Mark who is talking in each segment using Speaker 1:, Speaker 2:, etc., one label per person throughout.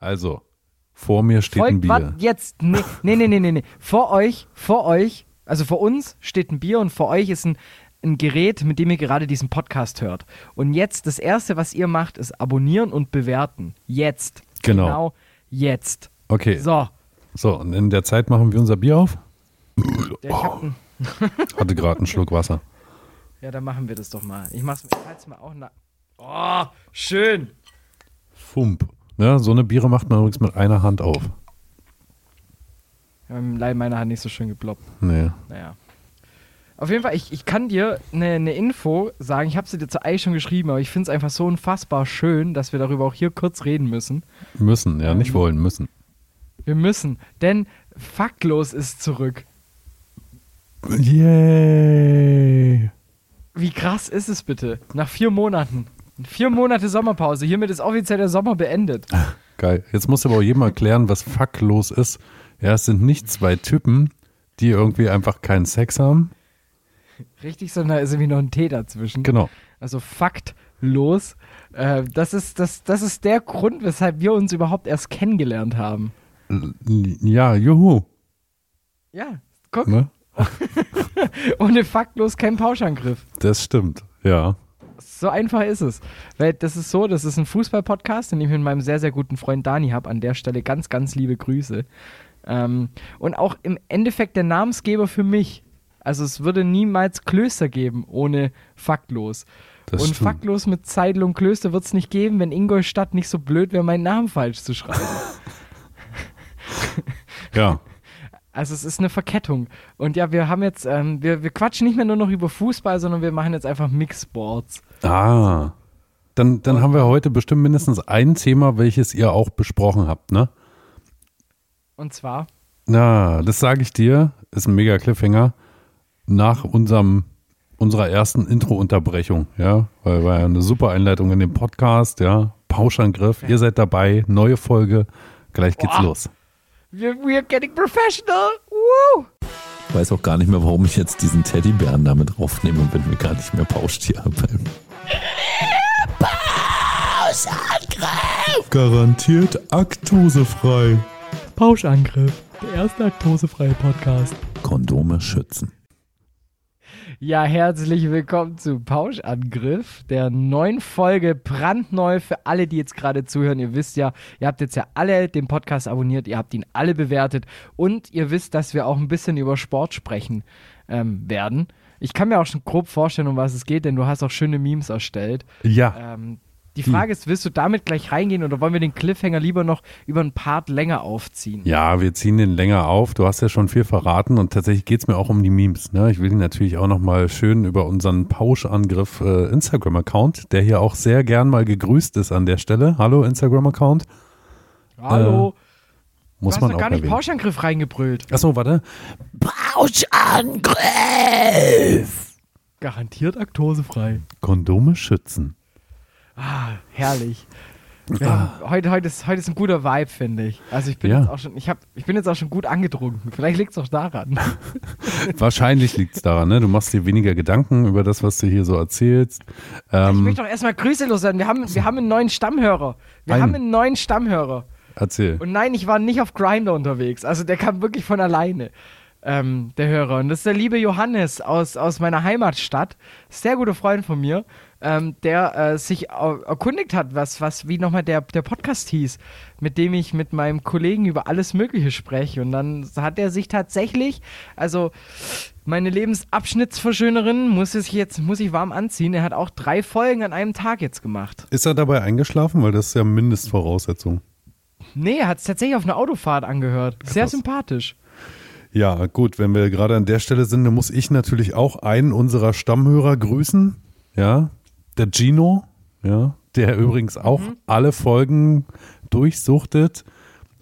Speaker 1: Also, vor mir steht ein
Speaker 2: Folgt
Speaker 1: Bier.
Speaker 2: wat jetzt? Nee, nee, nee, nee, nee, nee. Vor euch, vor euch, also vor uns steht ein Bier und vor euch ist ein, ein Gerät, mit dem ihr gerade diesen Podcast hört. Und jetzt, das Erste, was ihr macht, ist abonnieren und bewerten. Jetzt.
Speaker 1: Genau.
Speaker 2: Genau jetzt.
Speaker 1: Okay, so.
Speaker 2: So,
Speaker 1: und in der Zeit machen wir unser Bier auf. Oh.
Speaker 2: ja, ich hab ein,
Speaker 1: Hatte gerade einen Schluck Wasser.
Speaker 2: ja, dann machen wir das doch mal. Ich mach's, ich halt's mal auch nach. Oh, schön.
Speaker 1: Fump. Ne, so eine Biere macht man übrigens mit einer Hand auf.
Speaker 2: Ja, mit dem Leib meiner Hand nicht so schön geploppt.
Speaker 1: Nee.
Speaker 2: Naja. Auf jeden Fall, ich, ich kann dir eine ne Info sagen. Ich habe sie dir zu eigentlich schon geschrieben, aber ich finde es einfach so unfassbar schön, dass wir darüber auch hier kurz reden müssen.
Speaker 1: Müssen, ja, nicht wollen, müssen.
Speaker 2: Wir müssen, denn Faktlos ist zurück.
Speaker 1: Yay!
Speaker 2: Wie krass ist es bitte? Nach vier Monaten. Vier Monate Sommerpause. Hiermit ist offiziell der Sommer beendet.
Speaker 1: Geil. Jetzt muss aber auch jedem erklären, was fuck los ist. Ja, es sind nicht zwei Typen, die irgendwie einfach keinen Sex haben.
Speaker 2: Richtig, sondern da ist irgendwie noch ein T dazwischen.
Speaker 1: Genau.
Speaker 2: Also faktlos. Äh, das, ist, das, das ist der Grund, weshalb wir uns überhaupt erst kennengelernt haben.
Speaker 1: L- Ja, juhu.
Speaker 2: Ja, guck,
Speaker 1: Ne?
Speaker 2: ohne faktlos kein Pauschangriff.
Speaker 1: Das stimmt. Ja.
Speaker 2: So einfach ist es. Weil das ist so, das ist ein Fußball-Podcast, den ich mit meinem sehr, sehr guten Freund Dani habe. An der Stelle ganz, ganz liebe Grüße. Ähm, und auch im Endeffekt der Namensgeber für mich. Also es würde niemals Klöster geben ohne Faktlos.
Speaker 1: Das
Speaker 2: und
Speaker 1: stimmt.
Speaker 2: Faktlos mit Zeidel und Klöster wird es nicht geben, wenn Ingolstadt nicht so blöd wäre, meinen Namen falsch zu schreiben.
Speaker 1: Ja.
Speaker 2: Also es ist eine Verkettung. Und ja, wir haben jetzt, ähm, wir, wir quatschen nicht mehr nur noch über Fußball, sondern wir machen jetzt einfach Mixsports.
Speaker 1: Ah. Dann, dann haben wir heute bestimmt mindestens ein Thema, welches ihr auch besprochen habt, ne?
Speaker 2: Und zwar
Speaker 1: Na, das sage ich dir, ist ein mega Cliffhanger. Nach unserem, unserer ersten Intro-Unterbrechung, ja, weil war ja eine super Einleitung in den Podcast, ja. Pauschangriff, ihr seid dabei, neue Folge, gleich geht's los.
Speaker 2: We're, we're getting professional. Woo!
Speaker 3: Ich weiß auch gar nicht mehr, warum ich jetzt diesen Teddybären damit draufnehme und bin mir gar nicht mehr Pauschtier beim. Pauschangriff! Garantiert aktosefrei.
Speaker 2: Pauschangriff, der erste laktosefreie Podcast.
Speaker 3: Kondome schützen.
Speaker 2: Ja, herzlich willkommen zu Pauschangriff, der neuen Folge, brandneu für alle, die jetzt gerade zuhören. Ihr wisst ja, ihr habt jetzt ja alle den Podcast abonniert, ihr habt ihn alle bewertet und ihr wisst, dass wir auch ein bisschen über Sport sprechen ähm, werden. Ich kann mir auch schon grob vorstellen, um was es geht, denn du hast auch schöne Memes erstellt.
Speaker 1: Ja,
Speaker 2: Ähm, die
Speaker 1: Hm.
Speaker 2: Frage ist, willst du damit gleich reingehen oder wollen wir den Cliffhanger lieber noch über einen Part länger aufziehen?
Speaker 1: ja, wir ziehen den länger auf. Du hast ja schon viel verraten und tatsächlich geht's mir auch um die Memes. Ne? Ich will die natürlich auch nochmal schön über unseren Pauschangriff äh, Instagram-Account, der hier auch sehr gern mal gegrüßt ist an der Stelle. Hallo Instagram-Account,
Speaker 2: Hallo?
Speaker 1: Äh, muss
Speaker 2: du hast
Speaker 1: man
Speaker 2: doch
Speaker 1: auch
Speaker 2: gar nicht
Speaker 1: erwähnen.
Speaker 2: Pauschangriff reingebrüllt.
Speaker 1: Achso, warte.
Speaker 3: Pauschangriff!
Speaker 2: Garantiert aktosefrei.
Speaker 1: Kondome schützen.
Speaker 2: Ah, herrlich. Wir haben- heute, heute, ist, heute ist ein guter Vibe, finde ich. Also ich bin
Speaker 1: Ah. Ja.
Speaker 2: jetzt auch schon, ich hab, ich bin jetzt auch schon gut angedrungen. Vielleicht liegt es auch daran.
Speaker 1: Wahrscheinlich liegt es daran, ne? Du machst dir weniger Gedanken über das, was du hier so erzählst.
Speaker 2: ich
Speaker 1: Ähm,
Speaker 2: möchte doch erstmal Grüße loswerden. Wir haben, wir haben einen neuen Stammhörer. Wir
Speaker 1: Einen.
Speaker 2: haben einen neuen Stammhörer.
Speaker 1: erzähl.
Speaker 2: Und nein, ich war nicht auf Grinder unterwegs. Also der kam wirklich von alleine, ähm, der Hörer. Und das ist der liebe Johannes aus, aus meiner Heimatstadt. Sehr guter Freund von mir, ähm, der äh, sich au- erkundigt hat, was, was wie nochmal der, der Podcast hieß, mit dem ich mit meinem Kollegen über alles Mögliche spreche. Und dann hat er sich tatsächlich, also meine Lebensabschnittsverschönerin, muss ich jetzt, muss ich warm anziehen. Er hat auch drei Folgen an einem Tag jetzt gemacht.
Speaker 1: Ist er dabei eingeschlafen? Weil das ist ja Mindestvoraussetzung.
Speaker 2: Nee, er hat es tatsächlich auf einer Autofahrt angehört. Sehr
Speaker 1: Krass.
Speaker 2: sympathisch.
Speaker 1: Ja, gut, wenn wir gerade an der Stelle sind, dann muss ich natürlich auch einen unserer Stammhörer grüßen. Ja, der Gino, ja, der übrigens auch alle Folgen durchsuchtet.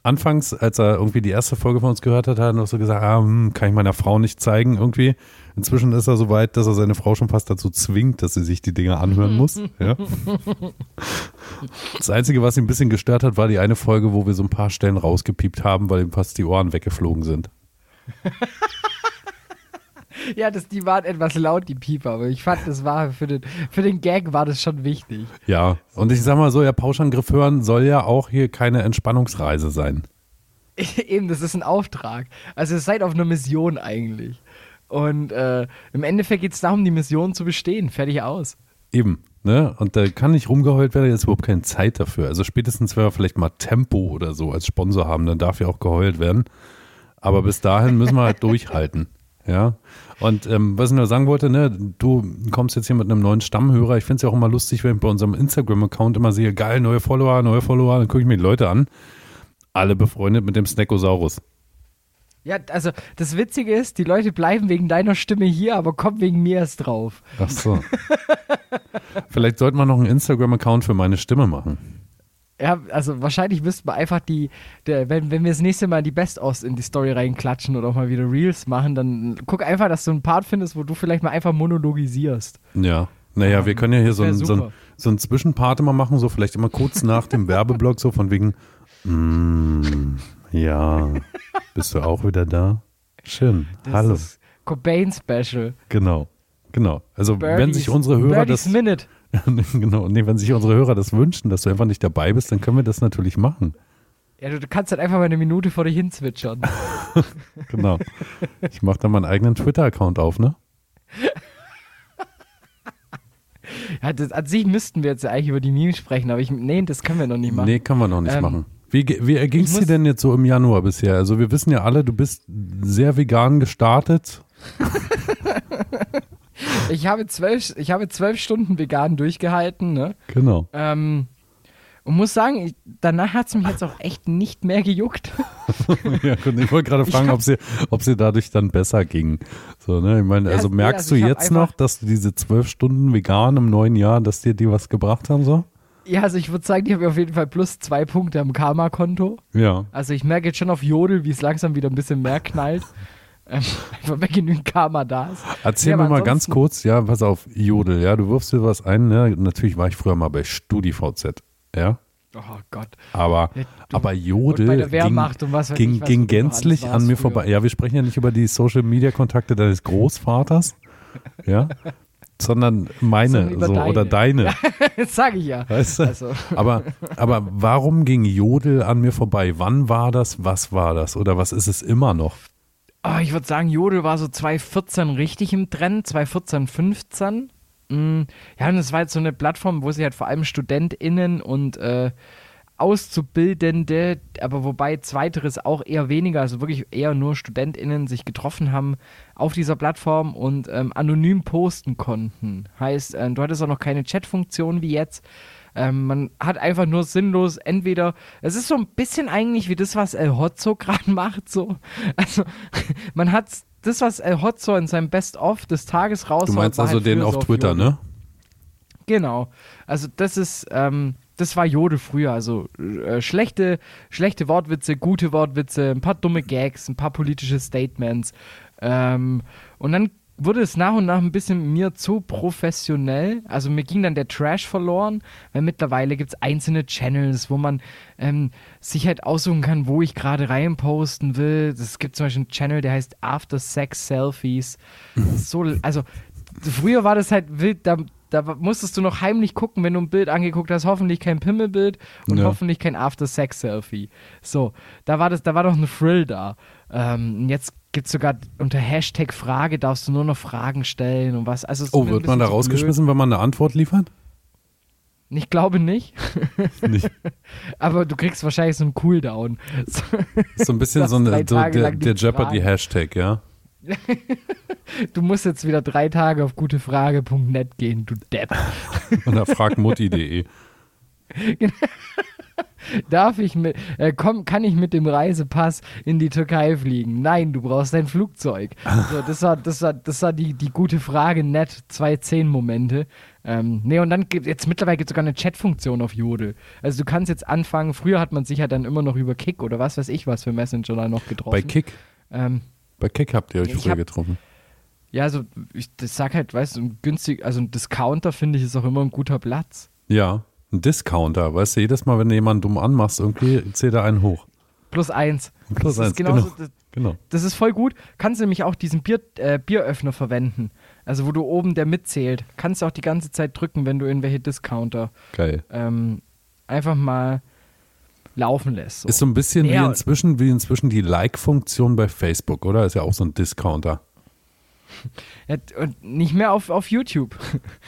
Speaker 1: Anfangs, als er irgendwie die erste Folge von uns gehört hat, hat er noch so gesagt, ah, hm, kann ich meiner Frau nicht zeigen irgendwie. Inzwischen ist er so weit, dass er seine Frau schon fast dazu zwingt, dass sie sich die Dinge anhören muss. Ja. Das Einzige, was ihn ein bisschen gestört hat, war die eine Folge, wo wir so ein paar Stellen rausgepiept haben, weil ihm fast die Ohren weggeflogen sind.
Speaker 2: Ja, das, die waren etwas laut, die Pieper, aber ich fand, das war für den, für den Gag war das schon wichtig.
Speaker 1: Ja, und ich sag mal so, ja, Pauschangriff hören soll ja auch hier keine Entspannungsreise sein.
Speaker 2: Eben, das ist ein Auftrag. Also ihr seid auf einer Mission eigentlich. Und äh, im Endeffekt geht es darum, die Mission zu bestehen. Fertig aus.
Speaker 1: Eben, ne? Und da kann nicht rumgeheult werden, jetzt überhaupt keine Zeit dafür. Also spätestens, wenn wir vielleicht mal Tempo oder so als Sponsor haben, dann darf ja auch geheult werden. Aber bis dahin müssen wir halt durchhalten. Ja. Und ähm, was ich nur sagen wollte, ne, du kommst jetzt hier mit einem neuen Stammhörer. Ich finde es ja auch immer lustig, wenn ich bei unserem Instagram-Account immer sehe, geil, neue Follower, neue Follower, dann gucke ich mir die Leute an. Alle befreundet mit dem Snackosaurus.
Speaker 2: Ja, also das Witzige ist, die Leute bleiben wegen deiner Stimme hier, aber kommen wegen mir erst drauf.
Speaker 1: Ach so. vielleicht sollte man noch einen Instagram-Account für meine Stimme machen.
Speaker 2: Ja, also wahrscheinlich müssten wir einfach die, der, wenn, wenn wir das nächste Mal die Best-ofs in die Story reinklatschen oder auch mal wieder Reels machen, dann guck einfach, dass du einen Part findest, wo du vielleicht mal einfach monologisierst.
Speaker 1: Ja. Naja, wir können ja hier so
Speaker 2: wär
Speaker 1: einen so ein,
Speaker 2: super.
Speaker 1: so ein Zwischenpart immer machen, so vielleicht immer kurz nach dem Werbeblock, so von wegen, mm, ja, bist du auch wieder da? Schön,
Speaker 2: Das
Speaker 1: hallo.
Speaker 2: ist Cobain-Special.
Speaker 1: Genau, genau. Also wenn sich unsere Hörer
Speaker 2: Birdies
Speaker 1: das,
Speaker 2: Minute.
Speaker 1: genau, nee, wenn sich unsere Hörer das wünschen, dass du einfach nicht dabei bist, dann können wir das natürlich machen.
Speaker 2: Ja, du, du kannst halt einfach mal eine Minute vor dich hinzwitschern.
Speaker 1: Genau. Ich mache dann meinen eigenen Twitter-Account auf, ne?
Speaker 2: ja, das, an sich müssten wir jetzt ja eigentlich über die Memes sprechen, aber ich, nee, das können wir noch nicht machen.
Speaker 1: Nee, kann man noch nicht
Speaker 2: Ähm,
Speaker 1: machen. Wie, ge- wie erging es
Speaker 2: ich
Speaker 1: dir
Speaker 2: muss-
Speaker 1: denn jetzt so im Januar bisher? Also wir wissen ja alle, du bist sehr vegan gestartet.
Speaker 2: Ich habe zwölf, ich habe zwölf Stunden vegan durchgehalten, ne?
Speaker 1: Genau.
Speaker 2: Ähm, und muss sagen, ich, danach hat es mich jetzt auch echt nicht mehr gejuckt.
Speaker 1: Ja, gut, ich wollte gerade fragen,
Speaker 2: hab-
Speaker 1: ob sie, ob sie dadurch dann besser ging. So, ne? Ich meine,
Speaker 2: Ja,
Speaker 1: also
Speaker 2: nee,
Speaker 1: merkst
Speaker 2: also ich
Speaker 1: du
Speaker 2: hab
Speaker 1: jetzt
Speaker 2: einfach-
Speaker 1: noch, dass du diese zwölf Stunden vegan im neuen Jahr, dass dir die was gebracht haben so?
Speaker 2: Ja, also ich würde sagen, ich habe auf jeden Fall plus zwei Punkte am Karma-Konto.
Speaker 1: Ja.
Speaker 2: Also ich merke jetzt schon auf Jodel, wie es langsam wieder ein bisschen mehr knallt. ähm, einfach wenn genügend Karma da ist.
Speaker 1: Erzähl
Speaker 2: Ja,
Speaker 1: mir
Speaker 2: aber
Speaker 1: mal ganz
Speaker 2: ansonsten-
Speaker 1: kurz, ja, pass auf, Jodel, ja, du wirfst dir was ein, ne? Natürlich war ich früher mal bei StudiVZ, ja,
Speaker 2: Oh Gott.
Speaker 1: aber,
Speaker 2: Ja,
Speaker 1: aber
Speaker 2: du- und bei
Speaker 1: Jodel
Speaker 2: der Wehrmacht und was weiß
Speaker 1: ging,
Speaker 2: ich was
Speaker 1: ging
Speaker 2: du noch alles
Speaker 1: gänzlich an
Speaker 2: warst
Speaker 1: mir
Speaker 2: früher.
Speaker 1: vorbei. Ja, wir sprechen ja nicht über die Social-Media-Kontakte deines Großvaters, ja, sondern meine
Speaker 2: Sondern über
Speaker 1: so, oder
Speaker 2: deine.
Speaker 1: deine.
Speaker 2: Jetzt sage ich ja.
Speaker 1: Weißt du?
Speaker 2: Also.
Speaker 1: Aber, aber warum ging Jodel an mir vorbei? Wann war das? Was war das? Oder was ist es immer noch?
Speaker 2: Oh, ich würde sagen, Jodel war so 2014 richtig im Trend, 2014, 15. Mm, ja, und es war jetzt so eine Plattform, wo sich halt vor allem StudentInnen und äh, Auszubildende, aber wobei zweiteres auch eher weniger, also wirklich eher nur StudentInnen sich getroffen haben auf dieser Plattform und ähm, anonym posten konnten. Heißt, äh, du hattest auch noch keine Chatfunktion wie jetzt. Ähm, man hat einfach nur sinnlos entweder, es ist so ein bisschen eigentlich wie das, was El Hotzo gerade macht, so. Also, man hat das, was El Hotzo in seinem Best-of des Tages halt raus
Speaker 1: Du meinst also den auf Twitter, ne?
Speaker 2: Genau. Also das ist, ähm, das war Jode früher. Also äh, schlechte, schlechte Wortwitze, gute Wortwitze, ein paar dumme Gags, ein paar politische Statements. Ähm, und dann wurde es nach und nach ein bisschen mir zu professionell. Also mir ging dann der Trash verloren, weil mittlerweile gibt es einzelne Channels, wo man ähm, sich halt aussuchen kann, wo ich gerade reinposten will. Es gibt zum Beispiel einen Channel, der heißt After Sex Selfies. So, also früher war das halt wild, da, da musstest du noch heimlich gucken, wenn du ein Bild angeguckt hast, hoffentlich kein Pimmelbild und
Speaker 1: Ja.
Speaker 2: hoffentlich kein After-Sex-Selfie. So, da war das, da war doch ein Thrill da. Ähm, und jetzt gibt es sogar unter Hashtag Frage darfst du nur noch Fragen stellen und was. Also es ist
Speaker 1: Oh,
Speaker 2: mir
Speaker 1: wird
Speaker 2: ein
Speaker 1: man da
Speaker 2: bisschen zu
Speaker 1: rausgeschmissen, wenn man eine Antwort liefert?
Speaker 2: blöd. Ich glaube nicht,
Speaker 1: Nicht.
Speaker 2: aber du kriegst wahrscheinlich so einen Cooldown. So,
Speaker 1: Ist so ein bisschen
Speaker 2: Das
Speaker 1: so, eine,
Speaker 2: drei
Speaker 1: so
Speaker 2: Tage
Speaker 1: der,
Speaker 2: lang die
Speaker 1: der Jeopardy-Hashtag, ja?
Speaker 2: du musst jetzt wieder drei Tage auf gutefrage.net gehen, du Depp.
Speaker 1: Oder fragmutti.de.
Speaker 2: Darf ich mit, äh, komm, kann ich mit dem Reisepass in die Türkei fliegen? Nein, du brauchst ein Flugzeug.
Speaker 1: Ah.
Speaker 2: So, das war, das war, das war die, die gute Frage, nett, 210 Momente. Ähm, nee, und dann gibt jetzt mittlerweile gibt es sogar eine Chatfunktion auf Jodel. Also du kannst jetzt anfangen, früher hat man sich ja dann immer noch über Kick oder was weiß ich was für Messenger da noch getroffen.
Speaker 1: Bei Kick.
Speaker 2: Ähm,
Speaker 1: Bei Kick habt ihr euch
Speaker 2: Ich
Speaker 1: früher
Speaker 2: hab-
Speaker 1: getroffen.
Speaker 2: ja, also ich das sag halt, weißt du, ein günstig, also ein Discounter finde ich ist auch immer ein guter Platz.
Speaker 1: Ja. Ein Discounter, weißt du, jedes Mal, wenn du jemanden dumm anmachst, irgendwie zählt er einen hoch.
Speaker 2: Plus eins.
Speaker 1: Plus
Speaker 2: das
Speaker 1: eins,
Speaker 2: ist genauso,
Speaker 1: genau.
Speaker 2: das,
Speaker 1: Genau.
Speaker 2: Das ist voll gut. Kannst du nämlich auch diesen Bier, äh, Bieröffner verwenden. Also wo du oben der mitzählt. Kannst du auch die ganze Zeit drücken, wenn du irgendwelche Discounter
Speaker 1: Geil.
Speaker 2: ähm, einfach mal laufen lässt. So.
Speaker 1: Ist so ein bisschen
Speaker 2: Ja,
Speaker 1: wie,
Speaker 2: und-
Speaker 1: inzwischen, wie inzwischen die Like-Funktion bei Facebook, oder? Ist ja auch so ein Discounter.
Speaker 2: Ja, und nicht mehr auf, auf YouTube.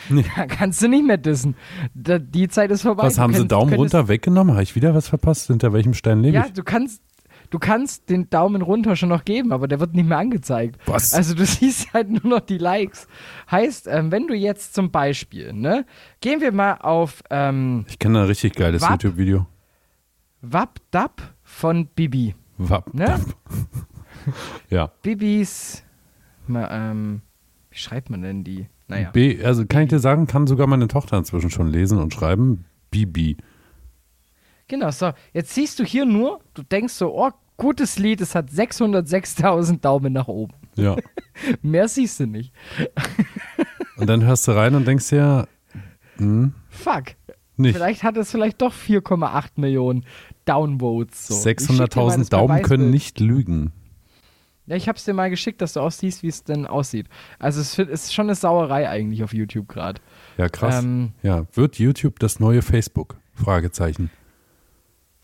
Speaker 2: da kannst du nicht mehr dissen. Da, die Zeit ist vorbei.
Speaker 1: Was
Speaker 2: Du
Speaker 1: haben sie
Speaker 2: könntest-
Speaker 1: Daumen
Speaker 2: könntest-
Speaker 1: runter weggenommen? Habe ich wieder was verpasst? Hinter welchem Stein lebe
Speaker 2: Ja,
Speaker 1: ich?
Speaker 2: du kannst, du kannst den Daumen runter schon noch geben, aber der wird nicht mehr angezeigt.
Speaker 1: Was?
Speaker 2: Also du siehst halt nur noch die Likes. Heißt, ähm, wenn du jetzt zum Beispiel, ne, gehen wir mal auf ähm,
Speaker 1: Ich kenne ein richtig geiles
Speaker 2: Wapp.
Speaker 1: YouTube-Video.
Speaker 2: WabDab von Bibi.
Speaker 1: Wapp.
Speaker 2: Ne?
Speaker 1: Ja.
Speaker 2: Bibis, ma- ähm, wie schreibt man denn die? Naja.
Speaker 1: B, also kann ich dir sagen, kann sogar meine Tochter inzwischen schon lesen und schreiben. Bibi.
Speaker 2: Genau, so. Jetzt siehst du hier nur, du denkst so, oh, gutes Lied, es hat 606.000 Daumen nach oben.
Speaker 1: Ja.
Speaker 2: Mehr siehst du nicht.
Speaker 1: Und dann hörst du rein und denkst dir,
Speaker 2: Fuck.
Speaker 1: nicht.
Speaker 2: Vielleicht hat es vielleicht doch 4,8 Millionen Downvotes. So. Ich schick dir mal das
Speaker 1: 600.000 Daumen können
Speaker 2: Beweisbild.
Speaker 1: nicht lügen.
Speaker 2: Ja, ich hab's dir mal geschickt, dass du auch siehst, wie es denn aussieht. Also es fi- ist schon eine Sauerei eigentlich auf YouTube gerade.
Speaker 1: Ja, krass.
Speaker 2: Ähm.
Speaker 1: ja, wird YouTube das neue Facebook? Fragezeichen.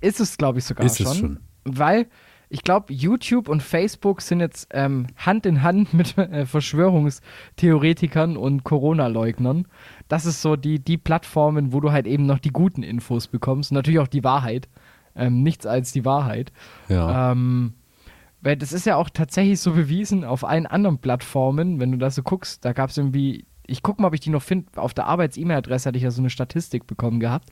Speaker 2: Ist es, glaube ich, sogar
Speaker 1: Ist
Speaker 2: schon.
Speaker 1: es schon.
Speaker 2: Weil ich glaube, YouTube und Facebook sind jetzt ähm, Hand in Hand mit äh, Verschwörungstheoretikern und Corona-Leugnern. Das ist so die, die Plattformen, wo du halt eben noch die guten Infos bekommst. Und natürlich auch die Wahrheit. Ähm, nichts als die Wahrheit.
Speaker 1: Ja.
Speaker 2: Ähm, weil das ist ja auch tatsächlich so bewiesen auf allen anderen Plattformen, wenn du da so guckst, da gab es irgendwie, ich guck mal, ob ich die noch finde, auf der Arbeits-E-Mail-Adresse hatte ich ja so eine Statistik bekommen gehabt,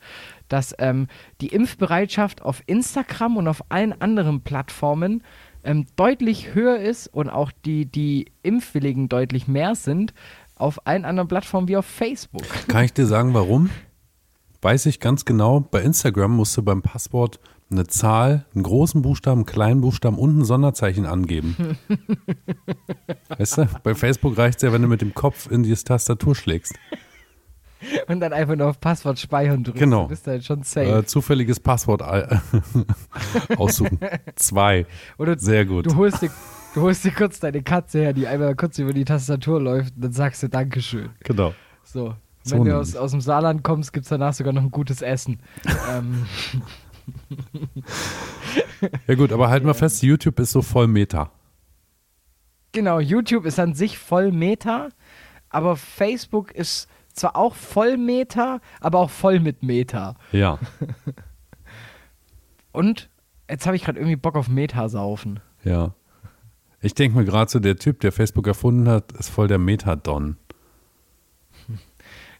Speaker 2: dass ähm, die Impfbereitschaft auf Instagram und auf allen anderen Plattformen ähm, deutlich höher ist und auch die, die Impfwilligen deutlich mehr sind auf allen anderen Plattformen wie auf Facebook.
Speaker 1: Kann ich dir sagen, warum? Weiß ich ganz genau. Bei Instagram musst du beim Passwort eine Zahl, einen großen Buchstaben, einen kleinen Buchstaben und ein Sonderzeichen angeben. weißt du, bei Facebook reicht es ja, wenn du mit dem Kopf in die Tastatur schlägst.
Speaker 2: Und dann einfach nur auf Passwort speichern drückst.
Speaker 1: Genau.
Speaker 2: Du bist halt schon safe.
Speaker 1: Äh, zufälliges Passwort äh, aussuchen. Zwei.
Speaker 2: Oder
Speaker 1: Sehr gut.
Speaker 2: Du holst, dir, du holst dir kurz deine Katze her, die einmal kurz über die Tastatur läuft und dann sagst du Dankeschön.
Speaker 1: Genau.
Speaker 2: So. Und
Speaker 1: So
Speaker 2: Wenn du
Speaker 1: nämlich.
Speaker 2: aus, aus dem Saarland kommst, gibt es danach sogar noch ein gutes Essen. ähm,
Speaker 1: Ja gut, aber halt mal fest, YouTube ist so voll Meta.
Speaker 2: genau, YouTube ist an sich voll Meta, aber Facebook ist zwar auch voll Meta, aber auch voll mit Meta.
Speaker 1: Ja.
Speaker 2: Und jetzt habe ich gerade irgendwie Bock auf Meta saufen.
Speaker 1: Ja. Ich denke mir gerade so, der Typ, der Facebook erfunden hat, ist voll der Metadon.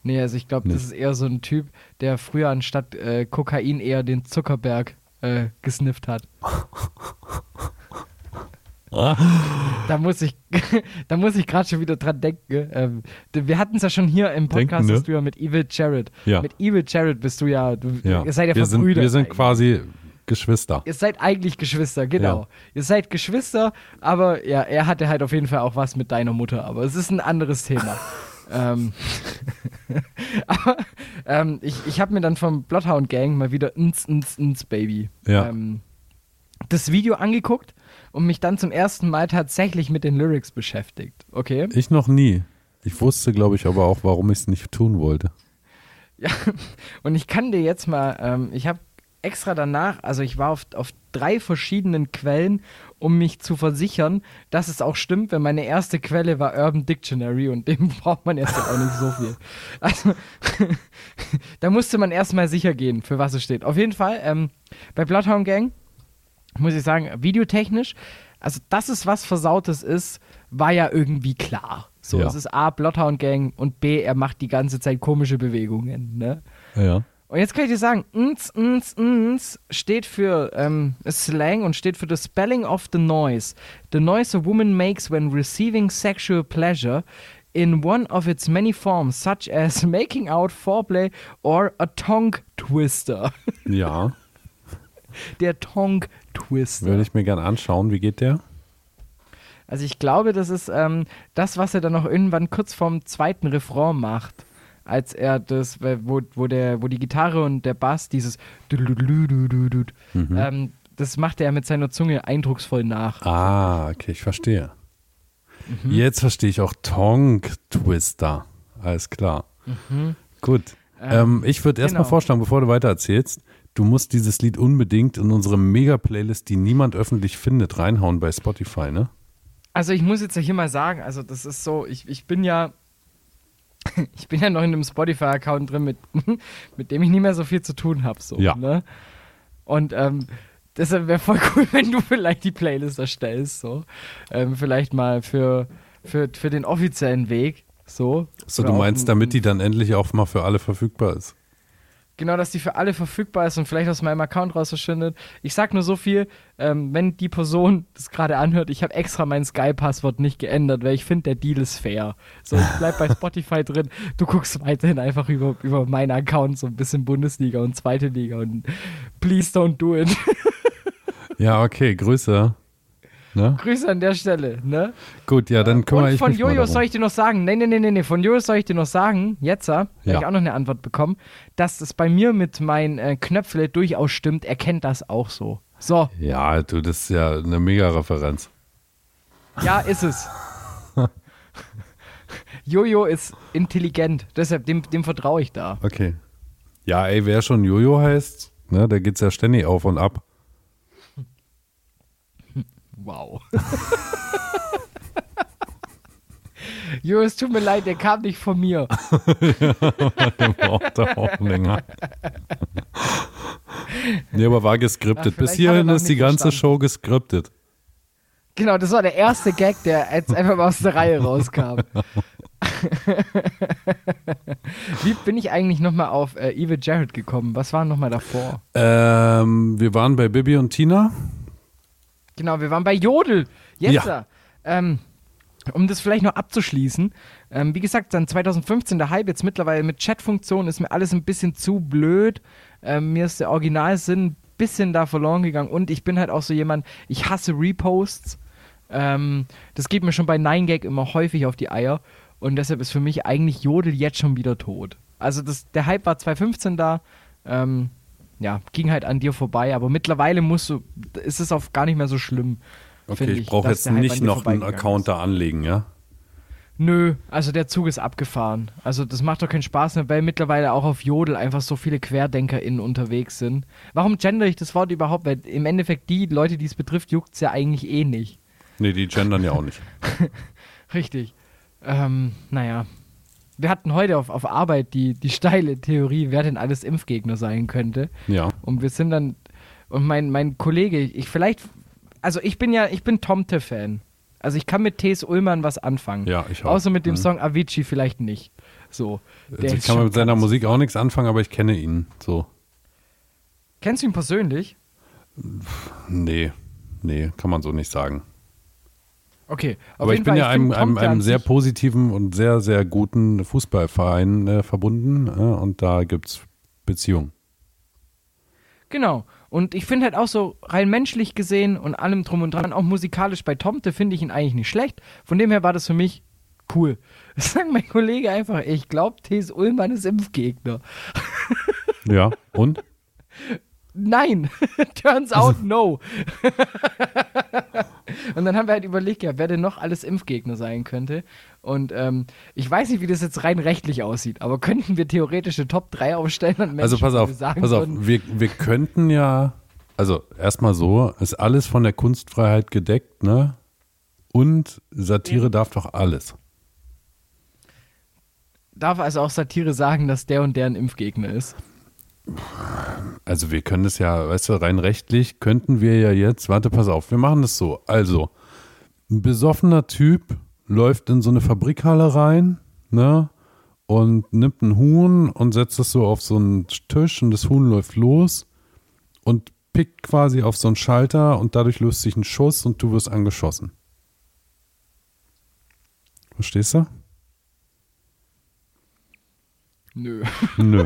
Speaker 2: Nee, also ich glaube,
Speaker 1: Nee.
Speaker 2: das ist eher so ein Typ, der früher anstatt äh, Kokain eher den Zuckerberg äh, gesnifft hat.
Speaker 1: Ah.
Speaker 2: da muss ich, da muss ich gerade schon wieder dran denken. gell? Ähm, d- wir hatten es ja schon hier im Podcast,
Speaker 1: Denken, ne?
Speaker 2: dass du ja mit Evil Jared.
Speaker 1: Ja.
Speaker 2: Mit Evil Jared bist du ja, du,
Speaker 1: Ja.
Speaker 2: ihr seid ja
Speaker 1: wir sind,
Speaker 2: verbrüdert.
Speaker 1: wir sind
Speaker 2: eigentlich.
Speaker 1: quasi Geschwister.
Speaker 2: Ihr seid eigentlich Geschwister, genau.
Speaker 1: Ja.
Speaker 2: Ihr seid Geschwister, aber ja, er hatte halt auf jeden Fall auch was mit deiner Mutter, aber es ist ein anderes Thema. ähm, aber ähm, ich, ich habe mir dann vom Bloodhound Gang mal wieder ins, ins, ins Baby
Speaker 1: Ja.
Speaker 2: ähm, das Video angeguckt und mich dann zum ersten Mal tatsächlich mit den Lyrics beschäftigt. Okay?
Speaker 1: Ich noch nie. Ich wusste, glaube ich, aber auch, warum ich es nicht tun wollte.
Speaker 2: Ja, und ich kann dir jetzt mal, ähm, ich habe extra danach, also ich war auf, auf drei verschiedenen Quellen, um mich zu versichern, dass es auch stimmt, weil meine erste Quelle war Urban Dictionary und dem braucht man jetzt auch nicht so viel. Also, da musste man erstmal sicher gehen, für was es steht. Auf jeden Fall, ähm, bei Bloodhound Gang muss ich sagen, videotechnisch, also dass es was Versautes ist, war ja irgendwie klar. So,
Speaker 1: Ja.
Speaker 2: es ist A, Bloodhound Gang und B, er macht die ganze Zeit komische Bewegungen, ne?
Speaker 1: Ja.
Speaker 2: Und jetzt kann ich dir sagen, ns, ns, ns steht für ähm, Slang und steht für the spelling of the noise. The noise a woman makes when receiving sexual pleasure in one of its many forms, such as making out, foreplay or a tongue twister.
Speaker 1: Ja.
Speaker 2: Der tongue twister.
Speaker 1: Würde ich mir gerne anschauen. Wie geht der?
Speaker 2: Also ich glaube, das ist ähm, das, was er dann noch irgendwann kurz vorm zweiten Refrain macht. Als er das, wo, wo, der, wo die Gitarre und der Bass dieses ähm, das machte er mit seiner Zunge eindrucksvoll nach.
Speaker 1: Ah, okay, ich verstehe.
Speaker 2: Mhm.
Speaker 1: Jetzt verstehe ich auch Tongue Twister. Alles klar. Gut. Ähm, ich würde erstmal
Speaker 2: Mhm. genau.
Speaker 1: vorschlagen, bevor du weitererzählst, du musst dieses Lied unbedingt in unsere Mega-Playlist, die niemand öffentlich findet, reinhauen bei Spotify, ne?
Speaker 2: Also ich muss jetzt ja hier mal sagen, also das ist so, ich, ich bin ja, ich bin ja noch in einem Spotify-Account drin, mit, mit dem ich nicht mehr so viel zu tun habe. So,
Speaker 1: Ja.
Speaker 2: ne? Und ähm, deshalb wäre voll cool, wenn du vielleicht die Playlist erstellst, so. Ähm, vielleicht mal für, für, für den offiziellen Weg. So.
Speaker 1: So,
Speaker 2: Oder
Speaker 1: du
Speaker 2: auch
Speaker 1: meinst,
Speaker 2: ein-
Speaker 1: damit die dann endlich auch mal für alle verfügbar ist.
Speaker 2: Genau, dass die für alle verfügbar ist und vielleicht aus meinem Account raus verschwindet. Ich sag nur so viel, ähm, wenn die Person das gerade anhört, ich habe extra mein Sky-Passwort nicht geändert, weil ich finde, der Deal ist fair. So, ich bleib bei Spotify drin. Du guckst weiterhin einfach über, über meinen Account so ein bisschen Bundesliga und zweite Liga und please don't do it.
Speaker 1: Ja, okay, Grüße. Ne?
Speaker 2: Grüße an der Stelle, ne?
Speaker 1: Gut, ja, dann kümmere
Speaker 2: Und
Speaker 1: ich
Speaker 2: von
Speaker 1: mich mal
Speaker 2: Jojo
Speaker 1: darum.
Speaker 2: soll ich dir noch sagen, nee, nee, nee, nee, nee, von Jojo soll ich dir noch sagen, jetzt, ja,
Speaker 1: Ja.
Speaker 2: habe ich auch noch eine Antwort bekommen, dass es bei mir mit meinen äh, Knöpfle durchaus stimmt, er kennt das auch so. So,
Speaker 1: ja, du, das ist ja eine Mega-Referenz.
Speaker 2: ja, ist es. Jojo ist intelligent, deshalb dem, dem vertraue ich da.
Speaker 1: Okay. Ja, ey, wer schon Jojo heißt, ne, da geht's ja ständig auf und ab.
Speaker 2: Wow. Jojo, es tut mir leid, der kam nicht von mir.
Speaker 1: braucht er auch länger. Nee, aber war
Speaker 2: Ach,
Speaker 1: geskriptet.
Speaker 2: vielleicht
Speaker 1: Bis
Speaker 2: hat
Speaker 1: hierhin
Speaker 2: er noch
Speaker 1: ist die
Speaker 2: nicht
Speaker 1: ganze
Speaker 2: verstanden.
Speaker 1: Show geskriptet.
Speaker 2: Genau, das war der erste Gag, der jetzt einfach mal aus der Reihe rauskam. Wie bin ich eigentlich nochmal auf äh, Evil Jared gekommen? Was war nochmal davor?
Speaker 1: Ähm, wir waren bei Bibi und Tina.
Speaker 2: Genau, wir waren bei Jodel. Jetzt.
Speaker 1: Ja.
Speaker 2: Ähm, um das vielleicht noch abzuschließen, ähm, wie gesagt, dann 2015 der Hype, jetzt mittlerweile mit Chatfunktion ist mir alles ein bisschen zu blöd. Ähm, mir ist der Originalsinn ein bisschen da verloren gegangen und ich bin halt auch so jemand, ich hasse Reposts. Ähm, das geht mir schon bei 9gag immer häufig auf die Eier und deshalb ist für mich eigentlich Jodel jetzt schon wieder tot. Also das, der Hype war 2015 da, ähm, ja, ging halt an dir vorbei, aber mittlerweile musst du, ist es auch gar nicht mehr so schlimm.
Speaker 1: Okay,
Speaker 2: find
Speaker 1: ich brauche jetzt
Speaker 2: dass der Hype an
Speaker 1: nicht
Speaker 2: dir
Speaker 1: noch einen
Speaker 2: vorbeigegangen ist.
Speaker 1: Account da anlegen, ja?
Speaker 2: Nö, also der Zug ist abgefahren. Also das macht doch keinen Spaß mehr, weil mittlerweile auch auf Jodel einfach so viele QuerdenkerInnen unterwegs sind. Warum gender ich das Wort überhaupt? Weil im Endeffekt die Leute, die es betrifft, juckt es ja eigentlich eh nicht.
Speaker 1: Nee, die gendern ja auch nicht.
Speaker 2: Richtig. Ähm, naja. Wir hatten heute auf, auf Arbeit die, die steile Theorie, wer denn alles Impfgegner sein könnte.
Speaker 1: Ja.
Speaker 2: Und wir sind dann, und mein, mein Kollege, ich vielleicht, also ich bin ja, ich bin Tomte-Fan. Also ich kann mit T.S. Ullmann was anfangen.
Speaker 1: Ja, ich auch.
Speaker 2: Außer mit dem
Speaker 1: Mhm.
Speaker 2: Song Avicii vielleicht nicht. So. der
Speaker 1: Also ich
Speaker 2: ist
Speaker 1: kann
Speaker 2: schon
Speaker 1: mit seiner
Speaker 2: krass.
Speaker 1: Musik auch nichts anfangen, aber ich kenne ihn. So.
Speaker 2: Kennst du ihn persönlich?
Speaker 1: Nee, nee, kann man so nicht sagen.
Speaker 2: Okay. Auf
Speaker 1: Aber ich
Speaker 2: jeden
Speaker 1: bin
Speaker 2: Fall,
Speaker 1: ja einem,
Speaker 2: find
Speaker 1: einem,
Speaker 2: Tomte an
Speaker 1: einem sehr
Speaker 2: sich-
Speaker 1: positiven und sehr, sehr guten Fußballverein äh, verbunden äh, und da gibt's Beziehungen.
Speaker 2: Genau. Und ich finde halt auch so rein menschlich gesehen und allem drum und dran, auch musikalisch bei Tomte finde ich ihn eigentlich nicht schlecht. Von dem her war das für mich cool. Das sagt mein Kollege einfach, ey, ich glaube, T.S. Ullmann ist Impfgegner.
Speaker 1: Ja, und?
Speaker 2: Nein, turns out no. und dann haben wir halt überlegt, ja, wer denn noch alles Impfgegner sein könnte. Und ähm, ich weiß nicht, wie das jetzt rein rechtlich aussieht, aber könnten wir theoretisch eine Top 3 aufstellen und Menschen,
Speaker 1: Also pass
Speaker 2: wo wir
Speaker 1: auf,
Speaker 2: sagen
Speaker 1: pass auf,
Speaker 2: würden,
Speaker 1: wir, wir könnten ja, also erstmal so, ist alles von der Kunstfreiheit gedeckt, ne? Und Satire darf doch alles.
Speaker 2: darf also auch Satire sagen, dass der und der ein Impfgegner ist.
Speaker 1: Also wir können es ja, weißt du, rein rechtlich könnten wir ja jetzt, warte, pass auf, wir machen das so. Also, ein besoffener Typ läuft in so eine Fabrikhalle rein, ne? Und nimmt ein Huhn und setzt es so auf so einen Tisch und das Huhn läuft los und pickt quasi auf so einen Schalter und dadurch löst sich ein Schuss und du wirst angeschossen. Verstehst du?
Speaker 2: Nö.
Speaker 1: Nö.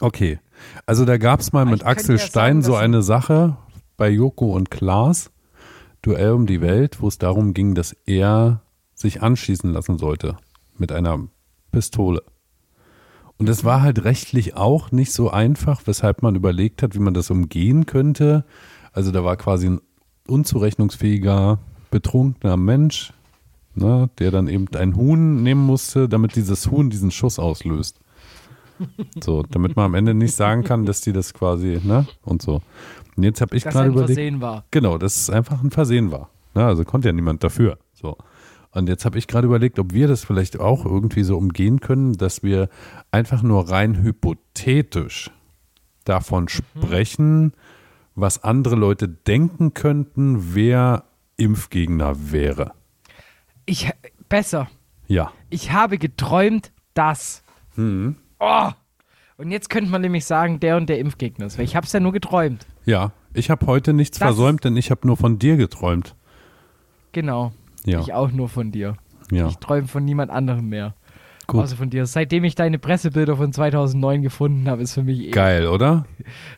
Speaker 1: Okay. Also da gab es mal mit
Speaker 2: ich könnte
Speaker 1: Axel
Speaker 2: ja
Speaker 1: Stein
Speaker 2: sagen,
Speaker 1: so
Speaker 2: dass-
Speaker 1: eine Sache bei Joko und Klaas, Duell um die Welt, wo es darum ging, dass er sich anschießen lassen sollte mit einer Pistole. Und das war halt rechtlich auch nicht so einfach, weshalb man überlegt hat, wie man das umgehen könnte. Also da war quasi ein unzurechnungsfähiger, betrunkener Mensch, ne, der dann eben ein Huhn nehmen musste, damit dieses Huhn diesen Schuss auslöst. So, damit man am Ende nicht sagen kann, dass die das quasi, ne, und so. Und jetzt habe ich
Speaker 2: Dass
Speaker 1: gerade
Speaker 2: ein
Speaker 1: überlegt.
Speaker 2: Versehen war.
Speaker 1: Genau, dass es einfach ein Versehen war. Na, also konnte ja niemand dafür. So. Und jetzt habe ich gerade überlegt, ob wir das vielleicht auch irgendwie so umgehen können, dass wir einfach nur rein hypothetisch davon sprechen, was andere Leute denken könnten, wer Impfgegner wäre.
Speaker 2: Ich, besser.
Speaker 1: Ja.
Speaker 2: Ich habe geträumt, dass.
Speaker 1: Hm.
Speaker 2: Oh! Und jetzt könnte man nämlich sagen, der und der Impfgegner ist, weil ich habe es ja nur geträumt.
Speaker 1: Ja. Ich habe heute nichts
Speaker 2: Das-
Speaker 1: versäumt, denn ich habe nur von dir geträumt.
Speaker 2: Genau.
Speaker 1: Ja.
Speaker 2: Ich auch nur von dir.
Speaker 1: Ja.
Speaker 2: Ich träume von niemand anderem mehr.
Speaker 1: Gut.
Speaker 2: Außer von dir. Seitdem ich deine Pressebilder von 2009 gefunden habe, ist für mich eh.
Speaker 1: Geil, oder?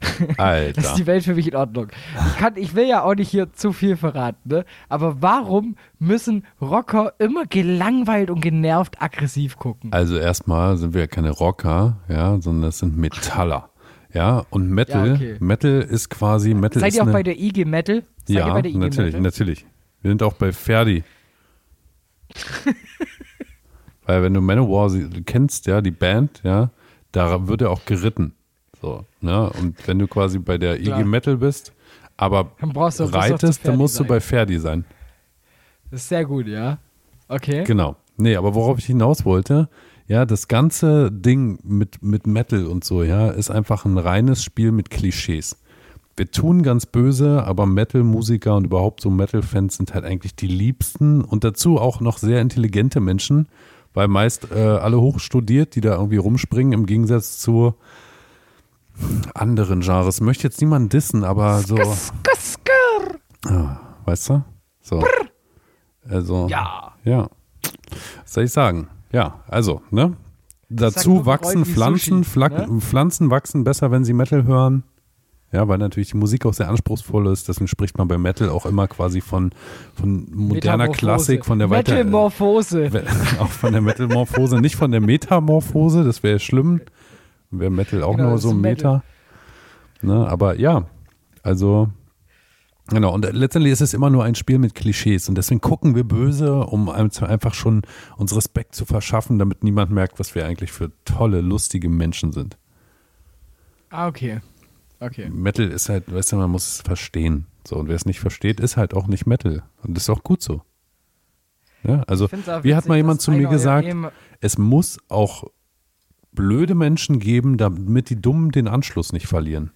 Speaker 2: Das ist
Speaker 1: Alter.
Speaker 2: die Welt für mich in Ordnung. Ich, kann, ich will ja auch nicht hier zu viel verraten, ne? aber warum müssen Rocker immer gelangweilt und genervt aggressiv gucken?
Speaker 1: Also erstmal sind wir ja keine Rocker, ja, sondern das sind Metaller. Ja, und Metal,
Speaker 2: Ja, okay.
Speaker 1: Metal ist quasi Metal
Speaker 2: Seid
Speaker 1: ist
Speaker 2: ihr auch
Speaker 1: eine,
Speaker 2: bei der IG Metal? Seid
Speaker 1: Ja,
Speaker 2: ihr bei der IG
Speaker 1: natürlich, Ne-
Speaker 2: Metal?
Speaker 1: natürlich. Wir sind auch bei Ferdi. Weil wenn du Manowar sie- kennst, ja, die Band, ja, da wird er auch geritten. So, ne? Und wenn du quasi bei der IG
Speaker 2: Klar.
Speaker 1: Metal bist, aber
Speaker 2: Dann brauchst du- musst du auch zu
Speaker 1: reitest, dann
Speaker 2: Ferdi
Speaker 1: musst du
Speaker 2: sein.
Speaker 1: bei Ferdi sein.
Speaker 2: Das ist sehr gut, ja. Okay.
Speaker 1: Genau. Nee, aber worauf ich hinaus wollte, ja, das ganze Ding mit, mit Metal und so, ja, ist einfach ein reines Spiel mit Klischees. Wir tun ganz böse, aber Metal-Musiker und überhaupt so Metal-Fans sind halt eigentlich die liebsten und dazu auch noch sehr intelligente Menschen, weil meist äh, alle hochstudiert, die da irgendwie rumspringen, im Gegensatz zu anderen Genres. Möchte jetzt niemanden dissen, aber so,
Speaker 2: Skr.
Speaker 1: weißt du? So. Also.
Speaker 2: Ja.
Speaker 1: Ja. Was soll ich sagen? Ja, also, ne?
Speaker 2: nur
Speaker 1: Dazu
Speaker 2: bereut
Speaker 1: wachsen
Speaker 2: wie
Speaker 1: Pflanzen,
Speaker 2: Sushi, ne?
Speaker 1: Flack- Pflanzen wachsen besser, wenn sie Metal hören. Ja, weil natürlich die Musik auch sehr anspruchsvoll ist. Deswegen spricht man bei Metal auch immer quasi von, von moderner
Speaker 2: Metamorphose.
Speaker 1: Klassik, von der Weiter
Speaker 2: Metamorphose.
Speaker 1: We- auch von der Metalmorphose, nicht von der Metamorphose, das wäre schlimm. Wäre Metal auch
Speaker 2: Genau,
Speaker 1: nur
Speaker 2: das
Speaker 1: so
Speaker 2: ist
Speaker 1: ein
Speaker 2: Metal.
Speaker 1: Meta. Ne, aber ja, also genau. Und letztendlich ist es immer nur ein Spiel mit Klischees und deswegen gucken wir böse, um ein- einfach schon uns Respekt zu verschaffen, damit niemand merkt, was wir eigentlich für tolle, lustige Menschen sind.
Speaker 2: Ah, okay. Okay.
Speaker 1: Metal ist halt, weißt du, man muss es verstehen. So, und wer es nicht versteht, ist halt auch nicht Metal. Und das ist auch gut so. Ja, also,
Speaker 2: Ich find's auch
Speaker 1: wie hat
Speaker 2: witzig,
Speaker 1: mal jemand
Speaker 2: dass
Speaker 1: zu mir
Speaker 2: einer
Speaker 1: gesagt,
Speaker 2: eben-
Speaker 1: es muss auch blöde Menschen geben, damit die Dummen den Anschluss nicht verlieren.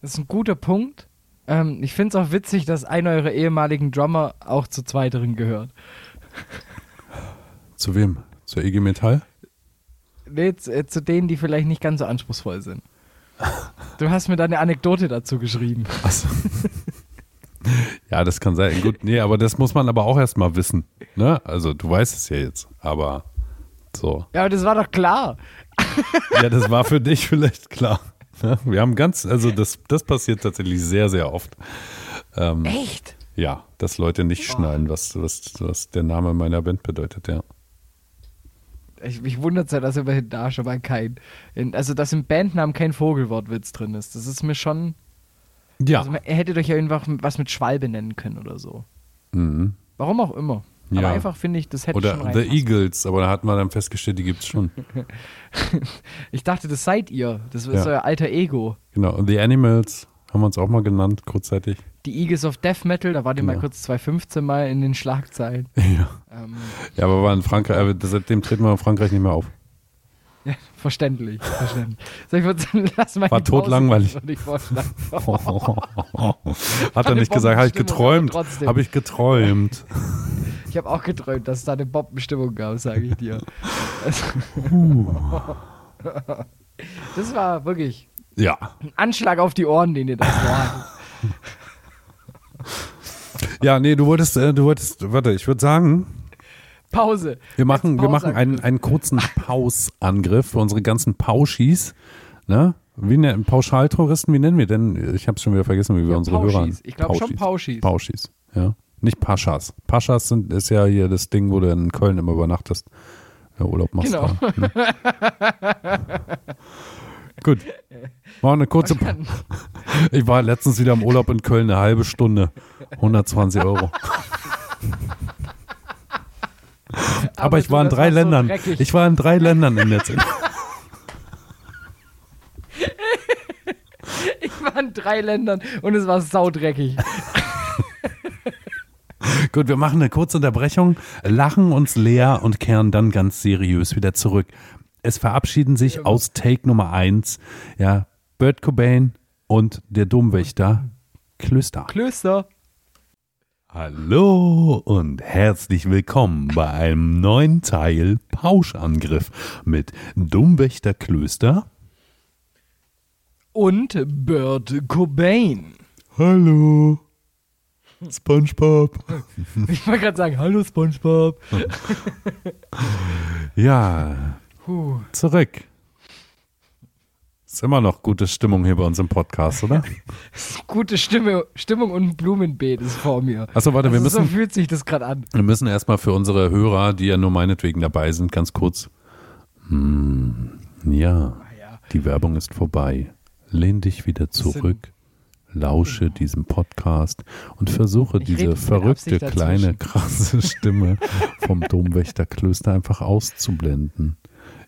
Speaker 2: Das ist ein guter Punkt. Ähm, ich finde es auch witzig, dass einer eurer ehemaligen Drummer auch zu zweiteren gehört.
Speaker 1: Zu wem? Zur IG Metall?
Speaker 2: Nee, zu, äh, zu denen, die vielleicht nicht ganz so anspruchsvoll sind. Du hast mir da eine Anekdote dazu geschrieben.
Speaker 1: Achso. ja, das kann sein. Gut, nee, aber das muss man aber auch erstmal wissen. Ne? Also, du weißt es ja jetzt, aber so.
Speaker 2: Ja, aber das war doch klar.
Speaker 1: Ja, das war für dich vielleicht klar. Ne? Wir haben ganz, also das, das passiert tatsächlich sehr, sehr oft. Ähm.
Speaker 2: Echt?
Speaker 1: Ja, dass Leute nicht schneiden, was, was, was der Name meiner Band bedeutet, ja.
Speaker 2: Ich, mich wundert es ja, dass immerhin da schon mal kein. In, also, dass im Bandnamen kein Vogelwortwitz drin ist. Das ist mir schon.
Speaker 1: Ja.
Speaker 2: Also, man, ihr hättet euch ja einfach was mit Schwalbe nennen können oder so.
Speaker 1: mhm.
Speaker 2: Warum auch immer. Aber
Speaker 1: Ja.
Speaker 2: einfach finde ich, das hätte schon
Speaker 1: Oder The
Speaker 2: reinpassen.
Speaker 1: Eagles, aber da hat man dann festgestellt, die gibt es schon.
Speaker 2: Ich dachte, das seid ihr. Das ist
Speaker 1: Ja.
Speaker 2: euer alter Ego.
Speaker 1: genau. Und The Animals haben wir uns auch mal genannt, kurzzeitig.
Speaker 2: Die Eagles of Death Metal, da war die mal
Speaker 1: Ja.
Speaker 2: kurz 2015 mal in den Schlagzeilen.
Speaker 1: Ja.
Speaker 2: Ähm,
Speaker 1: Ja, aber war in Frankreich, äh, seitdem treten wir in Frankreich nicht mehr auf.
Speaker 2: ja, verständlich, verständlich. So, ich würde sagen, lass mal
Speaker 1: War
Speaker 2: die Pause
Speaker 1: totlangweilig.
Speaker 2: und ich vorschlagen.
Speaker 1: hat er nicht gesagt, habe ich
Speaker 2: Bombenstimmung,
Speaker 1: geträumt.
Speaker 2: aber trotzdem.
Speaker 1: Habe ich geträumt.
Speaker 2: Ich habe auch geträumt, dass es da eine Bombenstimmung gab, sage ich dir. Also- Das war wirklich
Speaker 1: Ja.
Speaker 2: ein Anschlag auf die Ohren, den ihr das war.
Speaker 1: Ja, nee, du wolltest, äh, du wolltest, warte, ich würde sagen,
Speaker 2: Pause.
Speaker 1: Wir machen,
Speaker 2: Jetzt
Speaker 1: wir machen einen, einen kurzen Pausangriff für unsere ganzen Pauschis. Ne? Wie ne, Pauschaltouristen, wie nennen wir denn? Ich habe schon wieder vergessen, wie wir unsere
Speaker 2: Pauschis.
Speaker 1: Hörer.
Speaker 2: Ich glaub schon Pauschis.
Speaker 1: Pauschis, ja. Nicht Paschas. Paschas sind, ist ja hier das Ding, wo du in Köln immer übernachtest. wenn du Urlaub machst.
Speaker 2: Genau.
Speaker 1: Da, ne? Gut. Machen wir eine kurze,
Speaker 2: Dann-
Speaker 1: Ich war letztens wieder im Urlaub in Köln eine halbe Stunde. 120 Euro. Aber, ich
Speaker 2: du,
Speaker 1: war in
Speaker 2: das
Speaker 1: drei
Speaker 2: war so
Speaker 1: Ländern.
Speaker 2: dreckig.
Speaker 1: ich war in drei Ländern in der Zeit.
Speaker 2: Ich war in drei Ländern und es war saudreckig.
Speaker 1: Gut, wir machen eine kurze Unterbrechung, lachen uns leer und kehren dann ganz seriös wieder zurück. Es verabschieden sich aus Take Nummer 1, ja, Bert Cobain und der Dummwächter Klöster.
Speaker 2: Klöster.
Speaker 1: Hallo und herzlich willkommen bei einem neuen Teil Pauschangriff mit Dummwächter Klöster.
Speaker 2: Und Bird Cobain.
Speaker 1: Hallo. SpongeBob.
Speaker 2: Ich wollte gerade sagen, hallo Spongebob.
Speaker 1: Ja,
Speaker 2: Puh.
Speaker 1: zurück. Ist immer noch gute Stimmung hier bei uns im Podcast, oder?
Speaker 2: Gute Stimme, Stimmung und ein Blumenbeet ist vor mir.
Speaker 1: Achso, warte, wir
Speaker 2: Also so
Speaker 1: müssen,
Speaker 2: fühlt sich das gerade an.
Speaker 1: wir müssen erstmal für unsere Hörer, die ja nur meinetwegen dabei sind, ganz kurz. Hm, ja,
Speaker 2: Ah ja.
Speaker 1: die Werbung ist vorbei. Lehn dich wieder zurück, lausche diesem Podcast und versuche
Speaker 2: Genau. rede
Speaker 1: diese
Speaker 2: mit
Speaker 1: verrückte,
Speaker 2: Absicht dazwischen.
Speaker 1: kleine, krasse Stimme vom Domwächterklöster einfach auszublenden.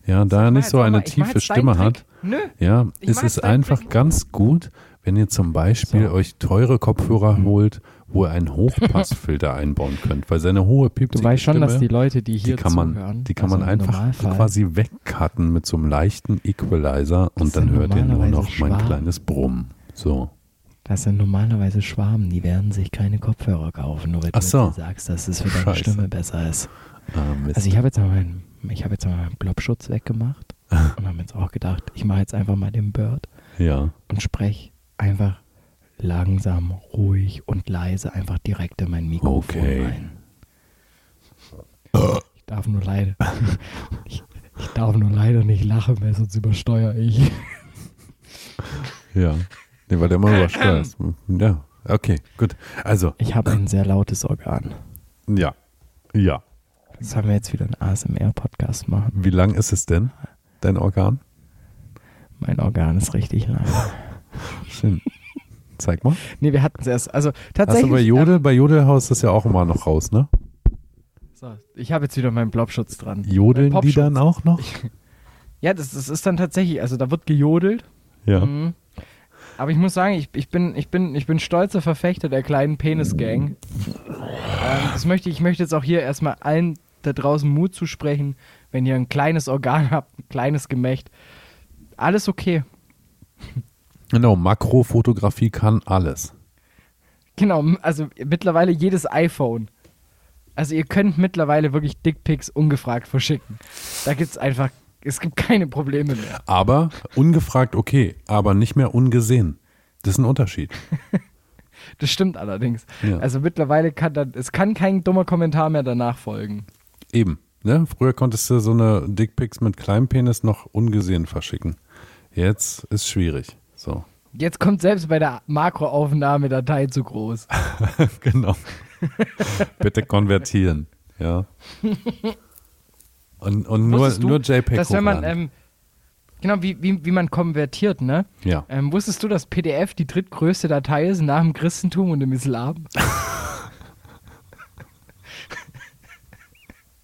Speaker 1: Ja, da er nicht so eine tiefe Stimme hat,
Speaker 2: Nö.
Speaker 1: ja,
Speaker 2: Ich
Speaker 1: es
Speaker 2: mach
Speaker 1: ist
Speaker 2: jetzt deinen
Speaker 1: einfach
Speaker 2: Trick.
Speaker 1: ganz gut, wenn ihr zum Beispiel euch teure Kopfhörer holt, wo ihr einen Hochpassfilter einbauen könnt, weil seine hohe
Speaker 2: Du
Speaker 1: piepsige
Speaker 2: weißt schon,
Speaker 1: Stimme,
Speaker 2: dass die Leute, die hier
Speaker 1: die kann man,
Speaker 2: zuhören,
Speaker 1: die kann man
Speaker 2: also im
Speaker 1: einfach
Speaker 2: Normalfall-
Speaker 1: quasi wegcutten mit so einem leichten Equalizer und dann
Speaker 2: sind
Speaker 1: hört ihr nur
Speaker 2: normalerweise
Speaker 1: noch mein
Speaker 2: Schwaben.
Speaker 1: kleines Brummen. So.
Speaker 2: Das sind normalerweise Schwaben, die werden sich keine Kopfhörer kaufen, nur wenn
Speaker 1: Ach so.
Speaker 2: du dir sagst, dass es für deine
Speaker 1: Scheiße.
Speaker 2: Stimme besser ist.
Speaker 1: Ah, Mist.
Speaker 2: Also ich habe jetzt mal meinen, ich habe jetzt mal meinen Blobschutz weggemacht und habe jetzt auch gedacht, ich mache jetzt einfach mal den Bird
Speaker 1: ja.
Speaker 2: und spreche einfach langsam, ruhig und leise einfach direkt in mein Mikrofon
Speaker 1: Okay.
Speaker 2: rein. Ich darf nur leider, ich, ich darf nur leider nicht lachen, weil sonst übersteuere ich.
Speaker 1: Ja. Nee, weil der mal übersteuert. Ja. Okay, gut. Also,
Speaker 2: Ich habe ein sehr lautes Organ.
Speaker 1: ja. Ja.
Speaker 2: Sollen wir jetzt wieder einen ASMR-Podcast machen?
Speaker 1: Wie lang ist es denn, dein Organ?
Speaker 2: Mein Organ ist richtig lang.
Speaker 1: Schön. Zeig mal.
Speaker 2: Nee, wir hatten es erst. Also
Speaker 1: Hast
Speaker 2: tatsächlich.
Speaker 1: du bei Jodel, bei Jodel haust das ja auch immer noch raus, ne?
Speaker 2: Ähm, so, ich habe jetzt wieder meinen Blobschutz dran.
Speaker 1: Jodeln
Speaker 2: Mein
Speaker 1: die dann auch noch?
Speaker 2: Ja, das, das ist dann tatsächlich, also da wird gejodelt.
Speaker 1: Ja.
Speaker 2: Mhm. Aber ich muss sagen, ich, ich, bin, ich, bin, ich bin stolzer Verfechter der kleinen
Speaker 1: Mhm.
Speaker 2: Penis-Gang. Ähm, das möchte, ich möchte jetzt auch hier erstmal allen da draußen Mut zusprechen, wenn ihr ein kleines Organ habt, ein kleines Gemächt. Alles okay.
Speaker 1: Genau, Makrofotografie kann alles.
Speaker 2: Genau, m- also mittlerweile jedes iPhone. Also ihr könnt mittlerweile wirklich Dickpics ungefragt verschicken. Da gibt's einfach, es gibt keine Probleme mehr.
Speaker 1: Aber ungefragt okay, aber nicht mehr ungesehen. Das ist ein Unterschied.
Speaker 2: Das stimmt allerdings.
Speaker 1: Ja.
Speaker 2: Also mittlerweile kann dann, es kann kein dummer Kommentar mehr danach folgen.
Speaker 1: Eben. Ne? Früher konntest du so eine Dickpics mit kleinem Penis noch ungesehen verschicken. Jetzt ist schwierig. So.
Speaker 2: Jetzt kommt selbst bei der Makroaufnahme Datei zu groß.
Speaker 1: genau. Bitte konvertieren. Ja. Und, und nur,
Speaker 2: Wusstest du,
Speaker 1: nur JPEG
Speaker 2: dass wenn man,
Speaker 1: hochladen.
Speaker 2: ähm, genau, wie, wie, wie man konvertiert, ne?
Speaker 1: Ja.
Speaker 2: Ähm, wusstest du, dass PDF die drittgrößte Datei ist nach dem Christentum und dem Islam?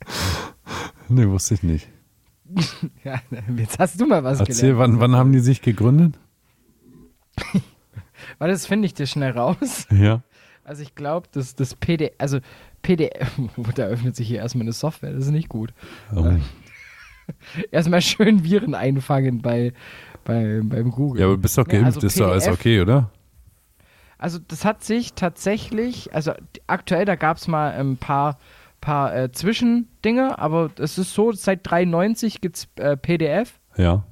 Speaker 2: ähm,
Speaker 1: Nee, wusste ich nicht.
Speaker 2: ja, jetzt hast du mal was gelernt.
Speaker 1: Erzähl, wann, wann haben die sich gegründet?
Speaker 2: Weil das finde ich dir schnell raus.
Speaker 1: Ja.
Speaker 2: Also ich glaube, dass das PDF, also PDF, da öffnet sich hier erstmal eine Software, das ist nicht gut.
Speaker 1: Oh.
Speaker 2: Erstmal schön Viren einfangen bei, bei, beim Google.
Speaker 1: Ja, aber du bist doch
Speaker 2: Nee,
Speaker 1: geimpft,
Speaker 2: also
Speaker 1: ist doch alles
Speaker 2: PDF.
Speaker 1: okay, oder?
Speaker 2: Also das hat sich tatsächlich, also d- aktuell, da gab es mal ein paar, paar äh, Zwischendinge, aber es ist so, seit 93 gibt es äh, PDF.
Speaker 1: Ja.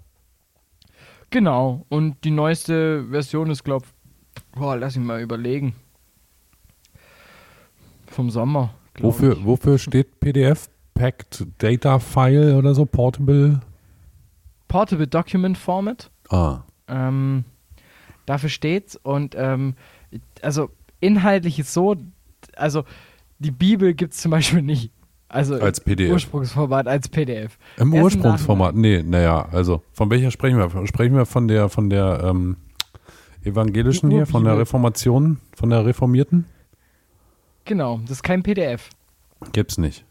Speaker 2: Genau, und die neueste Version ist, glaube boah, lass mich mal überlegen. Vom Sommer. glaub ich.
Speaker 1: Wofür, wofür steht PDF? Packed Data File oder so? Portable?
Speaker 2: Portable Document Format.
Speaker 1: Ah.
Speaker 2: Ähm, dafür steht's. Und ähm, also inhaltlich ist so, also die Bibel gibt's zum Beispiel nicht. Also
Speaker 1: Als
Speaker 2: im
Speaker 1: PDF.
Speaker 2: Ursprungsformat als PDF.
Speaker 1: Im
Speaker 2: Erst im
Speaker 1: Ursprungsformat? Nee, naja, also von welcher sprechen wir? Sprechen wir von der, von der ähm, evangelischen
Speaker 2: Die
Speaker 1: hier, von der
Speaker 2: Urbibel.
Speaker 1: Reformation, von der reformierten?
Speaker 2: Genau, das ist kein PDF.
Speaker 1: Gibt's nicht.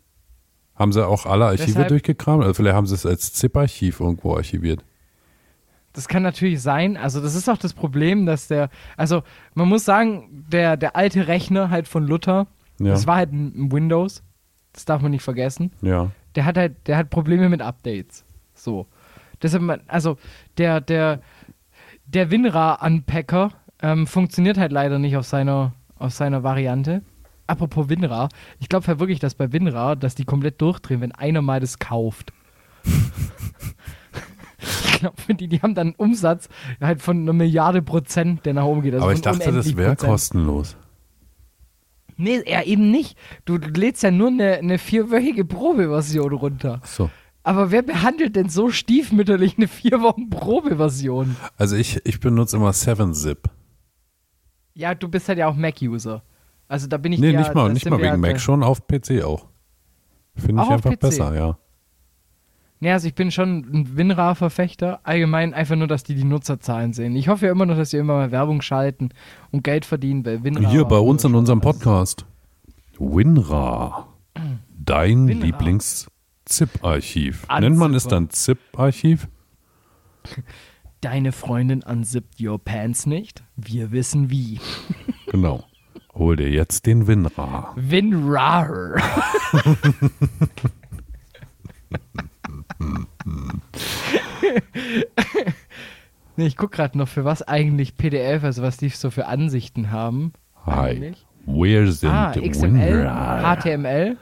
Speaker 1: Haben sie auch alle Archive
Speaker 2: Deshalb-
Speaker 1: durchgekramt? Also vielleicht haben sie es als ZIP-Archiv irgendwo archiviert.
Speaker 2: Das kann natürlich sein. Also, das ist auch das Problem, dass der. Also, man muss sagen, der, der alte Rechner halt von Luther,
Speaker 1: Ja.
Speaker 2: das war halt ein ein Windows. Das darf man nicht vergessen.
Speaker 1: Ja.
Speaker 2: der hat halt, der hat Probleme mit Updates. So. Deshalb, man- also der, der, der WinRAR-Unpacker ähm, funktioniert halt leider nicht auf seiner, auf seiner Variante. Apropos WinRAR, ich glaube halt wirklich, dass bei WinRAR, dass die komplett durchdrehen, wenn einer mal das kauft. ich glaube, die, die haben dann einen Umsatz halt von einer Milliarde Prozent, der nach oben geht. Also
Speaker 1: Aber ich
Speaker 2: von
Speaker 1: dachte, das
Speaker 2: unendlich
Speaker 1: wäre
Speaker 2: Prozent.
Speaker 1: kostenlos.
Speaker 2: Nee, ja, eben nicht. Du lädst ja nur eine, eine vierwöchige Probeversion runter.
Speaker 1: So.
Speaker 2: Aber wer behandelt denn so stiefmütterlich eine vier Wochen Probeversion?
Speaker 1: Also ich, ich benutze immer 7-Zip.
Speaker 2: Ja, du bist halt ja auch Mac-User. Also da bin ich
Speaker 1: Nee,
Speaker 2: ja,
Speaker 1: nicht mal,
Speaker 2: da
Speaker 1: nicht
Speaker 2: sind
Speaker 1: mal
Speaker 2: wir
Speaker 1: wegen
Speaker 2: ja-
Speaker 1: Mac, schon auf PC auch. Finde
Speaker 2: Auch
Speaker 1: ich
Speaker 2: auf
Speaker 1: einfach
Speaker 2: PC?
Speaker 1: besser, ja.
Speaker 2: Nee, also ich bin schon ein WinRAR-Verfechter. Allgemein einfach nur, dass die die Nutzerzahlen sehen. Ich hoffe ja immer noch, dass wir immer mal Werbung schalten und Geld verdienen, weil WinRAR...
Speaker 1: Hier bei
Speaker 2: war
Speaker 1: uns in
Speaker 2: Genau, schon-
Speaker 1: unserem Podcast. WinRAR. Dein
Speaker 2: WinRAR.
Speaker 1: Lieblings-ZIP-Archiv.
Speaker 2: Ah,
Speaker 1: Nennt man es
Speaker 2: super.
Speaker 1: dann ZIP-Archiv?
Speaker 2: Deine Freundin unzippt your pants nicht? Wir wissen wie.
Speaker 1: Genau. Hol dir jetzt den WinRAR.
Speaker 2: WinRAR. nee, ich guck gerade noch, für was eigentlich PDF, also was die so für Ansichten haben.
Speaker 1: Hi.
Speaker 2: Eigentlich.
Speaker 1: Wir sind
Speaker 2: Ah, XML,
Speaker 1: WinRAR.
Speaker 2: HTML.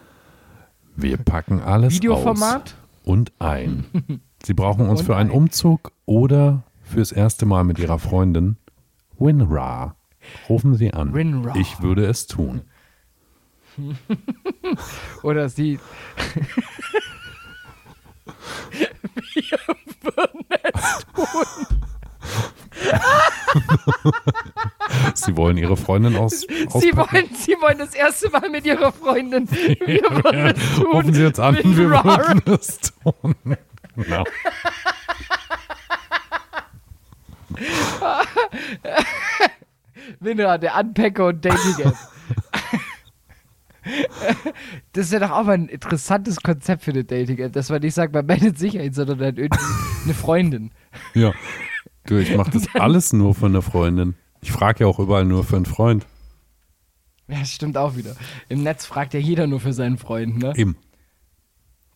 Speaker 1: Wir packen alles
Speaker 2: Videoformat?
Speaker 1: aus und ein. Sie brauchen uns
Speaker 2: Und
Speaker 1: für einen
Speaker 2: ein.
Speaker 1: Umzug oder fürs erste Mal mit ihrer Freundin. WinRAR. Rufen Sie an.
Speaker 2: WinRAR.
Speaker 1: Ich würde es tun.
Speaker 2: Oder sie.
Speaker 1: Sie wollen ihre Freundin aus.
Speaker 2: Sie
Speaker 1: auspacken.
Speaker 2: wollen, sie wollen das erste Mal mit ihrer Freundin. Wir wollen es tun.
Speaker 1: Rufen Sie uns an, wir
Speaker 2: WinRAR.
Speaker 1: würden es tun. Genau.
Speaker 2: Winner, der Unpacker und Dating App. Das ist ja doch auch mal ein interessantes Konzept für eine Dating App, dass man nicht sagt, man meldet sich ein, sondern dann irgendwie eine Freundin.
Speaker 1: Ja. Du, ich mache das alles nur für eine Freundin. Ich frage ja auch überall nur für einen Freund.
Speaker 2: Ja, das stimmt auch wieder. Im Netz fragt ja jeder nur für seinen Freund, ne?
Speaker 1: Eben.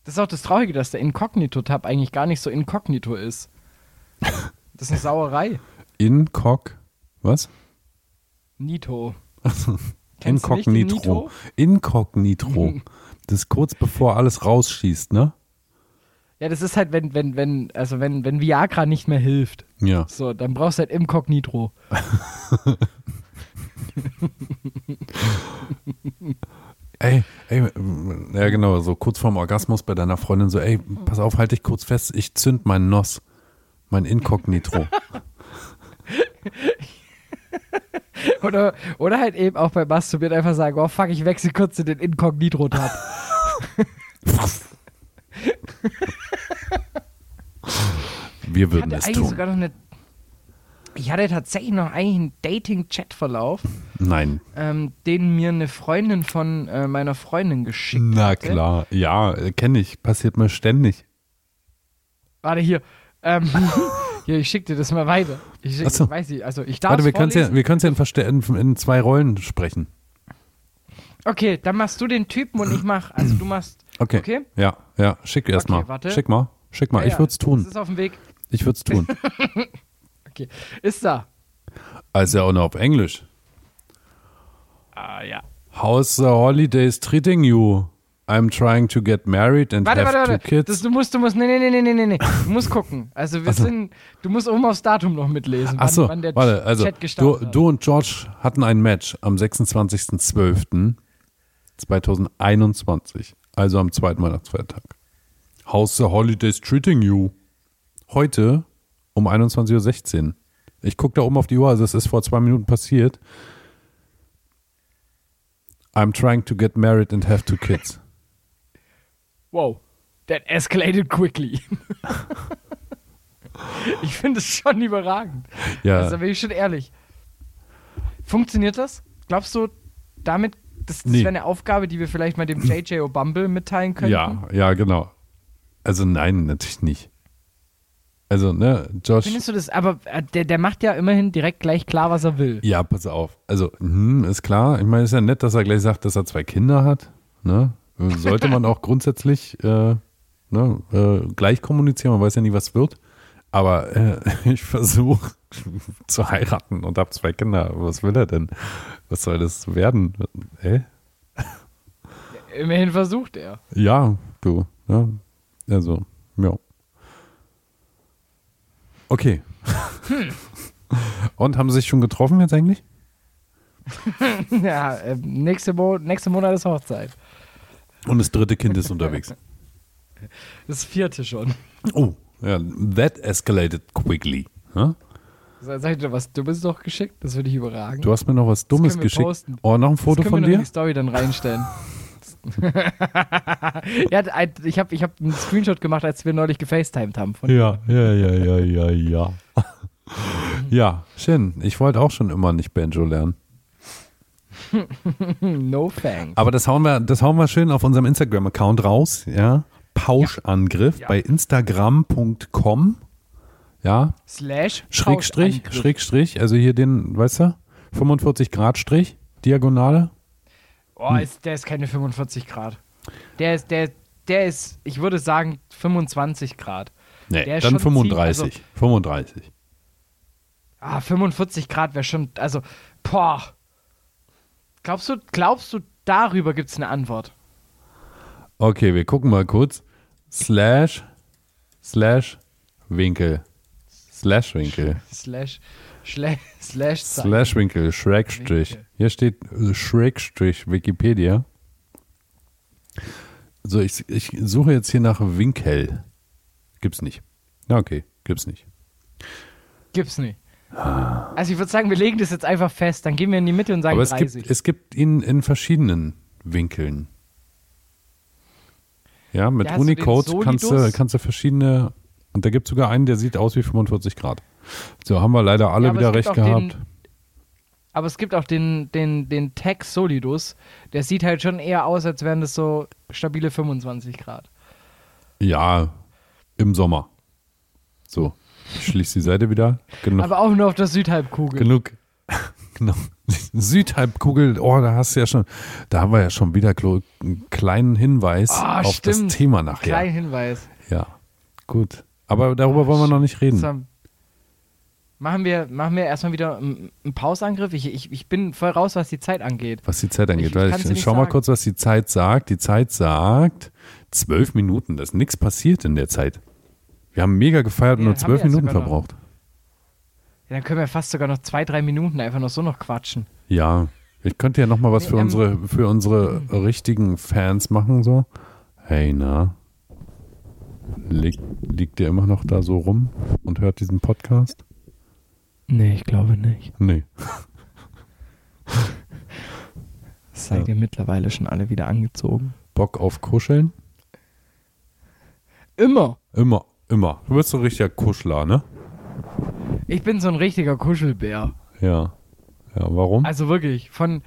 Speaker 2: Das ist auch das Traurige, dass der Inkognito-Tab eigentlich gar nicht so inkognito ist. Das ist eine Sauerei.
Speaker 1: Incock. Was?
Speaker 2: Nito. Kennst du nicht den
Speaker 1: Incognito. Incognito. Das ist kurz bevor alles rausschießt, ne?
Speaker 2: Ja, das ist halt, wenn, wenn, wenn, also wenn, wenn Viagra nicht mehr hilft.
Speaker 1: Ja.
Speaker 2: So, dann brauchst du halt Inkognito.
Speaker 1: Ey, ey, m- ja genau, so kurz vorm Orgasmus bei deiner Freundin so, ey, pass auf, halt dich kurz fest, ich zünd meinen Noss. Mein Inkognito.
Speaker 2: Oder, oder halt eben auch beim Masturbieren einfach sagen, oh fuck, ich wechsle kurz in den Inkognito-Tab.
Speaker 1: Wir
Speaker 2: Ich
Speaker 1: würden
Speaker 2: hatte
Speaker 1: es
Speaker 2: eigentlich
Speaker 1: tun.
Speaker 2: sogar noch eine. Ich hatte tatsächlich noch eigentlich einen Dating-Chat-Verlauf,
Speaker 1: Nein.
Speaker 2: ähm, den mir eine Freundin von äh, meiner Freundin geschickt
Speaker 1: Na
Speaker 2: hatte.
Speaker 1: klar, ja, kenne ich, passiert mir ständig.
Speaker 2: Warte, hier. Ähm, hier, ich schick dir das mal weiter. Ich schick,
Speaker 1: Ach so.
Speaker 2: weiß ich, also ich darf
Speaker 1: Warte, wir können es
Speaker 2: vorlesen.
Speaker 1: ja, wir können's ja in, Verste- in, in zwei Rollen sprechen.
Speaker 2: Okay, dann machst du den Typen und ich mach, also du machst.
Speaker 1: Okay.
Speaker 2: Okay.
Speaker 1: Ja, ja, schick erst
Speaker 2: Okay,
Speaker 1: mal.
Speaker 2: warte.
Speaker 1: Schick mal, schick mal,
Speaker 2: Ja,
Speaker 1: ich würde es
Speaker 2: Das
Speaker 1: tun.
Speaker 2: ist auf dem Weg.
Speaker 1: Ich würde es tun.
Speaker 2: Okay. Ist da.
Speaker 1: also ja auch noch auf Englisch.
Speaker 2: Ah, ja.
Speaker 1: How's the holidays treating you? I'm trying to get married and
Speaker 2: Warte,
Speaker 1: have
Speaker 2: warte, warte.
Speaker 1: two kids.
Speaker 2: Das, du musst, du musst, nee, nee, nee, nee, nee, nee, nee. Du musst gucken. Also wir sind, du musst oben aufs Datum noch mitlesen, wann,
Speaker 1: Achso,
Speaker 2: wann der
Speaker 1: warte, also
Speaker 2: Chat
Speaker 1: du,
Speaker 2: gestartet hat.
Speaker 1: du und George hatten ein Match am 26.12.2021, also am zweiten Weihnachtsfeiertag. How's the holidays treating you? Heute um 21.16 Uhr. Ich gucke da oben auf die Uhr, also es ist vor zwei Minuten passiert. I'm trying to get married and have two kids.
Speaker 2: Wow, that escalated quickly. ich finde es schon überragend.
Speaker 1: Ja,
Speaker 2: Also bin ich schon ehrlich. Funktioniert das? Glaubst du, damit, das, das
Speaker 1: Nee.
Speaker 2: wäre eine Aufgabe, die wir vielleicht mal dem JJ O'Bumble mitteilen könnten?
Speaker 1: Ja, ja, genau. Also nein, natürlich nicht. Also, ne, Josh.
Speaker 2: Findest du das, aber äh, der, der macht ja immerhin direkt gleich klar, was er will.
Speaker 1: Ja, pass auf. Also, hm, ist klar. Ich meine, ist ja nett, dass er gleich sagt, dass er zwei Kinder hat. Ne? Sollte man auch grundsätzlich äh, ne, äh, gleich kommunizieren. Man weiß ja nie, was wird. Aber äh, ich versuche zu heiraten und habe zwei Kinder. Was will er denn? Was soll das werden? Hä?
Speaker 2: Immerhin versucht er.
Speaker 1: Ja, du. Ja. Also, ja. Okay. Und haben sie sich schon getroffen jetzt eigentlich?
Speaker 2: ja, äh, nächste, Mo nächste Monat ist Hochzeit.
Speaker 1: Und das dritte Kind ist unterwegs.
Speaker 2: Das vierte schon.
Speaker 1: Oh, ja, that escalated quickly. Ja?
Speaker 2: Sag sag ich dir was Dummes noch geschickt? Das würde ich überragen.
Speaker 1: Du hast mir noch was Dummes
Speaker 2: können wir
Speaker 1: geschickt.
Speaker 2: posten.
Speaker 1: Oh, noch ein Foto
Speaker 2: das
Speaker 1: von
Speaker 2: können wir noch in
Speaker 1: dir?
Speaker 2: die Story dann reinstellen. ja, ein- ich habe ich hab einen Screenshot gemacht, als wir neulich gefacetimed haben. Von
Speaker 1: Ja, ja, ja, ja, ja, ja. ja, schön. Ich wollte auch schon immer nicht Banjo lernen.
Speaker 2: No thanks.
Speaker 1: Aber das hauen wir, das hauen wir schön auf unserem Instagram-Account raus, ja. Pauschangriff
Speaker 2: Ja.
Speaker 1: bei instagram.com, ja.
Speaker 2: Slash
Speaker 1: Schrägstrich,
Speaker 2: Pauschangriff.
Speaker 1: Schrägstrich, also hier den, weißt du, 45 Grad Strich, Diagonale.
Speaker 2: Oh,
Speaker 1: Hm.
Speaker 2: ist, der ist keine 45 Grad. Der ist, der, der ist, ich würde sagen 25 Grad.
Speaker 1: Nee,
Speaker 2: Der ist
Speaker 1: dann
Speaker 2: schon also
Speaker 1: 35, 35.
Speaker 2: Ah, 45 Grad wäre schon, also, boah. Glaubst du, glaubst du, darüber gibt es eine Antwort?
Speaker 1: Okay, wir gucken mal kurz. Slash, slash, Winkel. Slash Winkel.
Speaker 2: Slash, slash, slash,
Speaker 1: Slash Winkel, Schrägstrich.
Speaker 2: Winkel.
Speaker 1: Hier steht äh, Schrägstrich Wikipedia. So, ich, ich suche jetzt hier nach Winkel. Gibt's nicht. Na, okay, gibt's nicht.
Speaker 2: gibt's nicht. Also ich würde sagen, wir legen das jetzt einfach fest, dann gehen wir in die Mitte und sagen
Speaker 1: Aber es
Speaker 2: 30.
Speaker 1: gibt, es gibt ihn in verschiedenen Winkeln. Ja, mit
Speaker 2: Ja, hast du den
Speaker 1: Unicode kannst, du,
Speaker 2: Solidus?
Speaker 1: kannst du verschiedene. Und da gibt es sogar einen, der sieht aus wie 45 Grad. So haben wir leider alle
Speaker 2: Ja, aber
Speaker 1: wieder
Speaker 2: es
Speaker 1: recht
Speaker 2: gibt auch den-
Speaker 1: gehabt.
Speaker 2: Aber es gibt auch den, den, den Tag Solidus, der sieht halt schon eher aus, als wären das so stabile 25 Grad.
Speaker 1: ja, im Sommer. So, ich schließe die Seite wieder. Genug.
Speaker 2: Aber auch nur auf der Südhalbkugel.
Speaker 1: genug. genau. Südhalbkugel, oh, da hast du ja schon, da haben wir ja schon wieder glo- einen kleinen Hinweis
Speaker 2: Ah,
Speaker 1: auf
Speaker 2: stimmt.
Speaker 1: das Thema nachher.
Speaker 2: Kleiner Hinweis.
Speaker 1: Ja, gut. Aber darüber wollen wir noch nicht reden.
Speaker 2: So, machen, wir, machen wir erstmal wieder einen einen Pausangriff. Ich, ich, ich bin voll raus, was die Zeit angeht.
Speaker 1: Was die Zeit
Speaker 2: Ich
Speaker 1: angeht. weil
Speaker 2: kann's dir
Speaker 1: ich,
Speaker 2: nicht
Speaker 1: schau mal
Speaker 2: sagen.
Speaker 1: kurz, was die Zeit sagt. Die Zeit sagt zwölf Minuten. Da ist nichts passiert in der Zeit. Wir haben mega gefeiert und
Speaker 2: Nee,
Speaker 1: nur
Speaker 2: haben wir
Speaker 1: zwölf
Speaker 2: jetzt
Speaker 1: Minuten
Speaker 2: sogar noch.
Speaker 1: verbraucht.
Speaker 2: Ja, dann können wir fast sogar noch zwei, drei Minuten einfach noch so noch quatschen.
Speaker 1: Ja. Ich könnte ja noch mal was
Speaker 2: Nee,
Speaker 1: für,
Speaker 2: ähm,
Speaker 1: unsere, für unsere
Speaker 2: Mhm.
Speaker 1: richtigen Fans machen. So. Hey, na? Liegt, liegt ihr immer noch da so rum und hört diesen Podcast?
Speaker 2: Nee, ich glaube nicht.
Speaker 1: Nee.
Speaker 2: Das seid ihr mittlerweile schon alle wieder angezogen.
Speaker 1: Bock auf Kuscheln?
Speaker 2: Immer.
Speaker 1: Immer, immer. Du bist so ein richtiger Kuschler, ne?
Speaker 2: Ich bin so ein richtiger Kuschelbär.
Speaker 1: Ja. Ja, warum?
Speaker 2: Also wirklich, von.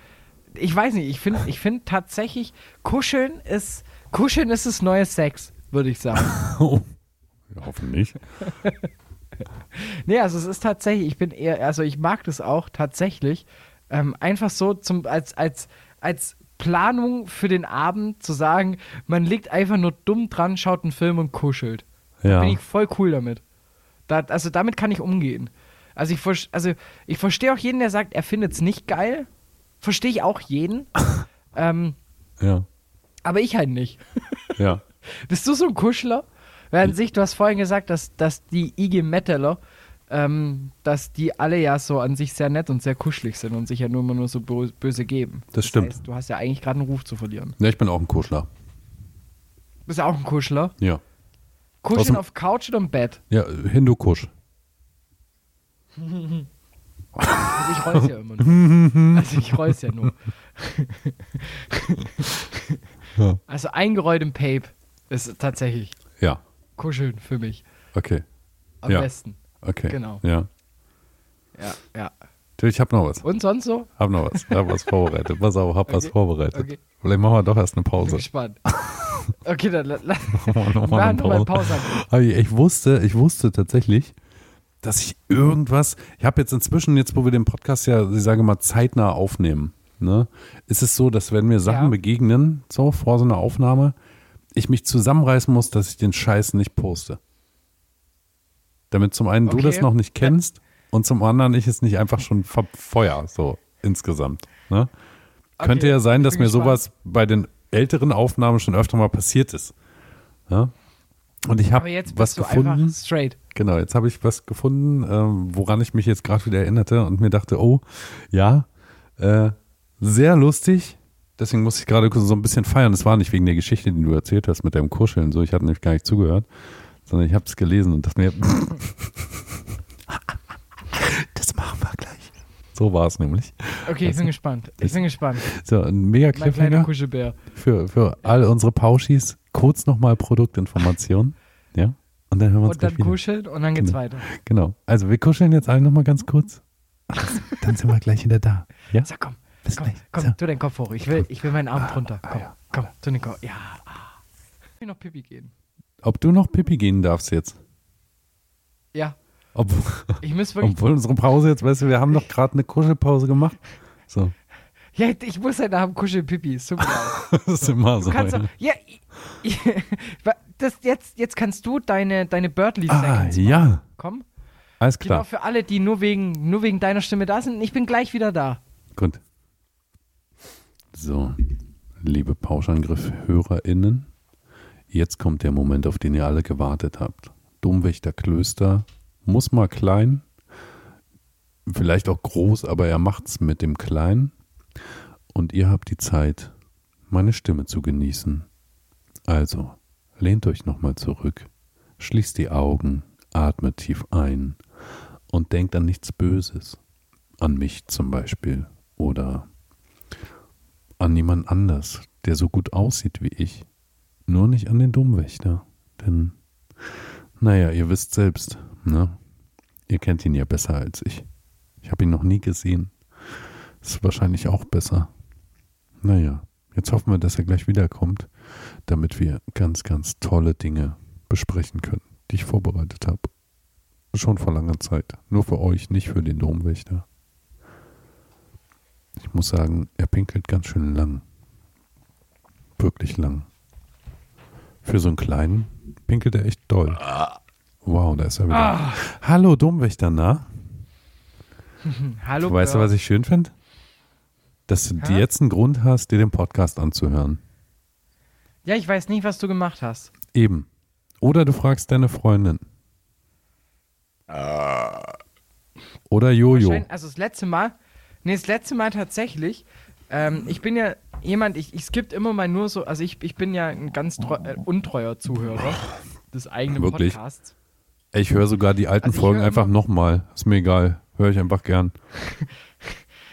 Speaker 2: Ich weiß nicht, ich finde ich find tatsächlich, kuscheln ist. Kuscheln ist das neue Sex, würde ich sagen.
Speaker 1: Oh. Ja, hoffentlich.
Speaker 2: Nee, also es ist tatsächlich, ich bin eher, also ich mag das auch tatsächlich. Ähm, einfach so zum, als, als, als Planung für den Abend zu sagen, man liegt einfach nur dumm dran, schaut einen Film und kuschelt.
Speaker 1: Ja.
Speaker 2: Bin ich voll cool damit. Da, also damit kann ich umgehen. Also ich, versch- also ich verstehe auch jeden, der sagt, er findet es nicht geil. Verstehe ich auch jeden. ähm,
Speaker 1: Ja.
Speaker 2: aber ich halt nicht.
Speaker 1: Ja.
Speaker 2: Bist du so ein Kuschler? Während sich, du hast vorhin gesagt, dass, dass die IG Metaler, ähm, dass die alle ja so an sich sehr nett und sehr kuschelig sind und sich ja nur immer nur so bö- böse geben.
Speaker 1: Das stimmt.
Speaker 2: Heißt, du hast ja eigentlich gerade einen Ruf zu verlieren.
Speaker 1: Ja, Ne, ich bin auch ein Kuschler.
Speaker 2: Bist ja auch ein Kuschler.
Speaker 1: Ja. Aus
Speaker 2: Kuscheln
Speaker 1: dem-
Speaker 2: auf Couch oder im Bett?
Speaker 1: Ja, Hindu-Kusch.
Speaker 2: Also ich roll's ja immer nur. Also ich roll's ja nur.
Speaker 1: Ja.
Speaker 2: Also eingerollt im Pape ist tatsächlich
Speaker 1: Ja.
Speaker 2: Kuscheln für mich
Speaker 1: Okay.
Speaker 2: am
Speaker 1: Ja.
Speaker 2: besten.
Speaker 1: Okay.
Speaker 2: Genau.
Speaker 1: Ja.
Speaker 2: Ja, ja.
Speaker 1: Ich habe noch was.
Speaker 2: Und sonst so?
Speaker 1: Hab noch was. Hab was vorbereitet. Pass auf, hab was
Speaker 2: Okay.
Speaker 1: vorbereitet.
Speaker 2: Okay.
Speaker 1: Vielleicht machen wir doch erst eine
Speaker 2: Bin
Speaker 1: Pause.
Speaker 2: gespannt. Okay, dann la- la-
Speaker 1: Machen wir noch mal
Speaker 2: machen
Speaker 1: eine
Speaker 2: wir mal
Speaker 1: Pause.
Speaker 2: eine Pause.
Speaker 1: Aber ich- Ich wusste, ich wusste tatsächlich, dass ich irgendwas, ich habe jetzt inzwischen, jetzt wo wir den Podcast ja, ich sage mal, zeitnah aufnehmen, ne, ist es so, dass wenn mir Sachen
Speaker 2: Ja.
Speaker 1: begegnen, so vor so einer Aufnahme, ich mich zusammenreißen muss, dass ich den Scheiß nicht poste. Damit zum einen du
Speaker 2: Okay.
Speaker 1: das noch nicht kennst und zum anderen ich es nicht einfach schon verfeuer, so insgesamt. Ne?
Speaker 2: Okay,
Speaker 1: Könnte ja sein,
Speaker 2: ich
Speaker 1: dass
Speaker 2: bin
Speaker 1: mir
Speaker 2: gespannt.
Speaker 1: sowas bei den älteren Aufnahmen schon öfter mal passiert ist. Ja? Und ich
Speaker 2: Aber
Speaker 1: habe
Speaker 2: jetzt bist
Speaker 1: was
Speaker 2: du
Speaker 1: gefunden.
Speaker 2: einfach straight.
Speaker 1: Genau, jetzt habe ich was gefunden, ähm, woran ich mich jetzt gerade wieder erinnerte und mir dachte, oh, ja, äh, sehr lustig. Deswegen muss ich gerade so ein bisschen feiern. Es war nicht wegen der Geschichte, die du erzählt hast mit deinem Kuscheln. So, ich hatte nämlich gar nicht zugehört, sondern ich habe es gelesen und dachte mir, das machen wir gleich. So war es nämlich.
Speaker 2: Okay, ich bin gespannt. Ich bin gespannt.
Speaker 1: So, ein mega
Speaker 2: Mein kleiner
Speaker 1: Cliffhanger
Speaker 2: Kuschelbär.
Speaker 1: für, für all unsere Pauschis kurz nochmal Produktinformation. Ja. Und dann hören wir uns
Speaker 2: Und dann
Speaker 1: gleich wieder.
Speaker 2: kuscheln und dann geht's weiter.
Speaker 1: Genau. Also wir kuscheln jetzt alle nochmal ganz kurz. dann sind wir gleich wieder da. Ja?
Speaker 2: So, komm.
Speaker 1: Bis
Speaker 2: Komm,
Speaker 1: gleich. So. Ah,
Speaker 2: komm, tu deinen Kopf hoch. Ich will, ich will meinen Arm drunter. Komm, komm, tu den Kopf. Ja. ah. Ich will noch Pipi gehen.
Speaker 1: Ob du noch Pipi gehen darfst jetzt?
Speaker 2: Ja.
Speaker 1: Ob,
Speaker 2: Ich muss wirklich.
Speaker 1: obwohl unsere Pause jetzt, weißt du, wir haben doch gerade eine Kuschelpause gemacht. So, Um-
Speaker 2: Ja, ich muss halt nach dem Kuscheln Pipi. Ist Super. Du
Speaker 1: das ist immer so.
Speaker 2: kannst
Speaker 1: ja.
Speaker 2: doch, ja, i- i- wa- das, jetzt, jetzt kannst du deine, deine Birdly
Speaker 1: Ah,
Speaker 2: Seconds
Speaker 1: ja,
Speaker 2: Komm.
Speaker 1: alles
Speaker 2: Genau
Speaker 1: klar.
Speaker 2: für alle, die nur wegen, nur wegen deiner Stimme da sind. Ich bin gleich wieder da.
Speaker 1: Gut. So, liebe Pauschangriff-HörerInnen, jetzt kommt der Moment, auf den ihr alle gewartet habt. Domwächter Klöster muss mal klein, vielleicht auch groß, aber er macht's mit dem Kleinen. Und ihr habt die Zeit, meine Stimme zu genießen. Also, lehnt euch nochmal zurück, schließt die Augen, atmet tief ein und denkt an nichts Böses an mich zum Beispiel oder an jemand anders, der so gut aussieht wie ich. Nur nicht an den Dummwächter, denn, naja, ihr wisst selbst, ne? Ihr kennt ihn ja besser als ich. Ich habe ihn noch nie gesehen. Ist wahrscheinlich auch besser. Naja, jetzt hoffen wir, dass er gleich wiederkommt, damit wir ganz, ganz tolle Dinge besprechen können, die ich vorbereitet habe. Schon vor langer Zeit. Nur für euch, nicht für den Domwächter. Ich muss sagen, er pinkelt ganz schön lang. Wirklich lang. Für so einen kleinen pinkelt er echt doll. Wow, da ist er wieder.
Speaker 2: Ah.
Speaker 1: Hallo Domwächter, na?
Speaker 2: Hallo.
Speaker 1: weißt du, was ich schön finde? Dass du
Speaker 2: Hä?
Speaker 1: jetzt einen Grund hast, dir den Podcast anzuhören.
Speaker 2: Ja, ich weiß nicht, was du gemacht hast.
Speaker 1: Eben. Oder du fragst deine Freundin. Oder Jojo.
Speaker 2: Ah. Wahrscheinlich- Also das letzte Mal, nee, das letzte Mal tatsächlich, ähm, ich bin ja jemand, ich, ich skippe immer mal nur so, also ich, ich bin ja ein ganz treu, äh, untreuer Zuhörer des eigenen
Speaker 1: Wirklich?
Speaker 2: Podcasts.
Speaker 1: Ich höre sogar die alten
Speaker 2: Also ich
Speaker 1: Folgen
Speaker 2: höre
Speaker 1: einfach nochmal. Ist mir egal. Höre ich einfach gern.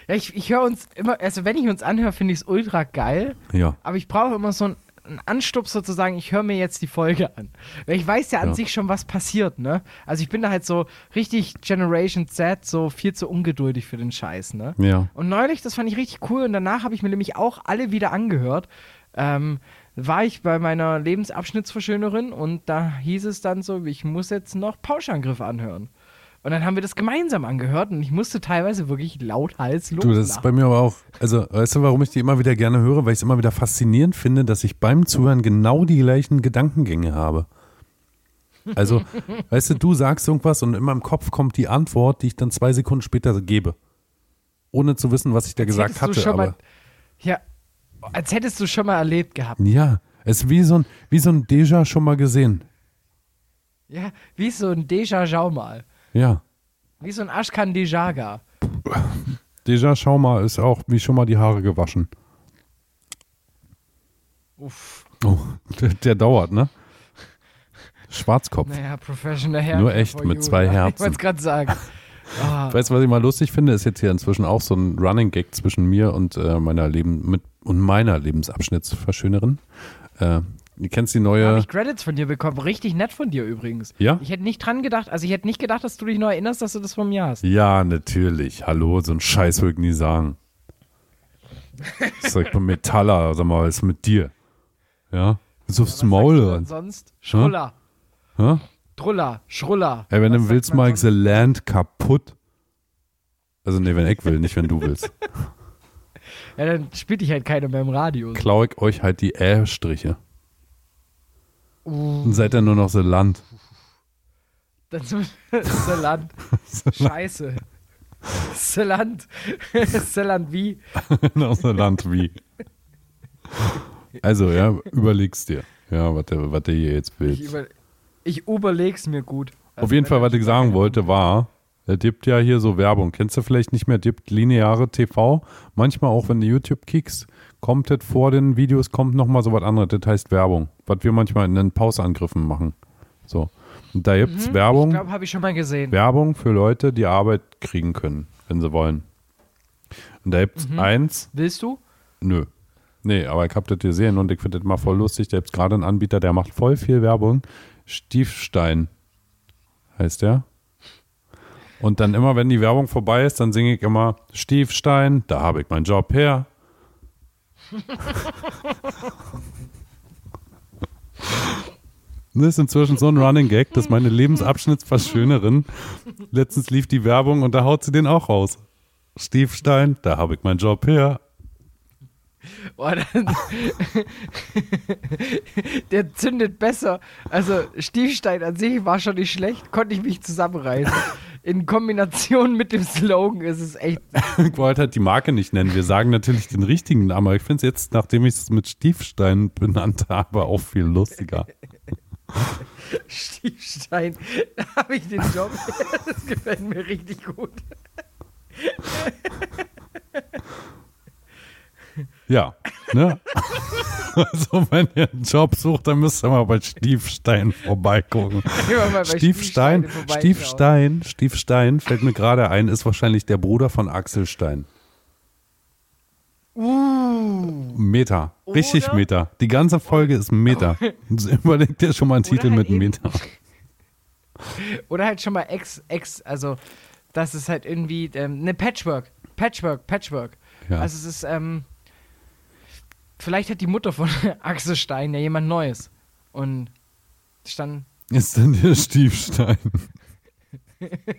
Speaker 2: Ja, ich, ich höre uns immer, also wenn ich uns anhöre, finde ich es ultra geil,
Speaker 1: Ja.
Speaker 2: aber ich brauche immer so einen, einen Anstups sozusagen, ich höre mir jetzt die Folge an. Weil ich weiß ja an
Speaker 1: Ja.
Speaker 2: sich schon, was passiert, ne? Also ich bin da halt so richtig Generation Z, so viel zu ungeduldig für den Scheiß, ne?
Speaker 1: Ja.
Speaker 2: Und neulich, das fand ich richtig cool und danach habe ich mir nämlich auch alle wieder angehört. Ähm, war ich bei meiner Lebensabschnittsverschönerin und da hieß es dann so, ich muss jetzt noch Pauschangriff anhören. Und dann haben wir das gemeinsam angehört und ich musste teilweise wirklich laut Hals
Speaker 1: Du, das ist bei mir aber auch. Also, weißt du, warum ich die immer wieder gerne höre? Weil ich es immer wieder faszinierend finde, dass ich beim Zuhören genau die gleichen Gedankengänge habe. Also, weißt du, du sagst irgendwas und in meinem Kopf kommt die Antwort, die ich dann zwei Sekunden später gebe. Ohne zu wissen, was ich da gesagt hatte.
Speaker 2: schon
Speaker 1: aber
Speaker 2: mal, ja, als hättest du schon mal erlebt gehabt.
Speaker 1: Ja, es ist wie so ein, wie so ein Déjà schon mal gesehen.
Speaker 2: Ja, wie so ein Déjà-Jau mal.
Speaker 1: Ja.
Speaker 2: Wie so ein Ashkan Dejaga.
Speaker 1: Déjà schau mal ist auch wie schon mal die Haare gewaschen.
Speaker 2: Uff,
Speaker 1: Oh, der, der dauert, ne? Schwarzkopf.
Speaker 2: naja, Professional Hair.
Speaker 1: Nur
Speaker 2: Care
Speaker 1: echt
Speaker 2: for
Speaker 1: mit
Speaker 2: you.
Speaker 1: zwei
Speaker 2: Ich
Speaker 1: Herzen.
Speaker 2: wollte es gerade sagen. Ah.
Speaker 1: Weißt du, was ich mal lustig finde, ist jetzt hier inzwischen auch so ein Running Gag zwischen mir und äh, meiner Leben mit und meiner Lebensabschnittsverschönerin. Äh, Du kennst die
Speaker 2: Da habe
Speaker 1: neue.
Speaker 2: ich Credits von dir bekommen. Richtig nett von dir übrigens.
Speaker 1: Ja?
Speaker 2: Ich hätte nicht dran gedacht, also ich hätte nicht gedacht, dass du dich noch erinnerst, dass du das von mir hast.
Speaker 1: Ja, natürlich. Hallo, so ein Scheiß würde ich nie sagen. Ich sag mal Metaller, sag mal, was ist mit dir? Ja? Wieso aufs Maul?
Speaker 2: Sagst du denn
Speaker 1: hören?
Speaker 2: Sonst Schruller.
Speaker 1: Hä?
Speaker 2: Druller, Schruller.
Speaker 1: Ey, wenn
Speaker 2: Was
Speaker 1: du
Speaker 2: sagt
Speaker 1: willst,
Speaker 2: man
Speaker 1: mach ich the Land kaputt. Also, nee, wenn ich will, nicht wenn du willst.
Speaker 2: sonst? Ja, dann spielt dich halt keiner mehr im Radio.
Speaker 1: Klau ich euch halt die Ä-Striche.
Speaker 2: Uh.
Speaker 1: Dann seid ihr nur noch so Land.
Speaker 2: Dann sind wir- Seland. Scheiße. Seland. Seland wie?
Speaker 1: Noch so Land wie. Also, ja, überlegst dir. Ja, was du was du hier jetzt
Speaker 2: Ich,
Speaker 1: willst.
Speaker 2: über, ich überleg's mir gut. Also
Speaker 1: Auf jeden
Speaker 2: wenn
Speaker 1: Fall,
Speaker 2: er-
Speaker 1: was ich sagen wollte, war, er dippt ja hier so Werbung. Kennst du vielleicht nicht mehr, dippt lineare TV. Manchmal auch, wenn du YouTube kickst, kommt das vor den Videos, kommt nochmal so was anderes. Das heißt Werbung. Was wir manchmal in den Pausangriffen machen. So. Und da gibt's
Speaker 2: Mhm. Ich
Speaker 1: Werbung.
Speaker 2: glaube, habe ich schon mal gesehen.
Speaker 1: Werbung für Leute, die Arbeit kriegen können, wenn sie wollen. Und da gibt's
Speaker 2: Mhm.
Speaker 1: eins,
Speaker 2: Willst du?
Speaker 1: Nö. Nee, aber ich hab das gesehen und ich finde das mal voll lustig. Da gibt's gerade einen Anbieter, der macht voll viel Werbung. Stiefstein heißt der. Und dann immer, wenn die Werbung vorbei ist, dann singe ich immer Stiefstein, da habe ich meinen Job her. Das ist inzwischen so ein Running Gag, dass meine Lebensabschnittsverschönerin letztens lief die Werbung und da haut sie den auch raus. Stiefstein, da habe ich meinen Job her.
Speaker 2: Boah, dann, der zündet besser. Also Stiefstein an sich war schon nicht schlecht, konnte ich mich zusammenreißen. In Kombination mit dem Slogan ist es echt.
Speaker 1: Ich wollte halt die Marke nicht nennen. Wir sagen natürlich den richtigen Namen, aber ich finde es jetzt, nachdem ich es mit Stiefstein benannt habe, auch viel lustiger.
Speaker 2: Stiefstein, da habe ich den Job. Das gefällt mir richtig gut.
Speaker 1: Ja, ne? Also, wenn ihr einen Job sucht, dann müsst ihr mal bei Stiefstein vorbeigucken.
Speaker 2: Gehen wir mal bei
Speaker 1: Stiefstein,
Speaker 2: vorbeischauen.
Speaker 1: Stiefstein, Stiefstein, fällt mir gerade ein, ist wahrscheinlich der Bruder von Axel Stein.
Speaker 2: Uh,
Speaker 1: Meter. Richtig
Speaker 2: Oder-
Speaker 1: Meter. Die ganze Folge ist ein Meter. Überleg dir schon mal einen Titel
Speaker 2: halt
Speaker 1: mit
Speaker 2: eben-
Speaker 1: Meter.
Speaker 2: oder halt schon mal Ex, Ex, also das ist halt irgendwie ähm, ne Patchwork, Patchwork, Patchwork.
Speaker 1: Ja.
Speaker 2: Also es ist, ähm, vielleicht hat die Mutter von Axel Stein ja jemand Neues und ist dann
Speaker 1: Ist denn der Stiefstein?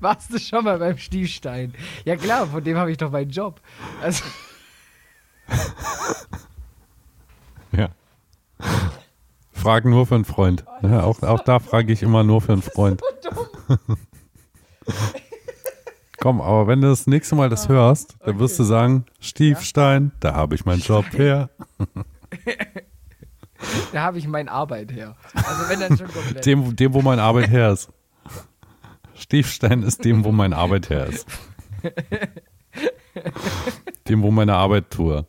Speaker 2: warst du schon mal beim Stiefstein. Ja klar, von dem habe ich doch meinen Job. Also,
Speaker 1: Ja. Fragen nur für einen Freund. Ja, auch, auch da frage ich immer nur für einen Freund. Komm, aber wenn du das nächste Mal das hörst, dann wirst du sagen, Stiefstein, da habe ich meinen Job her.
Speaker 2: da habe ich meine Arbeit her. Also wenn dann schon komplett.
Speaker 1: Dem, dem, wo meine Arbeit her ist. Stiefstein ist dem, wo meine Arbeit her ist. Dem, wo meine Arbeit tue.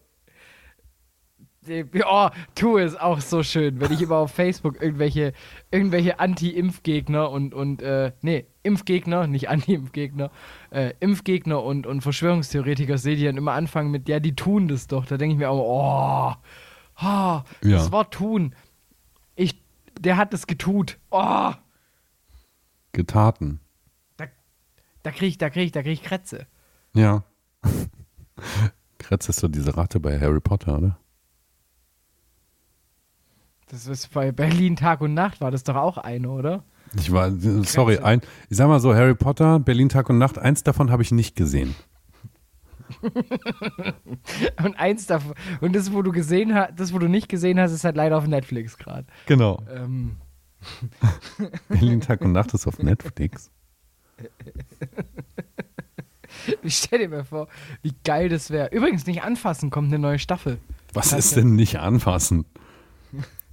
Speaker 2: Dem- Oh, tu es auch so schön, wenn ich immer auf Facebook irgendwelche, irgendwelche Anti-Impfgegner und, und äh, nee, Impfgegner, nicht Anti-Impfgegner, äh, Impfgegner und, und Verschwörungstheoretiker sehe, die dann immer anfangen mit, ja, die tun das doch. Da denke ich mir auch, oh, ha,
Speaker 1: Ja.
Speaker 2: das Wort tun. Ich, der hat es getut. Oh,
Speaker 1: Getaten.
Speaker 2: da, da krieg ich, da krieg ich, da krieg ich Krätze.
Speaker 1: Ja. Kretz ist so diese Ratte bei Harry Potter, oder?
Speaker 2: Das ist bei Berlin Tag und Nacht war das doch auch eine, oder?
Speaker 1: Ich war, äh, sorry, ein, ich sag mal so, Harry Potter, Berlin Tag und Nacht, eins davon habe ich nicht gesehen.
Speaker 2: Und eins davon, und das, wo du gesehen hast, das, wo du nicht gesehen hast, ist halt leider auf Netflix gerade.
Speaker 1: Genau.
Speaker 2: Ähm,
Speaker 1: Berlin Tag und Nacht ist auf Netflix.
Speaker 2: ich stell dir mal vor, wie geil das wäre. Übrigens, nicht anfassen, kommt eine neue Staffel.
Speaker 1: Was ist denn nicht anfassen?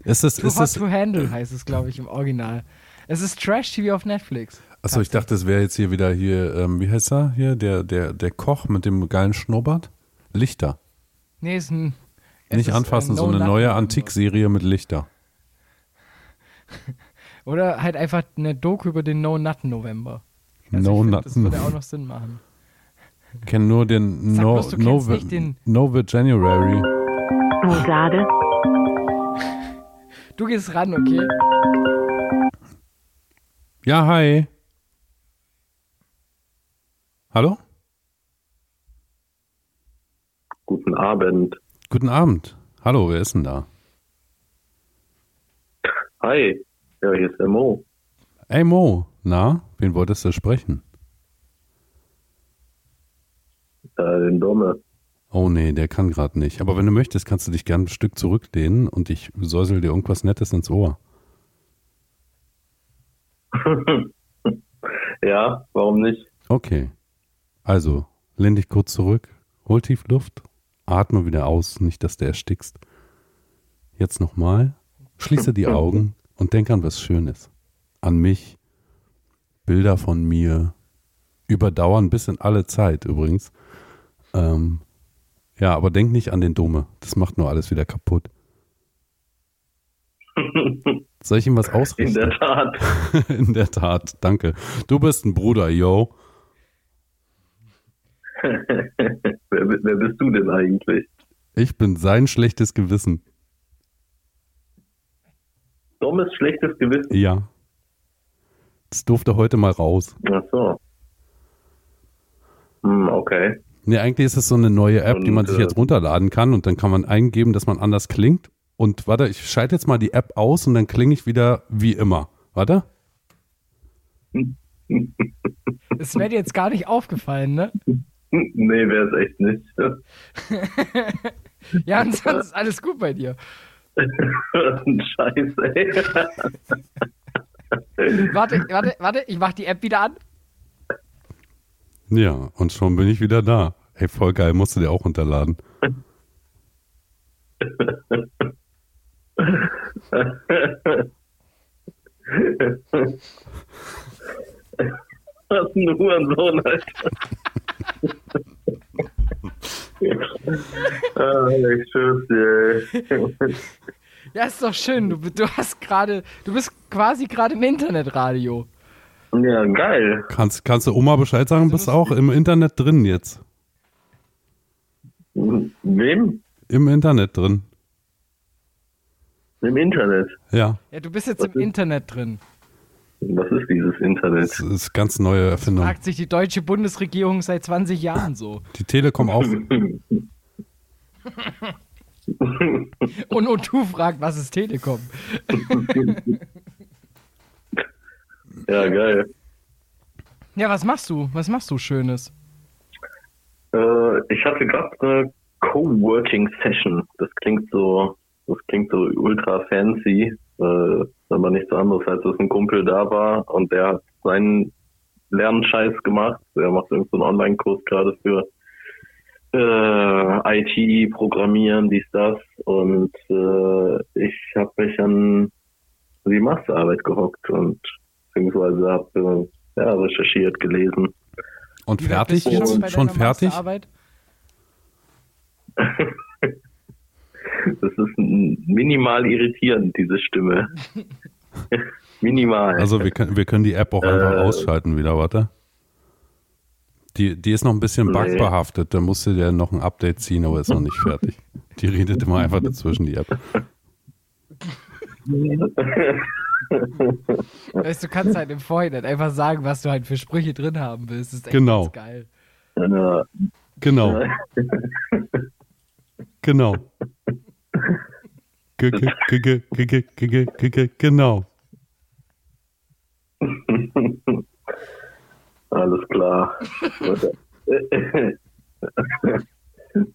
Speaker 1: Ist es,
Speaker 2: Too
Speaker 1: ist
Speaker 2: Hot
Speaker 1: es,
Speaker 2: to Handle heißt es, glaube ich, im Original. Es ist Trash-TV auf Netflix.
Speaker 1: achso, ich dachte, es wäre jetzt hier wieder hier, ähm, wie heißt er? Hier, der, der, der Koch mit dem geilen Schnurrbart? Lichter.
Speaker 2: Nee, ist ein. es
Speaker 1: Nicht
Speaker 2: ist, äh,
Speaker 1: anfassen, so
Speaker 2: No
Speaker 1: eine
Speaker 2: Nut-
Speaker 1: neue Antikserie mit Lichter.
Speaker 2: Oder halt einfach eine Doku über den No Nut November.
Speaker 1: no
Speaker 2: Also ich find,
Speaker 1: Nut.
Speaker 2: Das würde auch noch Sinn machen.
Speaker 1: Ich kenne nur den
Speaker 2: Sag
Speaker 1: No,
Speaker 2: bloß, du
Speaker 1: no,
Speaker 2: kennst nicht den-
Speaker 1: no January.
Speaker 4: Schokolade,
Speaker 2: Du gehst ran, okay?
Speaker 1: Ja, hi. Hallo?
Speaker 5: Guten Abend.
Speaker 1: Guten Abend. Hallo, wer ist denn da?
Speaker 5: Hi. Ja, hier ist der Mo.
Speaker 1: Ey Mo, na, wen wolltest du sprechen?
Speaker 5: Äh, den Dumme.
Speaker 1: Oh nee, der kann gerade nicht. Aber wenn du möchtest, kannst du dich gern ein Stück zurücklehnen und ich säusel dir irgendwas Nettes ins Ohr.
Speaker 5: Ja, warum nicht?
Speaker 1: Okay. Also, lehn dich kurz zurück, hol tief Luft, atme wieder aus, nicht dass du erstickst. Jetzt nochmal, schließe die Augen und denk an was Schönes. An mich, Bilder von mir, überdauern bis in alle Zeit übrigens. Ähm, ja, aber denk nicht an den Dumme, das macht nur alles wieder kaputt. Soll ich ihm was
Speaker 5: In der
Speaker 1: ausrichten?
Speaker 5: Tat.
Speaker 1: In der Tat, danke. Du bist ein Bruder, yo.
Speaker 5: Wer, bi- wer bist du denn eigentlich?
Speaker 1: Ich bin sein schlechtes Gewissen.
Speaker 5: Dummes, schlechtes Gewissen.
Speaker 1: Ja. Das durfte heute mal raus.
Speaker 5: Ach so. Hm, okay.
Speaker 1: Nee, eigentlich ist es so eine neue App, die man
Speaker 5: Und,
Speaker 1: sich
Speaker 5: äh,
Speaker 1: jetzt runterladen kann und dann kann man eingeben, dass man anders klingt. Und warte, ich schalte jetzt mal die App aus und dann klinge ich wieder wie immer. Warte.
Speaker 2: Das wäre dir jetzt gar nicht aufgefallen, ne?
Speaker 5: Hm, Nee, wer ist echt nicht.
Speaker 2: Ja, ansonsten ist alles gut bei dir.
Speaker 5: Scheiße, ey.
Speaker 2: Warte, warte, warte, ich mach die App wieder an.
Speaker 1: Ja, und schon bin ich wieder da. Ey, voll geil, musst du dir auch runterladen.
Speaker 5: Was ein Hurensohn, Alter. ah, ich schwör's dir, ey.
Speaker 2: Ja, ist doch schön. Du, du hast gerade, du bist quasi gerade im Internetradio.
Speaker 5: Ja, geil.
Speaker 1: Kannst, kannst du Oma Bescheid sagen? Bist auch im Internet drin jetzt.
Speaker 5: Wem?
Speaker 1: Im Internet drin.
Speaker 5: Im Internet.
Speaker 1: Ja,
Speaker 2: Ja, du bist jetzt im Internet drin.
Speaker 5: Was ist dieses Internet?
Speaker 1: das ist ganz neue Erfindung.
Speaker 2: Fragt sich die deutsche Bundesregierung seit 20 Jahren so.
Speaker 1: Die Telekom auch.
Speaker 2: Und, und du fragt, was ist Telekom?
Speaker 5: Ja, geil.
Speaker 2: Ja, was machst du? Was machst du Schönes?
Speaker 5: Äh, ich hatte gerade eine Coworking-Session. Das klingt so, das klingt so ultra fancy, äh, aber nichts anderes, als dass ein Kumpel da war und der hat seinen Lernscheiß gemacht. Er macht irgendeinen so einen Online-Kurs gerade für äh, IT, Programmieren, dies, das. Und äh, ich habe mich an die Masterarbeit gehockt und beziehungsweise habe äh, ja, recherchiert, gelesen.
Speaker 1: Und
Speaker 2: Wie weit
Speaker 1: fertig
Speaker 2: bist du
Speaker 1: jetzt?
Speaker 2: bei
Speaker 1: Schon
Speaker 2: deiner
Speaker 1: fertig?
Speaker 2: Masterarbeit?
Speaker 5: Das ist n- minimal irritierend, diese Stimme. minimal.
Speaker 1: Also wir können, wir können die App auch einfach
Speaker 5: Äh.
Speaker 1: ausschalten wieder, warte. Die, die ist noch ein bisschen
Speaker 5: Nee.
Speaker 1: bugbehaftet, da musst du dir noch ein Update ziehen, aber ist noch nicht fertig. Die redet immer einfach dazwischen, die App.
Speaker 2: Weißt du, kannst halt im Vorhinein einfach sagen, was du halt für Sprüche drin haben willst. Das ist echt
Speaker 1: Genau.
Speaker 2: ganz geil.
Speaker 5: Äh,
Speaker 1: Genau. Genau. Ge- ge- ge- ge- ge- ge- ge- ge- ge- Genau.
Speaker 5: alles klar.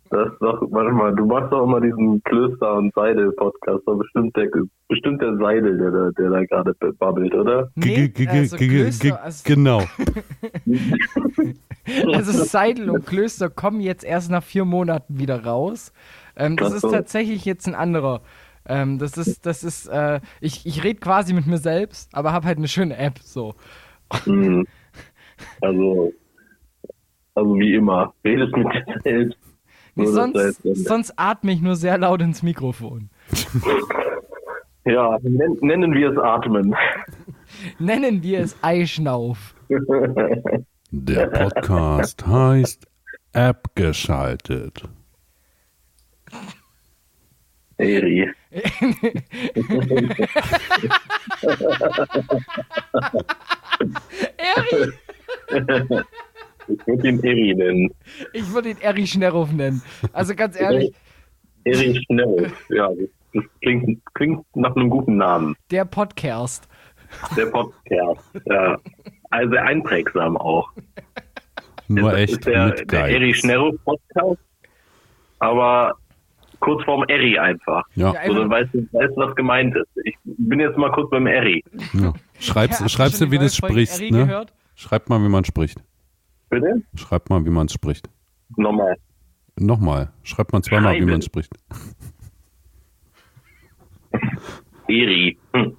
Speaker 5: Das ist doch, warte mal, du machst doch immer diesen Klöster- und Seidel-Podcast. Doch bestimmt der, bestimmt der Seidel, der, da- der da gerade babbelt, oder?
Speaker 1: Ge- ge- ge-
Speaker 2: also
Speaker 1: ge- ge- ge-
Speaker 2: Klöster, also,
Speaker 1: Genau.
Speaker 2: also Seidel und Klöster kommen jetzt erst nach vier Monaten wieder raus. Ähm, das
Speaker 5: Ach
Speaker 2: ist
Speaker 5: so.
Speaker 2: tatsächlich jetzt ein anderer. Ähm, das ist, das ist, äh, ich, ich rede quasi mit mir selbst, aber habe halt eine schöne App so.
Speaker 5: Hm. Also, also wie immer, redest mit dir selbst.
Speaker 2: Nee,
Speaker 5: So, das war
Speaker 2: sonst,
Speaker 5: jetzt Ende.
Speaker 2: sonst atme ich nur sehr laut ins Mikrofon.
Speaker 5: Ja, nen- nennen wir es Atmen.
Speaker 2: Nennen wir es Eischnauf.
Speaker 1: Der Podcast heißt App geschaltet.
Speaker 5: Eri.
Speaker 2: Eri!
Speaker 5: Ich würde ihn Eri nennen.
Speaker 2: Ich würde ihn Eri Schnerruf nennen. Also ganz ehrlich,
Speaker 5: Eri Schnell. Ja, das, das klingt, klingt nach einem guten Namen.
Speaker 2: der Podcast.
Speaker 5: Der Podcast. Ja. Also einprägsam auch.
Speaker 1: Nur
Speaker 5: Das
Speaker 1: echt
Speaker 5: ist der,
Speaker 1: mit
Speaker 5: der
Speaker 1: Geiz.
Speaker 5: Eri Schnero Podcast. Aber kurz vorm Eri einfach.
Speaker 1: Ja.
Speaker 2: Ja,
Speaker 5: So, dann weißt du, weißt, du, was gemeint ist. Ich bin jetzt mal kurz beim Eri.
Speaker 1: Ja. Schreib's,
Speaker 2: Ja, habt ihr
Speaker 1: schreib's
Speaker 2: schon
Speaker 1: dir,
Speaker 2: die
Speaker 1: wie du
Speaker 2: neue
Speaker 1: es
Speaker 2: Folge
Speaker 1: sprichst.
Speaker 2: Eri
Speaker 1: Ne?
Speaker 2: gehört?
Speaker 1: Schreib mal, wie man spricht.
Speaker 5: Bitte?
Speaker 1: Schreib mal, wie man es spricht.
Speaker 5: Nochmal.
Speaker 1: Nochmal. Schreibt man zweimal, wie
Speaker 5: Schreiben.
Speaker 1: man es spricht.
Speaker 5: Eri. Hm.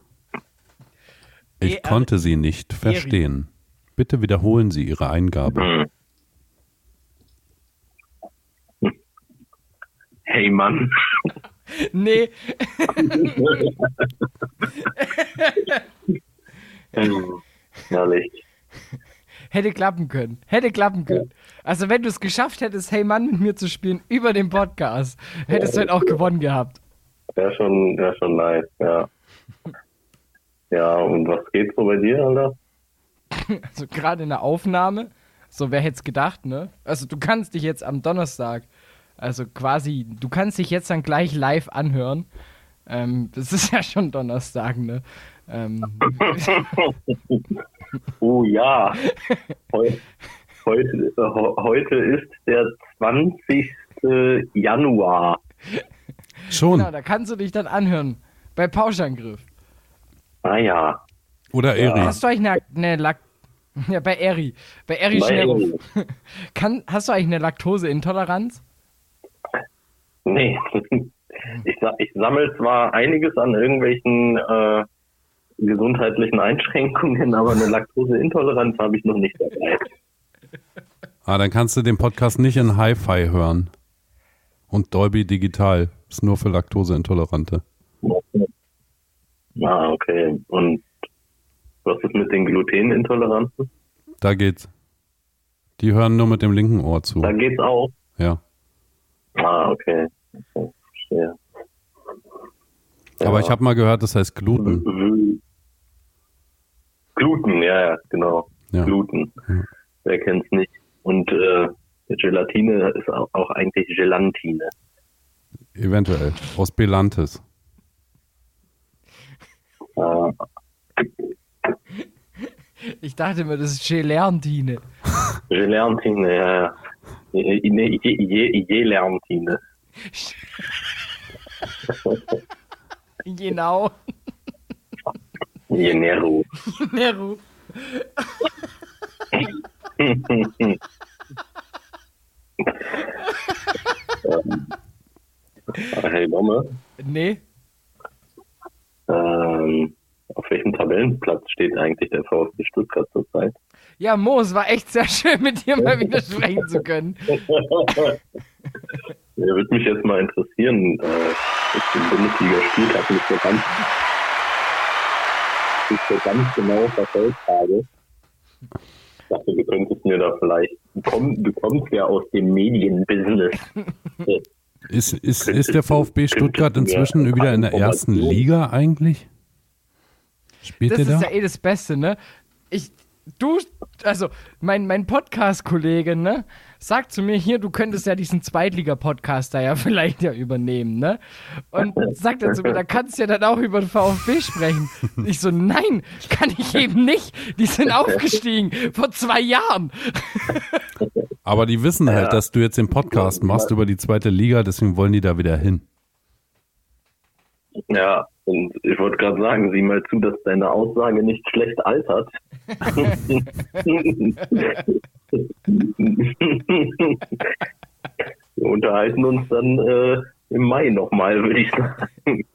Speaker 1: Ich
Speaker 2: Eri.
Speaker 1: konnte sie nicht verstehen. Bitte wiederholen Sie Ihre Eingabe.
Speaker 5: Hm. Hm. Hey Mann.
Speaker 2: Nee,
Speaker 5: Hm. Herrlich.
Speaker 2: hätte klappen können. Hätte klappen können. Also wenn du es geschafft hättest, Hey Mann mit mir zu spielen über den Podcast, hättest du halt auch gewonnen gehabt.
Speaker 5: Wäre schon, wär schon nice, ja. Ja, und was geht so bei dir, Alter?
Speaker 2: Also gerade in der Aufnahme, so wer hätte es gedacht, ne? Also du kannst dich jetzt am Donnerstag, also quasi, du kannst dich jetzt dann gleich live anhören. Ähm, das ist ja schon Donnerstag, ne? Ähm,
Speaker 5: Oh ja. Heu, heute, äh, ho- heute ist der 20. Januar.
Speaker 2: genau,
Speaker 1: Schon.
Speaker 2: da kannst du dich dann anhören. Bei Pauschangriff.
Speaker 5: Ah ja.
Speaker 1: Oder Eri.
Speaker 2: Hast du eigentlich eine, eine Lak ja, bei Eri. Bei Eri
Speaker 5: Bei
Speaker 2: Schneruf.
Speaker 5: Eri.
Speaker 2: Kann, hast du eigentlich eine Laktoseintoleranz?
Speaker 5: Nee. Ich, sa- ich sammle zwar einiges an irgendwelchen äh, gesundheitlichen Einschränkungen, aber eine Laktoseintoleranz habe ich noch nicht dabei.
Speaker 1: Ah, dann kannst du den Podcast nicht in Hi-Fi hören. Und Dolby Digital. Ist nur für Laktoseintolerante.
Speaker 5: Ah, okay. Und was ist mit den Glutenintoleranten?
Speaker 1: Da geht's. Die hören nur mit dem linken Ohr zu.
Speaker 5: Da geht's auch.
Speaker 1: Ja.
Speaker 5: Ah, okay. okay. verstehe.
Speaker 1: Aber
Speaker 5: Ja.
Speaker 1: ich habe mal gehört, das heißt Gluten.
Speaker 2: Mhm.
Speaker 5: Gluten. Gluten, ja, ja, genau.
Speaker 1: Ja.
Speaker 5: Gluten. Wer kennt's nicht? Und äh, Gelatine ist au- auch eigentlich Gelatine.
Speaker 1: Eventuell. Aus Belantes.
Speaker 5: Ah,
Speaker 2: Ich dachte mir, das ist Gelerndiene.
Speaker 5: Gelatine, ja, ja. Je- je- je- je- Gelatine.
Speaker 2: Genau.
Speaker 5: Genero.
Speaker 2: Neru.
Speaker 5: Ah, Hey, Mama.
Speaker 2: Nee.
Speaker 5: Ähm, auf welchem Tabellenplatz steht eigentlich der VfB Stuttgart zurzeit?
Speaker 2: Ja, Mo, es war echt sehr schön, mit dir mal wieder sprechen zu können.
Speaker 5: Ja, Würde mich jetzt mal interessieren, äh, jetzt im Bundesliga-Spieltag nicht so ganz, nicht so ganz genau verfolgt habe. Ich dachte, du könntest mir da vielleicht, du, komm, du kommst ja aus dem Medienbusiness.
Speaker 1: Ist, ist, ist der VfB Stuttgart inzwischen wieder in der ersten Liga eigentlich? Spielt
Speaker 2: Das
Speaker 1: der da?
Speaker 2: ist ja eh das Beste, ne? Ich, du, also mein, mein Podcast-Kollege, ne, sagt zu mir hier, du könntest ja diesen Zweitliga-Podcast da ja vielleicht ja übernehmen, ne? Und sagt er zu mir, da kannst du ja dann auch über den VfB sprechen. Ich so, nein, kann ich eben nicht. Die sind aufgestiegen vor zwei Jahren.
Speaker 1: Aber die wissen halt, dass du jetzt den Podcast machst über die zweite Liga, deswegen wollen die da wieder hin.
Speaker 5: Ja, und ich wollte gerade sagen, sieh mal zu, dass deine Aussage nicht schlecht altert. Wir unterhalten uns dann äh, im Mai nochmal, würde ich sagen.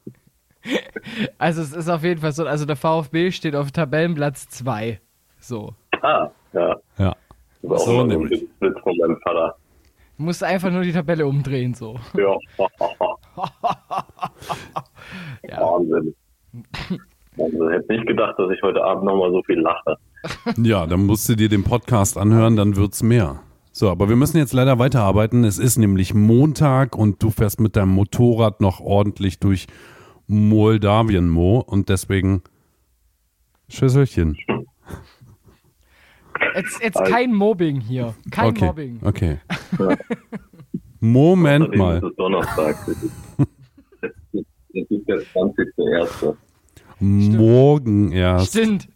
Speaker 2: Also es ist auf jeden Fall so, also der VfB steht auf Tabellenplatz 2. So.
Speaker 5: Ah, ja.
Speaker 1: Ja.
Speaker 5: Das war auch
Speaker 1: So
Speaker 5: so ein
Speaker 1: nämlich.
Speaker 5: Witz von meinem Vater.
Speaker 2: Musst einfach nur die Tabelle umdrehen, so.
Speaker 5: Ja. Wahnsinn. Also, ich hätte nicht gedacht, dass ich heute Abend nochmal so viel lache.
Speaker 1: Ja, dann musst du dir den Podcast anhören, dann wird's mehr. So, aber wir müssen jetzt leider weiterarbeiten. Es ist nämlich Montag und du fährst mit deinem Motorrad noch ordentlich durch Moldawien, Mo. Und deswegen Schüsselchen.
Speaker 2: Jetzt, jetzt
Speaker 5: Also
Speaker 2: kein Mobbing hier. Kein
Speaker 1: okay.
Speaker 2: Mobbing.
Speaker 1: Okay.
Speaker 5: Ja.
Speaker 1: Moment
Speaker 5: Außerdem
Speaker 1: mal.
Speaker 5: ist es Donnerstag. Das ist- Das ist der 20.01.
Speaker 1: Morgen erst.
Speaker 2: Stimmt.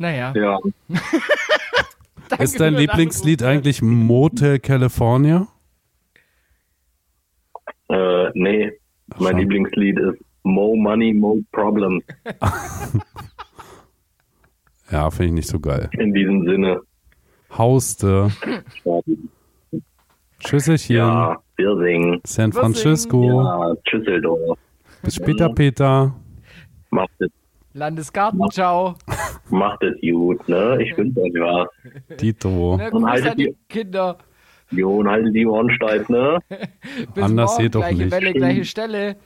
Speaker 2: Naja.
Speaker 5: Ja,
Speaker 2: danke
Speaker 1: Ist dein
Speaker 2: für den
Speaker 1: Lieblingslied
Speaker 2: Anruf.
Speaker 1: eigentlich Motel California?
Speaker 5: äh, nee. Mein
Speaker 1: schade.
Speaker 5: Lieblingslied ist Mo Money, Mo Problems.
Speaker 1: Ja, finde ich nicht so geil.
Speaker 5: In diesem Sinne.
Speaker 1: Hauste, Schüsselchen,
Speaker 5: Ja, wir singen.
Speaker 1: San
Speaker 2: Wir
Speaker 1: Francisco,
Speaker 5: Ja, Tschüsseldorf.
Speaker 1: bis später, Peter.
Speaker 5: Macht es,
Speaker 2: Landesgarten, ciao.
Speaker 5: macht es gut, ne? Ich wünsche euch was.
Speaker 1: Dito.
Speaker 2: Ne, grüß
Speaker 5: haltet
Speaker 2: an die
Speaker 5: ihr-
Speaker 2: Kinder.
Speaker 5: Jo, und haltet die Ohren steif, ne?
Speaker 2: Bis
Speaker 1: Anders
Speaker 2: morgen.
Speaker 1: geht doch
Speaker 2: gleiche
Speaker 1: nicht.
Speaker 2: Welle, gleiche Stelle.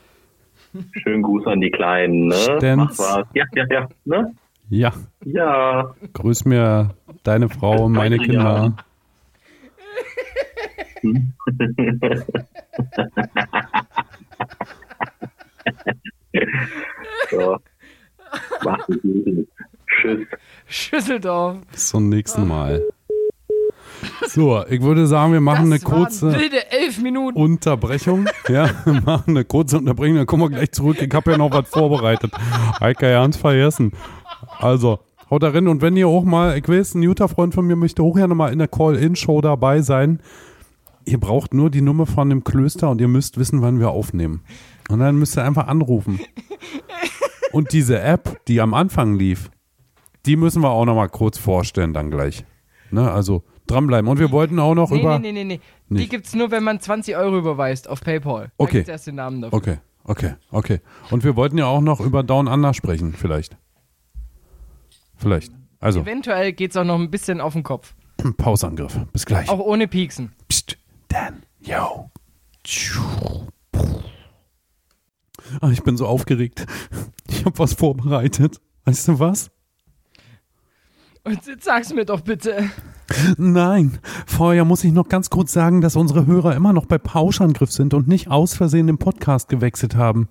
Speaker 5: Schönen Gruß an die Kleinen, ne?
Speaker 1: Stenz.
Speaker 5: Macht was. Ja, ja, ja, ne?
Speaker 1: Ja,
Speaker 5: Ja.
Speaker 1: grüß mir deine Frau und meine
Speaker 5: Ja.
Speaker 1: Kinder.
Speaker 5: So. Macht es gut. Tschüss.
Speaker 2: Schüsseldorf.
Speaker 1: Bis zum nächsten Mal. So, ich würde sagen, wir machen eine
Speaker 2: das waren
Speaker 1: kurze
Speaker 2: wilde elf Minuten.
Speaker 1: Unterbrechung. Ja, wir machen eine kurze Unterbrechung, dann kommen wir gleich zurück. Ich habe ja noch was vorbereitet. Heike Ernst vergessen. Also, haut da rein und wenn ihr auch mal, ich weiß, ein guter Freund von mir möchte auch gerne mal in der Call-In-Show dabei sein. Ihr braucht nur die Nummer von dem Klöster und ihr müsst wissen, wann wir aufnehmen. Und dann müsst ihr einfach anrufen. Und diese App, die am Anfang lief, die müssen wir auch noch mal kurz vorstellen dann gleich. Ne, also dranbleiben. Und wir wollten auch noch
Speaker 2: Nee,
Speaker 1: über...
Speaker 2: nee, nee, nee, nee. Die
Speaker 1: Nicht.
Speaker 2: gibt's nur, wenn man 20 Euro überweist auf PayPal. Da
Speaker 1: Okay.
Speaker 2: gibt's erst den Namen dafür.
Speaker 1: Okay, okay, okay. Und wir wollten ja auch noch über Down Under sprechen, vielleicht. Vielleicht. Also,
Speaker 2: Eventuell geht's auch noch ein bisschen auf den Kopf.
Speaker 1: Pausangriff. Bis gleich.
Speaker 2: Auch ohne Pieksen.
Speaker 1: Psst, Dan, yo. Ah, ich bin so aufgeregt. Ich habe was vorbereitet. Weißt du was?
Speaker 2: Und jetzt sag's mir doch bitte.
Speaker 1: Nein, vorher muss ich noch ganz kurz sagen, dass unsere Hörer immer noch bei Pauschangriff sind und nicht aus Versehen den Podcast gewechselt haben.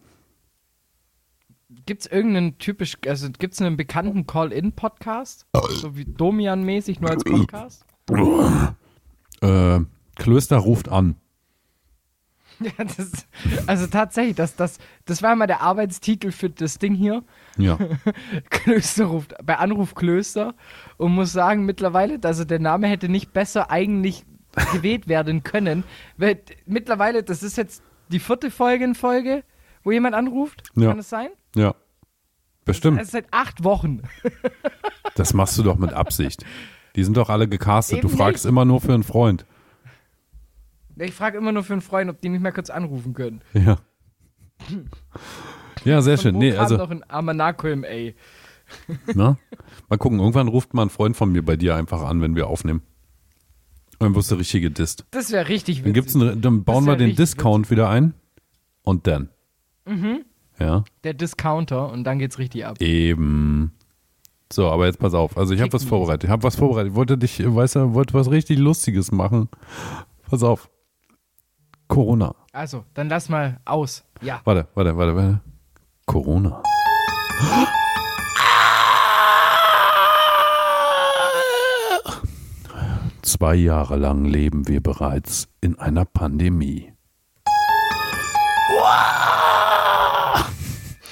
Speaker 2: Gibt's irgendeinen typisch, also gibt's einen bekannten Call-In-Podcast? So wie Domian-mäßig, nur als Podcast?
Speaker 1: Äh, Klöster ruft an.
Speaker 2: Ja, das, also tatsächlich, das, das, das war mal der Arbeitstitel für das Ding hier.
Speaker 1: Ja.
Speaker 2: Klöster ruft, bei Anruf Klöster und muss sagen, mittlerweile, also der Name hätte nicht besser eigentlich gewählt werden können. Weil d- mittlerweile, das ist jetzt die vierte Folge in Folge, wo jemand anruft.
Speaker 1: Ja.
Speaker 2: Kann es sein?
Speaker 1: Ja. Bestimmt.
Speaker 2: Also seit acht Wochen.
Speaker 1: Das machst du doch mit Absicht. Die sind doch alle gecastet.
Speaker 2: Eben
Speaker 1: du fragst
Speaker 2: nicht.
Speaker 1: immer nur für einen Freund.
Speaker 2: Ich frage immer nur für einen Freund, ob die nicht mehr kurz anrufen können.
Speaker 1: Ja. Ja, sehr
Speaker 2: Von
Speaker 1: schön.
Speaker 2: wo
Speaker 1: Nee,
Speaker 2: kam
Speaker 1: also,
Speaker 2: noch ein Amanakulm, ey.
Speaker 1: na, mal gucken. Irgendwann ruft mal ein Freund von mir bei dir einfach an, wenn wir aufnehmen. Und dann wirst du richtig gedisst.
Speaker 2: Das wäre richtig witzig.
Speaker 1: Dann, gibt's einen, dann bauen wir
Speaker 2: Das wär
Speaker 1: den
Speaker 2: richtig Mhm.
Speaker 1: Discount wieder ein. Und dann. Ja,
Speaker 2: der Discounter und dann geht's richtig ab.
Speaker 1: eben. So, aber jetzt pass auf. Also, ich habe was vorbereitet. Ich habe was vorbereitet. Ich wollte dich, äh, weißt du, wollte was richtig Lustiges machen. Pass auf. Corona.
Speaker 2: Also, dann lass mal aus. Ja.
Speaker 1: Warte, warte, warte, warte. Corona. Zwei Jahre lang leben wir bereits in einer Pandemie.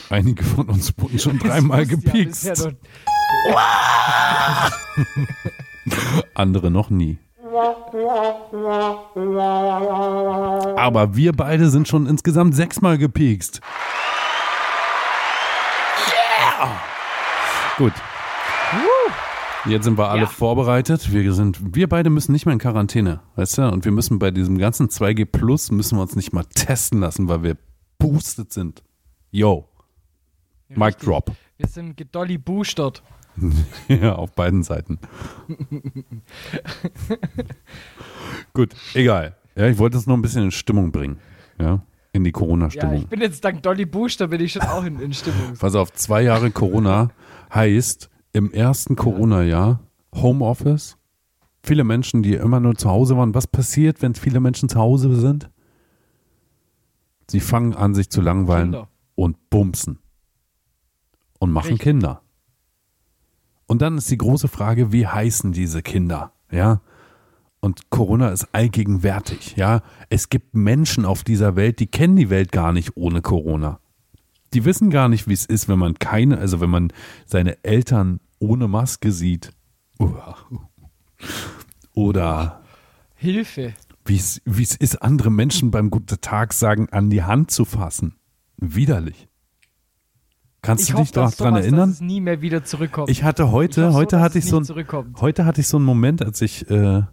Speaker 1: Einige von uns wurden schon dreimal
Speaker 2: Das wusste ja bisher
Speaker 1: gepiekst,
Speaker 2: nur-
Speaker 1: andere noch nie. Aber wir beide sind schon insgesamt sechsmal gepiekst. Yeah! Gut. Jetzt sind wir alle vorbereitet. Wir sind, wir beide müssen nicht mehr in Quarantäne, weißt du? Und wir müssen bei diesem ganzen 2G Plus müssen wir uns nicht mal testen lassen, weil wir boosted sind. Yo. Mic drop.
Speaker 2: Wir sind gedolly boostert.
Speaker 1: Ja, auf beiden Seiten. Gut, egal. Ja, ich wollte es nur ein bisschen in Stimmung bringen. Ja, in die
Speaker 2: Ja, ich
Speaker 1: Corona-Stimmung.
Speaker 2: bin jetzt dank Dolly Booster bin ich schon auch in, in Stimmung.
Speaker 1: Pass auf, zwei Jahre Corona heißt, im ersten Corona-Jahr Homeoffice, viele Menschen, die immer nur zu Hause waren. Was passiert, wenn viele Menschen zu Hause sind? Sie fangen an, sich zu langweilen
Speaker 2: Kinder.
Speaker 1: und bumsen und machen
Speaker 2: Richtig.
Speaker 1: Kinder. Und dann ist die große Frage, wie heißen diese Kinder? Ja. Und Corona ist allgegenwärtig, ja. Es gibt Menschen auf dieser Welt, die kennen die Welt gar nicht ohne Corona. Die wissen gar nicht, wie es ist, wenn man keine, also wenn man seine Eltern ohne Maske sieht. Uah. Oder
Speaker 2: Hilfe.
Speaker 1: wie es wie es ist, andere Menschen beim Guten Tag sagen, an die Hand zu fassen. Widerlich. Kannst
Speaker 2: Ich
Speaker 1: du
Speaker 2: hoffe,
Speaker 1: dich daran
Speaker 2: dass sowas,
Speaker 1: erinnern?
Speaker 2: Dass es nie mehr wieder zurückkommt.
Speaker 1: Ich hatte heute,
Speaker 2: Ich hoffe so,
Speaker 1: heute
Speaker 2: dass
Speaker 1: hatte
Speaker 2: es
Speaker 1: ich so
Speaker 2: nicht
Speaker 1: ein,
Speaker 2: zurückkommt.
Speaker 1: heute hatte ich so einen Moment, als ich äh,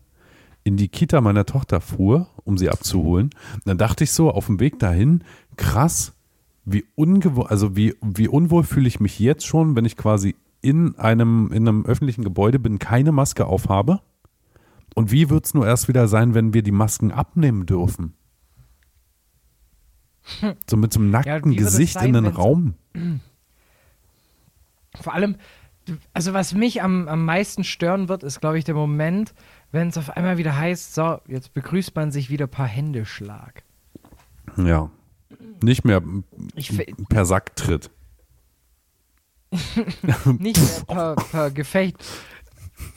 Speaker 1: in die Kita meiner Tochter fuhr, um sie abzuholen. Dann dachte ich so auf dem Weg dahin, krass, wie ungewohnt, also wie, wie unwohl fühle ich mich jetzt schon, wenn ich quasi in einem, in einem öffentlichen Gebäude bin, keine Maske aufhabe. Und wie wird es nur erst wieder sein, wenn wir die Masken abnehmen dürfen? So mit so einem
Speaker 2: Ja,
Speaker 1: nackten
Speaker 2: wie wird es
Speaker 1: Gesicht
Speaker 2: sein,
Speaker 1: in den
Speaker 2: wenn's-
Speaker 1: Raum.
Speaker 2: Vor allem, du- also was mich am, am meisten stören wird, ist, glaube ich, der Moment, wenn es auf einmal wieder heißt, so, jetzt begrüßt man sich wieder per Händeschlag.
Speaker 1: Ja. Nicht mehr
Speaker 2: Ich, fi-
Speaker 1: per Sack tritt.
Speaker 2: nicht mehr per, per Gefecht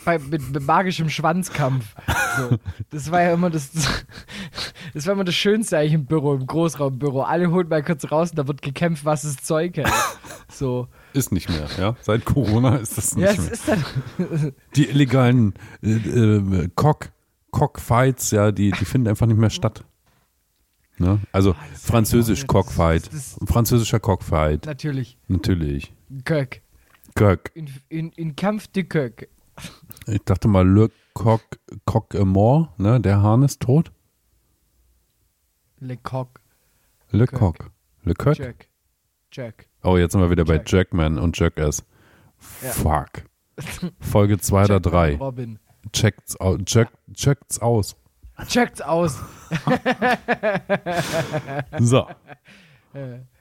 Speaker 2: bei, mit, mit magischem Schwanzkampf. So. Das war ja immer das, das war immer das Schönste eigentlich im Büro, im Großraumbüro. Alle holen mal kurz raus und da wird gekämpft, was es Zeug hält. So.
Speaker 1: Ist nicht mehr, ja. Seit Corona ist das nicht
Speaker 2: Ja, es
Speaker 1: mehr.
Speaker 2: ist dann,
Speaker 1: Die illegalen äh, äh, Cock, Cockfights, ja, die, die finden einfach nicht mehr statt. Ne? Also französisch
Speaker 2: Ah, das-
Speaker 1: Cockfight.
Speaker 2: das-
Speaker 1: Französischer Cockfight,
Speaker 2: natürlich,
Speaker 1: natürlich.
Speaker 2: Köck.
Speaker 1: Köck.
Speaker 2: In, in, in Kampf de Köck.
Speaker 1: Ich dachte mal, Le Cock, Cock Mort, ne? Der Hahn ist tot.
Speaker 2: Le Coq.
Speaker 1: Le
Speaker 2: Köck.
Speaker 1: Cock. Le Cock.
Speaker 2: Jack. Jack.
Speaker 1: Oh, jetzt sind wir wieder bei
Speaker 2: Jack.
Speaker 1: Jackman und Jackass.
Speaker 2: Ja.
Speaker 1: Fuck. Folge 2 oder 3.
Speaker 2: Robin.
Speaker 1: Checkt's, au- check, checkt's aus.
Speaker 2: Checkt's aus.
Speaker 1: So.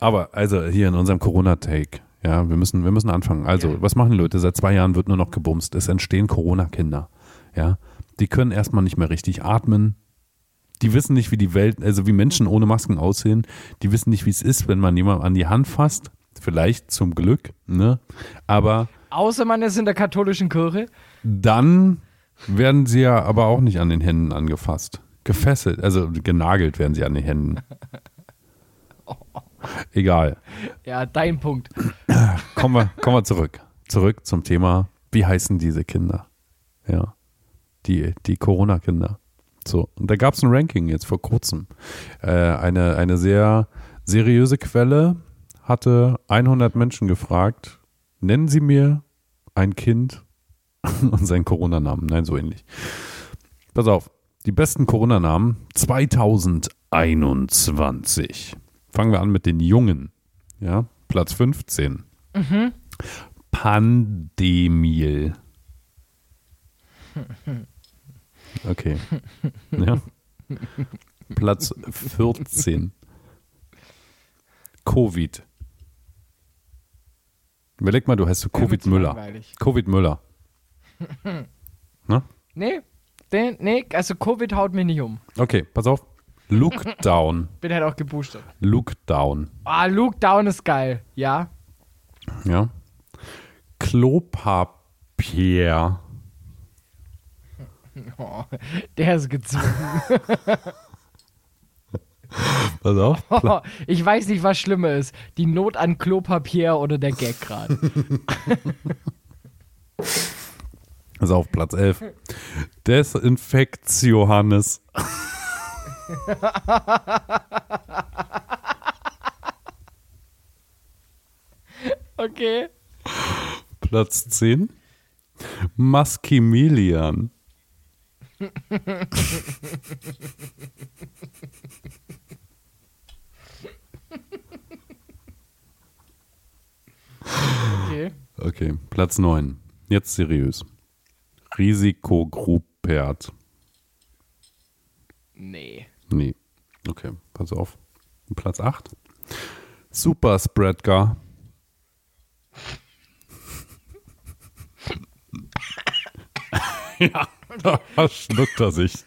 Speaker 1: Aber also hier in unserem Corona-Take, ja, wir müssen, wir müssen anfangen. Also,
Speaker 2: Ja.
Speaker 1: was machen die Leute? Seit zwei Jahren wird nur noch gebumst. Es entstehen Corona-Kinder. Ja. Die können erstmal nicht mehr richtig atmen. Die wissen nicht, wie die Welt, also wie Menschen ohne Masken aussehen. Die wissen nicht, wie es ist, wenn man jemandem an die Hand fasst. Vielleicht zum Glück, ne? Aber
Speaker 2: Außer man ist in der katholischen Kirche.
Speaker 1: dann werden sie ja aber auch nicht an den Händen angefasst. Gefesselt, also genagelt werden sie an den Händen. Egal.
Speaker 2: Ja, dein Punkt.
Speaker 1: kommen wir, kommen wir zurück. Zurück zum Thema, wie heißen diese Kinder? Ja. Die, die Corona-Kinder. So. Und da gab es ein Ranking jetzt vor kurzem. Äh, eine, eine sehr seriöse Quelle hatte 100 Menschen gefragt, nennen Sie mir ein Kind und seinen Corona-Namen. Nein, so ähnlich. Pass auf. Die besten Corona-Namen 2021. Fangen wir an mit den Jungen. Ja, Platz 15. Pandemil. Okay. Ja. Platz 14. Covid. Überleg mal, du heißt so
Speaker 2: Ja, mir
Speaker 1: Covid
Speaker 2: zu
Speaker 1: Müller.
Speaker 2: langweilig.
Speaker 1: Covid Müller.
Speaker 2: Nee, den, nee, also Covid haut mich nicht um.
Speaker 1: Okay, pass auf. Lookdown.
Speaker 2: Bin halt auch geboostert.
Speaker 1: Lookdown.
Speaker 2: Ah, Luke Down ist geil. Ja.
Speaker 1: Ja. Klopapier.
Speaker 2: Oh, der ist gezwungen.
Speaker 1: Pass auf.
Speaker 2: Oh, ich weiß nicht, was schlimmer ist. Die Not an Klopapier oder der Gag gerade.
Speaker 1: Also auf Platz 11. Desinfektiohannes.
Speaker 2: Okay.
Speaker 1: Platz 10. Maskimilian.
Speaker 2: Okay.
Speaker 1: Okay, Platz 9. Jetzt seriös. Risikogruppert.
Speaker 2: Nee.
Speaker 1: Nee. Okay, pass auf. Platz 8. Superspreadgar. ja, da verschluckt er sich.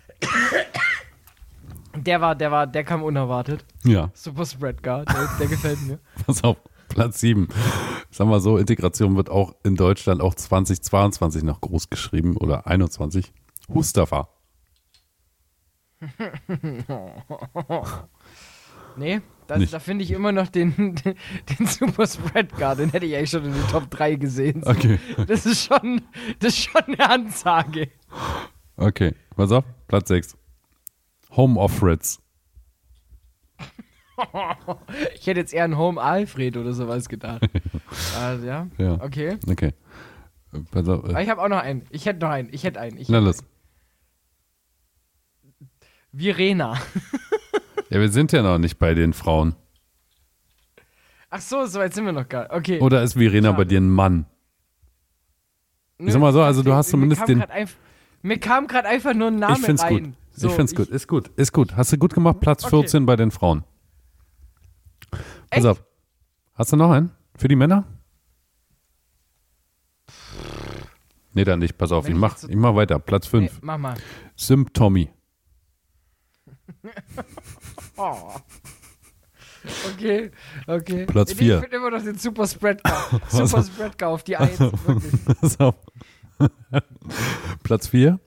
Speaker 2: Der war, der war, der kam unerwartet.
Speaker 1: Ja,
Speaker 2: Super Spread Guard, der, der gefällt mir.
Speaker 1: pass auf. Platz 7. Sagen wir so, Integration wird auch in Deutschland auch 2022 noch groß geschrieben oder 21. Hustafa.
Speaker 2: Nee, das,
Speaker 1: Nicht.
Speaker 2: da finde ich immer noch den, den, den Super Spread Guard, den hätte ich eigentlich schon in den Top 3 gesehen.
Speaker 1: Okay.
Speaker 2: Das ist schon, das ist schon eine Ansage.
Speaker 1: Okay, pass auf. Platz 6. Home of Reds.
Speaker 2: Ich hätte jetzt eher einen Home Alfred oder sowas gedacht. also, ja.
Speaker 1: Ja.
Speaker 2: Okay.
Speaker 1: Okay. Äh, Pass auf.
Speaker 2: Aber
Speaker 1: äh,
Speaker 2: ich habe auch noch einen. Ich hätte noch einen. Ich hätte einen. Ich
Speaker 1: Na los.
Speaker 2: Virena.
Speaker 1: Ja, wir sind ja noch nicht bei den Frauen.
Speaker 2: Ach so, so weit sind wir noch gar nicht. Okay.
Speaker 1: Oder ist Virena bei dir ein Mann? Ich sag mal so, also du hast zumindest
Speaker 2: mir
Speaker 1: den.
Speaker 2: Kam grad einf- mir kam gerade einfach nur ein Name
Speaker 1: Ich find's
Speaker 2: rein.
Speaker 1: gut.
Speaker 2: So,
Speaker 1: ich find's gut. Ist gut. Ist gut. Hast du gut gemacht. Platz
Speaker 2: Okay.
Speaker 1: 14 bei den Frauen. Pass
Speaker 2: Echt?
Speaker 1: auf. Hast du noch einen? Für die Männer? Nee, dann nicht. Pass auf.
Speaker 2: Wenn
Speaker 1: Ich
Speaker 2: ich
Speaker 1: mach,
Speaker 2: jetzt so-
Speaker 1: ich mach weiter. Platz
Speaker 2: Nee,
Speaker 1: 5.
Speaker 2: mach mal.
Speaker 1: Symptomy.
Speaker 2: Oh. Okay, okay.
Speaker 1: Platz
Speaker 2: Nee,
Speaker 1: vier.
Speaker 2: Ich finde immer noch den Super Spread Cow. Super Spread Cow auf die Eins. wirklich.
Speaker 1: Pass auf. Platz 4.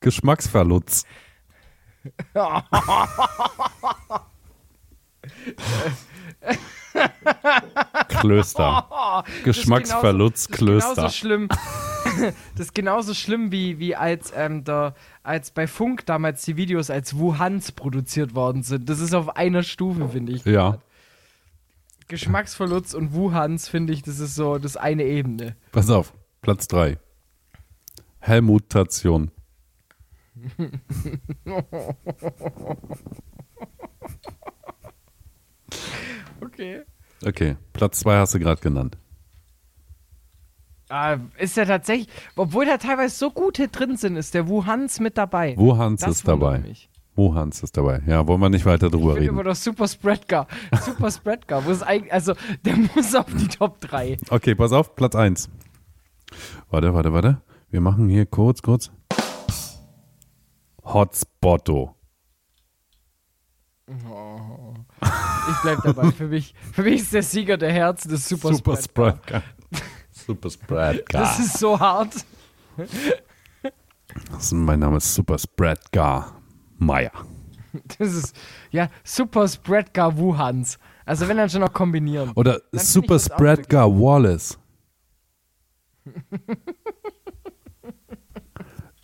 Speaker 1: Geschmacksverlutz. Klöster.
Speaker 2: Oh, das ist
Speaker 1: Geschmacksverlutz,
Speaker 2: genauso,
Speaker 1: Klöster.
Speaker 2: Das ist genauso schlimm. das ist genauso schlimm wie, wie als, ähm, der, als bei Funk damals die Videos als Wuhans produziert worden sind. Das ist auf einer Stufe, finde ich.
Speaker 1: Ja.
Speaker 2: Geschmacksverlust und Wuhans, finde ich, das ist so das ist eine Ebene.
Speaker 1: Pass auf. Platz 3. Helmutation.
Speaker 2: Okay.
Speaker 1: Okay. Platz 2 hast du gerade genannt.
Speaker 2: Ah, ist ja tatsächlich, obwohl da teilweise so gute drin sind, ist der Wuhans mit dabei.
Speaker 1: Wuhans
Speaker 2: Das
Speaker 1: ist dabei.
Speaker 2: wundert mich.
Speaker 1: Wuhans ist dabei. Ja, wollen wir nicht weiter drüber
Speaker 2: Ich bin immer
Speaker 1: reden.
Speaker 2: noch Super Spreadgar. Super Spreadgar. Wo ist eigentlich, also, der muss auf die Top 3.
Speaker 1: Okay, pass auf. Platz 1. Warte, warte, warte. Wir machen hier kurz, kurz. Hotspotto.
Speaker 2: Ich bleib dabei. Für mich, für mich ist der Sieger der Herzen des Super, Super Spreadgar.
Speaker 1: Spread. Super Spread.
Speaker 2: Das ist so hart.
Speaker 1: Mein Name ist Super Spread Gar Meier.
Speaker 2: Das ist, ja, Super Spreadgar Wuhans. Also, wenn dann schon noch kombinieren.
Speaker 1: Oder
Speaker 2: Dann find
Speaker 1: Super
Speaker 2: ich das auch
Speaker 1: Spread Gar Wallace.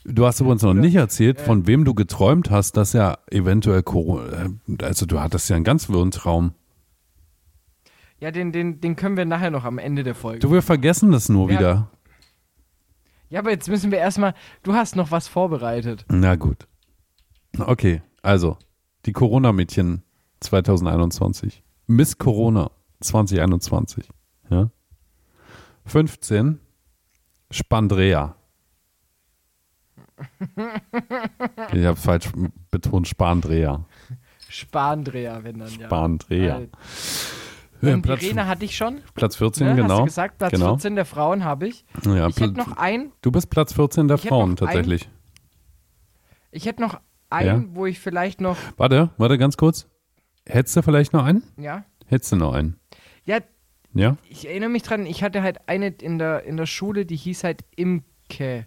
Speaker 1: Du hast übrigens noch nicht erzählt, von wem du geträumt hast, dass er eventuell Corona. Also, du hattest ja einen ganz wirren Traum.
Speaker 2: Ja, den, den, den können wir nachher noch am Ende der Folge.
Speaker 1: Du, wir vergessen das nur
Speaker 2: Ja.
Speaker 1: wieder.
Speaker 2: Ja, aber jetzt müssen wir erstmal. Du hast noch was vorbereitet.
Speaker 1: Na gut. Okay, also, die Corona-Mädchen 2021. Miss Corona 2021. Ja. 15. Spandrea. Ich habe falsch betont, Spandrea.
Speaker 2: Spandrea, wenn dann ja.
Speaker 1: Spandrea.
Speaker 2: Äh,
Speaker 1: Ja,
Speaker 2: ähm,
Speaker 1: Platz,
Speaker 2: Irene hatte ich schon.
Speaker 1: Platz 14,
Speaker 2: Ne?
Speaker 1: genau.
Speaker 2: Hast du gesagt, Platz
Speaker 1: genau.
Speaker 2: 14 der Frauen habe ich.
Speaker 1: Ja,
Speaker 2: ich hätte
Speaker 1: Pl-
Speaker 2: noch einen.
Speaker 1: du bist Platz 14 der
Speaker 2: Ich hätte
Speaker 1: Frauen
Speaker 2: noch einen-
Speaker 1: tatsächlich.
Speaker 2: Ich hätte noch einen, wo ich vielleicht noch.
Speaker 1: Warte, warte ganz kurz. Hättest du vielleicht noch einen?
Speaker 2: Ja.
Speaker 1: Hättest du noch einen?
Speaker 2: Ja,
Speaker 1: Ja?
Speaker 2: ich erinnere mich dran, ich hatte halt eine in der, in der Schule, die hieß halt Imke.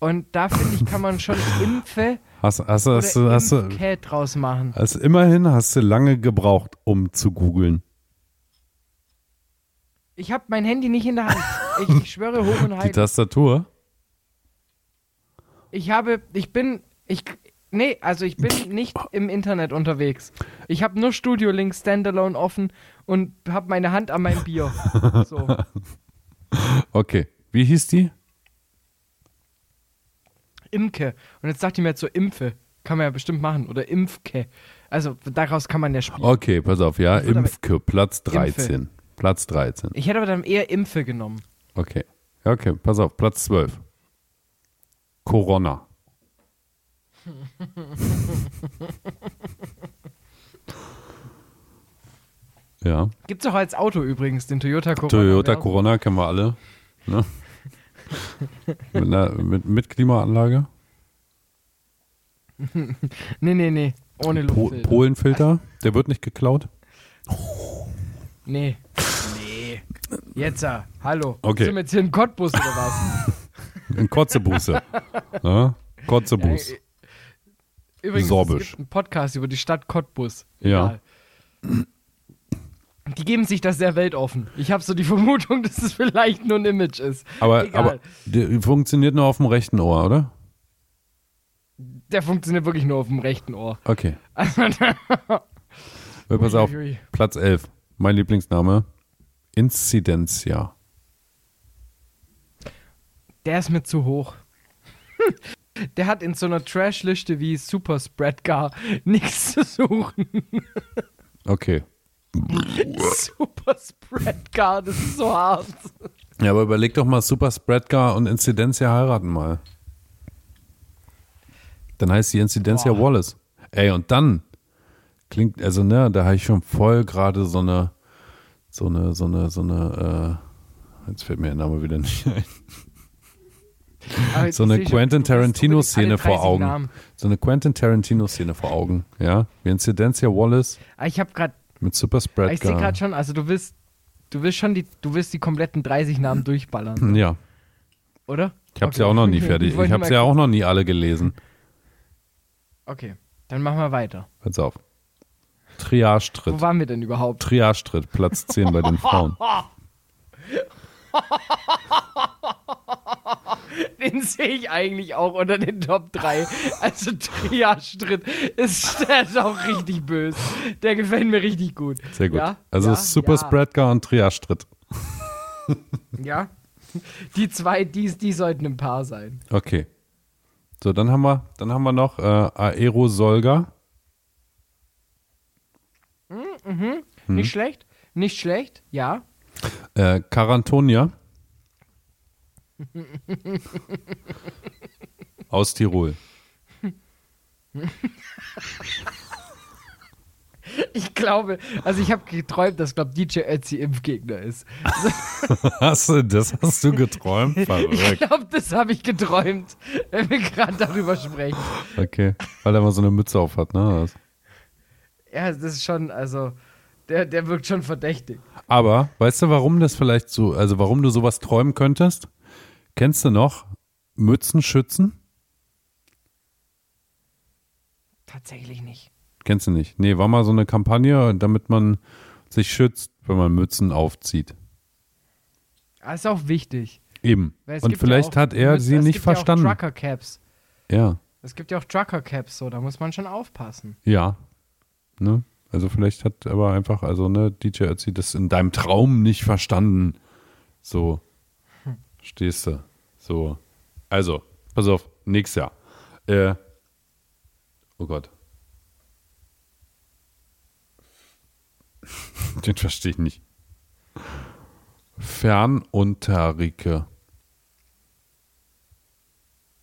Speaker 2: Und da finde ich, kann man schon Impfe
Speaker 1: Hast, hast,
Speaker 2: oder
Speaker 1: hast, hast, hast,
Speaker 2: Imke draus machen.
Speaker 1: Also immerhin hast du lange gebraucht, um zu googeln.
Speaker 2: Ich habe mein Handy nicht in der Hand. Ich, ich schwöre hoch und
Speaker 1: Die
Speaker 2: heilig.
Speaker 1: Tastatur.
Speaker 2: Ich habe, ich bin, ich, nee, also ich bin nicht im Internet unterwegs. Ich habe nur Studio Link Standalone offen und habe meine Hand an meinem Bier. So.
Speaker 1: Okay. Wie hieß die?
Speaker 2: Imke. Und jetzt sagt ihr mir jetzt so Impfe. Kann man ja bestimmt machen. Oder Impfke. Also daraus kann man ja spielen.
Speaker 1: Okay, pass auf, ja.
Speaker 2: Ich würd aber-
Speaker 1: Impfke, Platz 13. Platz 13.
Speaker 2: Ich hätte aber dann eher Impfe genommen.
Speaker 1: Okay. Ja, Okay, pass auf, Platz 12. Corona. ja.
Speaker 2: Gibt's auch als Auto übrigens, den Toyota Corona.
Speaker 1: Toyota
Speaker 2: Versus.
Speaker 1: Corona kennen wir alle. Ne? Mit, einer, mit, mit Klimaanlage?
Speaker 2: Nee, nee, nee. Ohne
Speaker 1: Po
Speaker 2: Luftfilter.
Speaker 1: Polenfilter? Der wird nicht geklaut?
Speaker 2: Nee. Nee. Jetzt, äh, hallo.
Speaker 1: Okay.
Speaker 2: Sind wir jetzt hier in Cottbus oder was?
Speaker 1: Ein Kotzebuße. Ja? Kotzebuß.
Speaker 2: Ja, Übrigens,
Speaker 1: Sorbisch.
Speaker 2: es gibt einen Podcast über die Stadt Cottbus.
Speaker 1: Ja.
Speaker 2: e-, Egal. Die geben sich das sehr weltoffen. Ich habe so die Vermutung, dass es vielleicht nur ein Image ist.
Speaker 1: aber
Speaker 2: Egal.
Speaker 1: aber der funktioniert nur auf dem rechten Ohr, oder?
Speaker 2: Der funktioniert wirklich nur auf dem rechten Ohr. Also,
Speaker 1: Okay. Hör, pass
Speaker 2: Ui,
Speaker 1: auf.
Speaker 2: ui, ui.
Speaker 1: Platz 11. Mein Lieblingsname. Inzidentia.
Speaker 2: Der ist mir zu hoch. Der hat in so einer Trash-Liste wie Super Spread Gar nichts zu suchen.
Speaker 1: Okay.
Speaker 2: Super Spread Gar, das ist so hart.
Speaker 1: Ja, aber überleg doch mal, Super Spreadgar und Inzidentia heiraten mal. Dann heißt die Inzidentia
Speaker 2: Boah.
Speaker 1: Wallace. Ey, und dann klingt, also ne, da habe ich schon voll gerade so eine, so eine, so eine, so eine, äh, jetzt fällt mir der Name wieder nicht ein.
Speaker 2: Aber jetzt
Speaker 1: So eine
Speaker 2: seh ich schon,
Speaker 1: Quentin
Speaker 2: du bist
Speaker 1: Tarantino-Szene
Speaker 2: unbedingt alle
Speaker 1: vor
Speaker 2: 30
Speaker 1: Augen.
Speaker 2: Namen.
Speaker 1: So eine Quentin Tarantino-Szene vor Augen, ja. Wie Inzidentia Wallace
Speaker 2: Ah, Ich habe gerade
Speaker 1: mit Super
Speaker 2: Ich sehe
Speaker 1: Spreadgar.
Speaker 2: gerade schon, also du willst, du willst schon die, du willst die kompletten 30 Namen durchballern,
Speaker 1: Hm, Ja,
Speaker 2: oder?
Speaker 1: ich habe sie ja auch noch nie fertig. Ich habe sie ja auch noch nie alle gelesen.
Speaker 2: Okay, dann machen wir weiter.
Speaker 1: Pass auf. Triage-Tritt.
Speaker 2: Wo waren wir denn überhaupt?
Speaker 1: Triage-Tritt, Platz 10 bei den Frauen.
Speaker 2: Den sehe ich eigentlich auch unter den Top 3. Also Triastritt ist, der ist auch richtig böse. Der gefällt mir richtig gut.
Speaker 1: Sehr gut.
Speaker 2: Ja?
Speaker 1: also
Speaker 2: ja?
Speaker 1: Super
Speaker 2: ja,
Speaker 1: Spreadgar und Triage-Tritt.
Speaker 2: Ja. Die zwei, die, die sollten ein Paar sein.
Speaker 1: Okay. So, dann haben wir, dann haben wir noch äh, Aerosolga. Hm.
Speaker 2: Nicht schlecht? Nicht schlecht? Ja.
Speaker 1: Äh, Carantonia. Aus Tirol.
Speaker 2: Ich glaube, also ich habe geträumt, dass, glaube DJ Ötzi Impfgegner ist.
Speaker 1: Hast du, das hast du geträumt?
Speaker 2: Ich
Speaker 1: Verrückt.
Speaker 2: glaube, das habe ich geträumt, wenn wir gerade darüber sprechen.
Speaker 1: Okay. Weil er mal so eine Mütze auf hat, ne?
Speaker 2: Ja, das ist schon, also, der, der wirkt schon verdächtig.
Speaker 1: Aber weißt du, warum das vielleicht so, also warum du sowas träumen könntest? Kennst du noch Mützenschützen?
Speaker 2: Tatsächlich nicht.
Speaker 1: Kennst du nicht? Nee, war mal so eine Kampagne, damit man sich schützt, wenn man Mützen aufzieht.
Speaker 2: Aber ist auch wichtig.
Speaker 1: Eben.
Speaker 2: Weil es
Speaker 1: Und
Speaker 2: gibt ja
Speaker 1: vielleicht
Speaker 2: auch
Speaker 1: hat er
Speaker 2: Mütze-
Speaker 1: sie
Speaker 2: es
Speaker 1: nicht
Speaker 2: gibt
Speaker 1: verstanden.
Speaker 2: Ja, auch Trucker Caps.
Speaker 1: ja,
Speaker 2: Es gibt ja auch Trucker Caps, so, da muss man schon aufpassen.
Speaker 1: ja. Ne? Also vielleicht hat aber einfach, also ne, DJ Ötzi das in deinem Traum nicht verstanden. So. Stehst du. So. Also, pass auf, nächstes Jahr. Äh, oh Gott. Den verstehe ich nicht. Fernunterrike.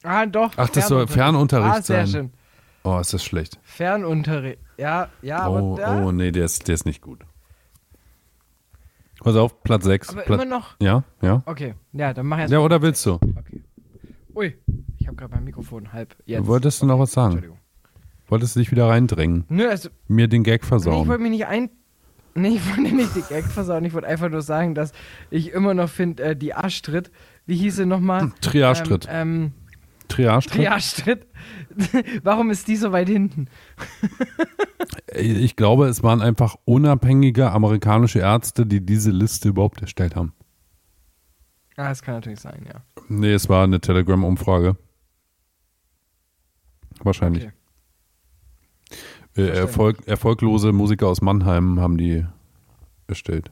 Speaker 2: Ah, doch.
Speaker 1: Ach, das soll Fernunterricht
Speaker 2: ah, sehr
Speaker 1: sein.
Speaker 2: Schön.
Speaker 1: Oh, ist das schlecht.
Speaker 2: Fernunterricht. Ja, ja,
Speaker 1: Oh,
Speaker 2: aber, da,
Speaker 1: oh, nee, der ist, der ist nicht gut. Pass auf, Platz 6.
Speaker 2: aber
Speaker 1: Platz,
Speaker 2: immer noch.
Speaker 1: Ja, ja.
Speaker 2: Okay, ja, dann mach erst.
Speaker 1: Ja, oder willst du?
Speaker 2: Okay. Ui, ich habe gerade mein Mikrofon halb. Jetzt.
Speaker 1: Wolltest du noch was sagen?
Speaker 2: Entschuldigung.
Speaker 1: Wolltest du dich wieder reindrängen?
Speaker 2: Nö, also,
Speaker 1: Mir den Gag
Speaker 2: Nee, ich
Speaker 1: versauen?
Speaker 2: wollte mich nicht ein. Nee, ich wollte nicht die Gag versauen. Ich wollte einfach nur sagen, dass ich immer noch finde, äh, die Arschtritt, wie hieß sie
Speaker 1: Hm,
Speaker 2: nochmal?
Speaker 1: Triastritt.
Speaker 2: Ähm, ähm,
Speaker 1: Triastritt?
Speaker 2: Triastritt. Warum ist die so weit hinten?
Speaker 1: Ich glaube, es waren einfach unabhängige amerikanische Ärzte, die diese Liste überhaupt erstellt haben.
Speaker 2: Ah, das kann natürlich sein, ja.
Speaker 1: Nee, es war eine Telegram-Umfrage. Wahrscheinlich.
Speaker 2: Okay.
Speaker 1: Äh, Erfolg, erfolglose Musiker aus Mannheim haben die erstellt.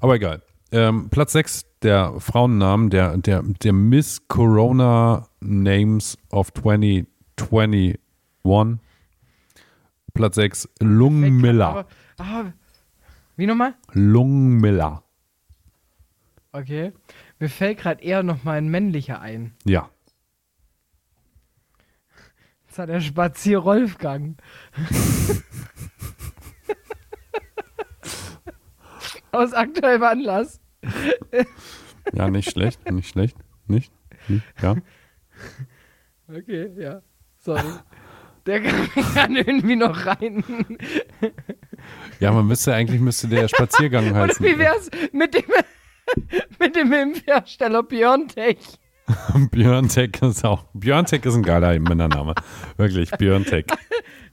Speaker 1: Aber egal. Ähm, Platz 6 der Frauennamen, der, der, der Miss Corona Names of 2021. Platz 6 Lung Miller.
Speaker 2: Aber, aber, wie nochmal?
Speaker 1: Lung Miller.
Speaker 2: Okay. Mir fällt gerade eher nochmal ein männlicher ein.
Speaker 1: Ja.
Speaker 2: Das hat der Spazier Rolfgang. Aus aktuellem Anlass.
Speaker 1: Ja, nicht schlecht, nicht schlecht. Nicht? Hm? Ja.
Speaker 2: Okay, ja. Sorry. Der kann, kann irgendwie noch rein.
Speaker 1: Ja, man müsste eigentlich müsste der Spaziergang
Speaker 2: Oder
Speaker 1: heißen.
Speaker 2: wie wär's mit dem, mit dem Impfhersteller Biontech?
Speaker 1: Björntech ist auch. Björntech ist ein geiler Männername. Wirklich, Björntech.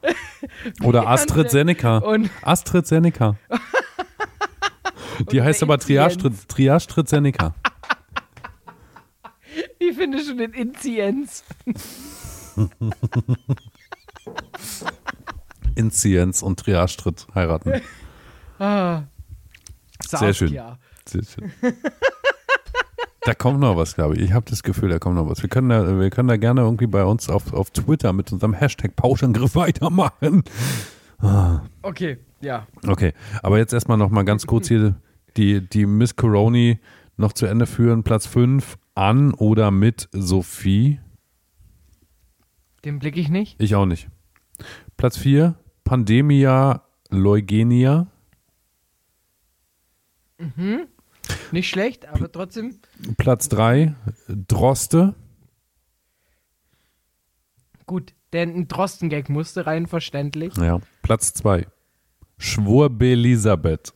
Speaker 1: Oder Astrid Seneca.
Speaker 2: Und
Speaker 1: Astrid Seneca. Die heißt aber Triastrid, Triastrid Seneca.
Speaker 2: wie findest du den Inzienz?
Speaker 1: Inzienz und Triastrid heiraten.
Speaker 2: Ah.
Speaker 1: Sehr schön.
Speaker 2: Saskia.
Speaker 1: Sehr schön. Da kommt noch was, glaube ich. Ich habe das Gefühl, da kommt noch was. Wir können da, wir können da gerne irgendwie bei uns auf, auf Twitter mit unserem Hashtag Pauschangriff weitermachen.
Speaker 2: Okay, ja.
Speaker 1: Okay, aber jetzt erstmal nochmal ganz kurz hier die, die Miss Coroni noch zu Ende führen. Platz 5 an oder mit Sophie?
Speaker 2: Den blick ich nicht.
Speaker 1: Ich auch nicht. Platz 4 Pandemia Leugenia.
Speaker 2: Nicht schlecht, aber trotzdem.
Speaker 1: Platz 3 Droste.
Speaker 2: Gut, denn ein Drosten-Gag musste rein, verständlich.
Speaker 1: Ja. Platz 2 Schwurbe Elisabeth.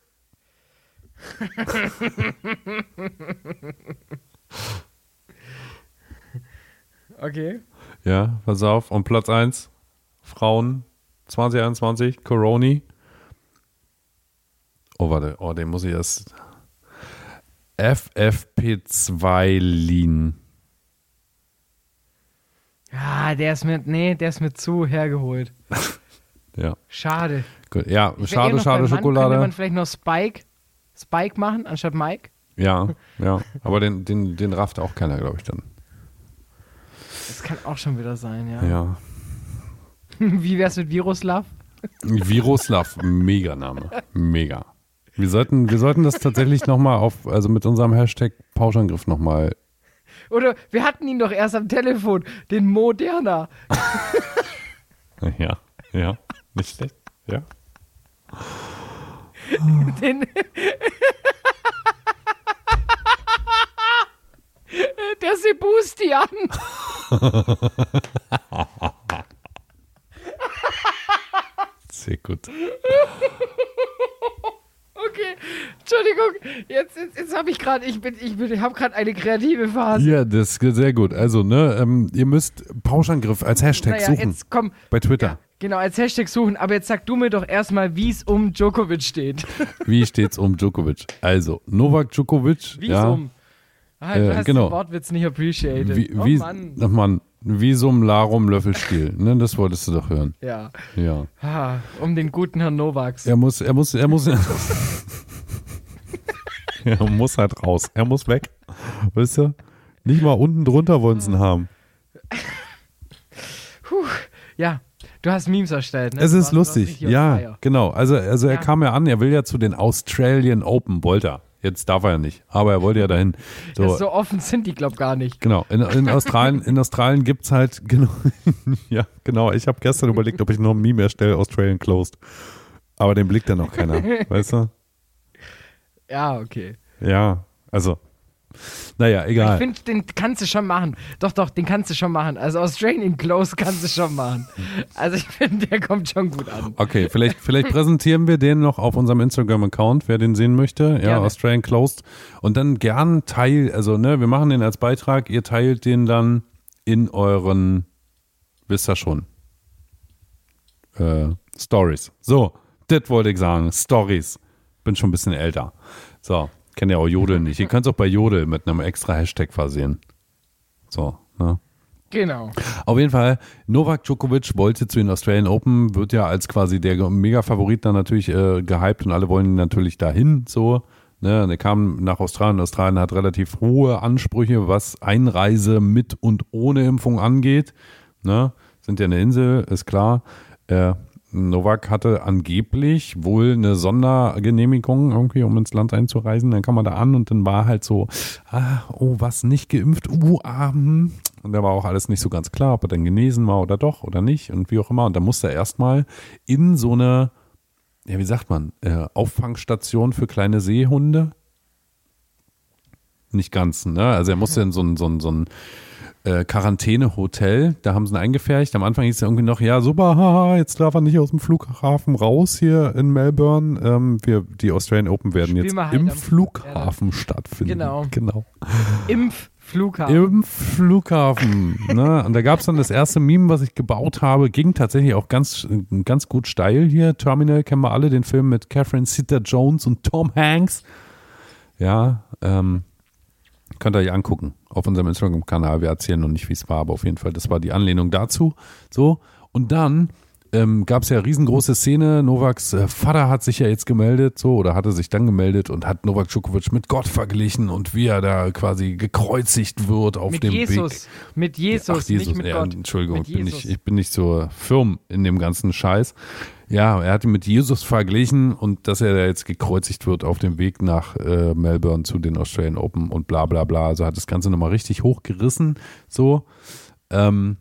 Speaker 2: Okay.
Speaker 1: Ja, pass auf. Und Platz 1 Frauen 2021 Coroni. Oh, warte. Oh, den muss ich erst. FFP2-Lean.
Speaker 2: Ah, der ist mit, nee, der ist mit zu hergeholt.
Speaker 1: Ja,
Speaker 2: Schade.
Speaker 1: gut. ja
Speaker 2: Ich wär eher
Speaker 1: schade, schade,
Speaker 2: noch beim Mann. Könnte man
Speaker 1: Schokolade.
Speaker 2: vielleicht noch Spike, Spike machen anstatt Mike?
Speaker 1: Ja, ja. Aber den, den, den rafft auch keiner, glaube ich, dann.
Speaker 2: Das kann auch schon wieder sein, ja.
Speaker 1: Ja.
Speaker 2: Wie wär's mit Viruslav?
Speaker 1: Viruslav, mega Name. Mega. Wir sollten, wir sollten das tatsächlich nochmal auf, also mit unserem Hashtag Pauschangriff nochmal.
Speaker 2: Oder wir hatten ihn doch erst am Telefon, den Moderna.
Speaker 1: Ja, ja. Nicht schlecht. Ja.
Speaker 2: Den Der Sebastian.
Speaker 1: Sehr gut.
Speaker 2: Okay, Entschuldigung, jetzt, jetzt, jetzt habe ich gerade, ich bin, ich bin, ich habe gerade eine kreative Phase.
Speaker 1: Ja, das ist sehr gut. Also, ne, ähm, ihr müsst Pauschangriff als Hashtag
Speaker 2: Naja,
Speaker 1: suchen.
Speaker 2: jetzt komm.
Speaker 1: Bei Twitter.
Speaker 2: Ja, genau, als Hashtag suchen, aber jetzt sag du mir doch erstmal, wie es um Djokovic steht.
Speaker 1: Wie steht's um Djokovic? Also, Novak Djokovic.
Speaker 2: Wie es
Speaker 1: ja.
Speaker 2: um. Ah, du
Speaker 1: Äh,
Speaker 2: hast
Speaker 1: genau.
Speaker 2: den Wortwitz nicht appreciated.
Speaker 1: Wie,
Speaker 2: oh
Speaker 1: wie,
Speaker 2: Mann.
Speaker 1: Ach Mann, Visum Larum Löffelstiel. Ne, das wolltest du doch hören.
Speaker 2: Ja.
Speaker 1: Ja.
Speaker 2: Ah, um den guten Herrn Novaks.
Speaker 1: Er muss, er muss, er muss. er muss halt raus. Er muss weg. Weißt du? Nicht mal unten drunter wollen sie ihn haben.
Speaker 2: Puh. Ja, du hast Memes erstellt, ne?
Speaker 1: Es
Speaker 2: Du
Speaker 1: ist
Speaker 2: warst- du warst
Speaker 1: lustig.
Speaker 2: richtig on
Speaker 1: Ja,
Speaker 2: fire.
Speaker 1: genau. Also, also er
Speaker 2: Ja.
Speaker 1: kam ja an, er will ja zu den Australian Open, wollte er. Jetzt darf er ja nicht, aber er wollte ja dahin. So,
Speaker 2: Ja, so offen sind die, glaub gar nicht.
Speaker 1: Genau, in, in Australien, in Australien gibt es halt, genau, ja, genau. Ich habe gestern überlegt, ob ich noch ein Meme erstelle, Australian Closed. Aber den blickt dann noch keiner, weißt du?
Speaker 2: Ja, okay.
Speaker 1: Ja, also, naja,
Speaker 2: Ich
Speaker 1: egal.
Speaker 2: finde, den kannst du schon machen. Doch, doch, den kannst du schon machen. Also Australian Close kannst du schon machen. Also ich finde, der kommt schon gut an.
Speaker 1: Okay, vielleicht, vielleicht präsentieren wir den noch auf unserem Instagram-Account, wer den sehen möchte. Ja,
Speaker 2: Gerne.
Speaker 1: Australian Closed. Und dann gern teil, also, ne, wir machen den als Beitrag, ihr teilt den dann in euren, wisst ihr schon, äh, Stories. So, das wollte ich sagen. Stories. Bin schon ein bisschen älter. So, kennt ihr auch Jodel nicht. Ihr könnt es auch bei Jodel mit einem extra Hashtag versehen. So, ne?
Speaker 2: Genau.
Speaker 1: Auf jeden Fall, Novak Djokovic wollte zu den Australian Open, wird ja als quasi der Mega-Favorit dann natürlich äh, gehypt und alle wollen ihn natürlich dahin, so. Ne, und er kam nach Australien. Australien hat relativ hohe Ansprüche, was Einreise mit und ohne Impfung angeht. Ne, sind ja eine Insel, ist klar. Äh, Novak hatte angeblich wohl eine Sondergenehmigung irgendwie, um ins Land einzureisen. Dann kam er da an und dann war halt so, ah, oh, was nicht geimpft, uh, ah, hm. Und da war auch alles nicht so ganz klar, ob er denn genesen war oder doch oder nicht und wie auch immer. Und da musste er erstmal in so eine, ja, wie sagt man, äh, Auffangstation für kleine Seehunde. Nicht ganz, ne? Also er musste in so ein, so ein, so ein äh, Quarantäne-Hotel, da haben sie ihn eingepfercht. Am Anfang hieß es irgendwie noch, ja super, haha, jetzt darf er nicht aus dem Flughafen raus hier in Melbourne. Ähm, wir, die Australian Open werden
Speaker 2: Spielen
Speaker 1: jetzt
Speaker 2: wir halt
Speaker 1: im
Speaker 2: am-
Speaker 1: Flughafen stattfinden.
Speaker 2: Genau.
Speaker 1: genau.
Speaker 2: Impfflughafen.
Speaker 1: Im Flughafen. ne? Und da gab es dann das erste Meme, was ich gebaut habe, ging tatsächlich auch ganz, ganz gut steil hier. Terminal kennen wir alle, den Film mit Catherine Zeta-Jones und Tom Hanks. Ja, ähm, könnt ihr euch angucken auf unserem Instagram-Kanal. Wir erzählen noch nicht, wie es war, aber auf jeden Fall, das war die Anlehnung dazu. So, und dann ähm, gab es ja riesengroße Szene. Novaks äh, Vater hat sich ja jetzt gemeldet, so, oder hatte sich dann gemeldet und hat Novak Djokovic mit Gott verglichen und wie er da quasi gekreuzigt wird auf
Speaker 2: mit
Speaker 1: dem
Speaker 2: Jesus.
Speaker 1: Weg.
Speaker 2: Mit Jesus,
Speaker 1: Ach, Jesus,
Speaker 2: nicht mit
Speaker 1: ja,
Speaker 2: Gott.
Speaker 1: Entschuldigung,
Speaker 2: mit
Speaker 1: ich bin nicht,
Speaker 2: Jesus.
Speaker 1: ich bin nicht so firm in dem ganzen Scheiß. Ja, er hat ihn mit Jesus verglichen und dass er da jetzt gekreuzigt wird auf dem Weg nach äh, Melbourne zu den Australian Open und bla bla bla. Also hat das Ganze nochmal richtig hochgerissen. So. Ähm,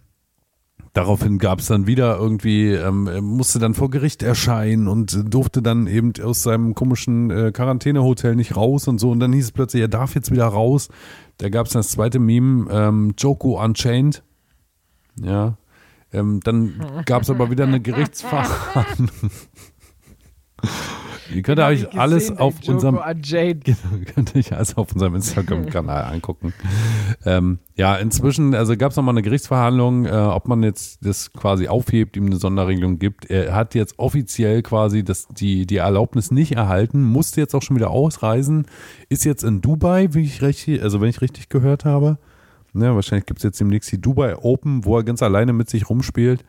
Speaker 1: daraufhin gab es dann wieder irgendwie, ähm, er musste dann vor Gericht erscheinen und durfte dann eben aus seinem komischen äh, Quarantänehotel nicht raus und so. Und dann hieß es plötzlich, er darf jetzt wieder raus. Da gab es das zweite Meme, ähm, Joko Unchained. Ja. Ähm, dann gab es aber wieder eine Gerichtsverhandlung. Ihr könnt
Speaker 2: Hab
Speaker 1: euch
Speaker 2: ich
Speaker 1: alles
Speaker 2: gesehen,
Speaker 1: auf
Speaker 2: den Joko
Speaker 1: unserem
Speaker 2: an Jane.
Speaker 1: Genau, könnt ihr euch alles auf unserem Instagram-Kanal angucken. Ähm, ja, inzwischen, also gab es nochmal eine Gerichtsverhandlung, äh, ob man jetzt das quasi aufhebt, ihm eine Sonderregelung gibt. Er hat jetzt offiziell quasi das, die, die Erlaubnis nicht erhalten, musste jetzt auch schon wieder ausreisen, ist jetzt in Dubai, wie ich richtig, also wenn ich richtig gehört habe. Ne, wahrscheinlich gibt es jetzt demnächst die Dubai Open, wo er ganz alleine mit sich rumspielt.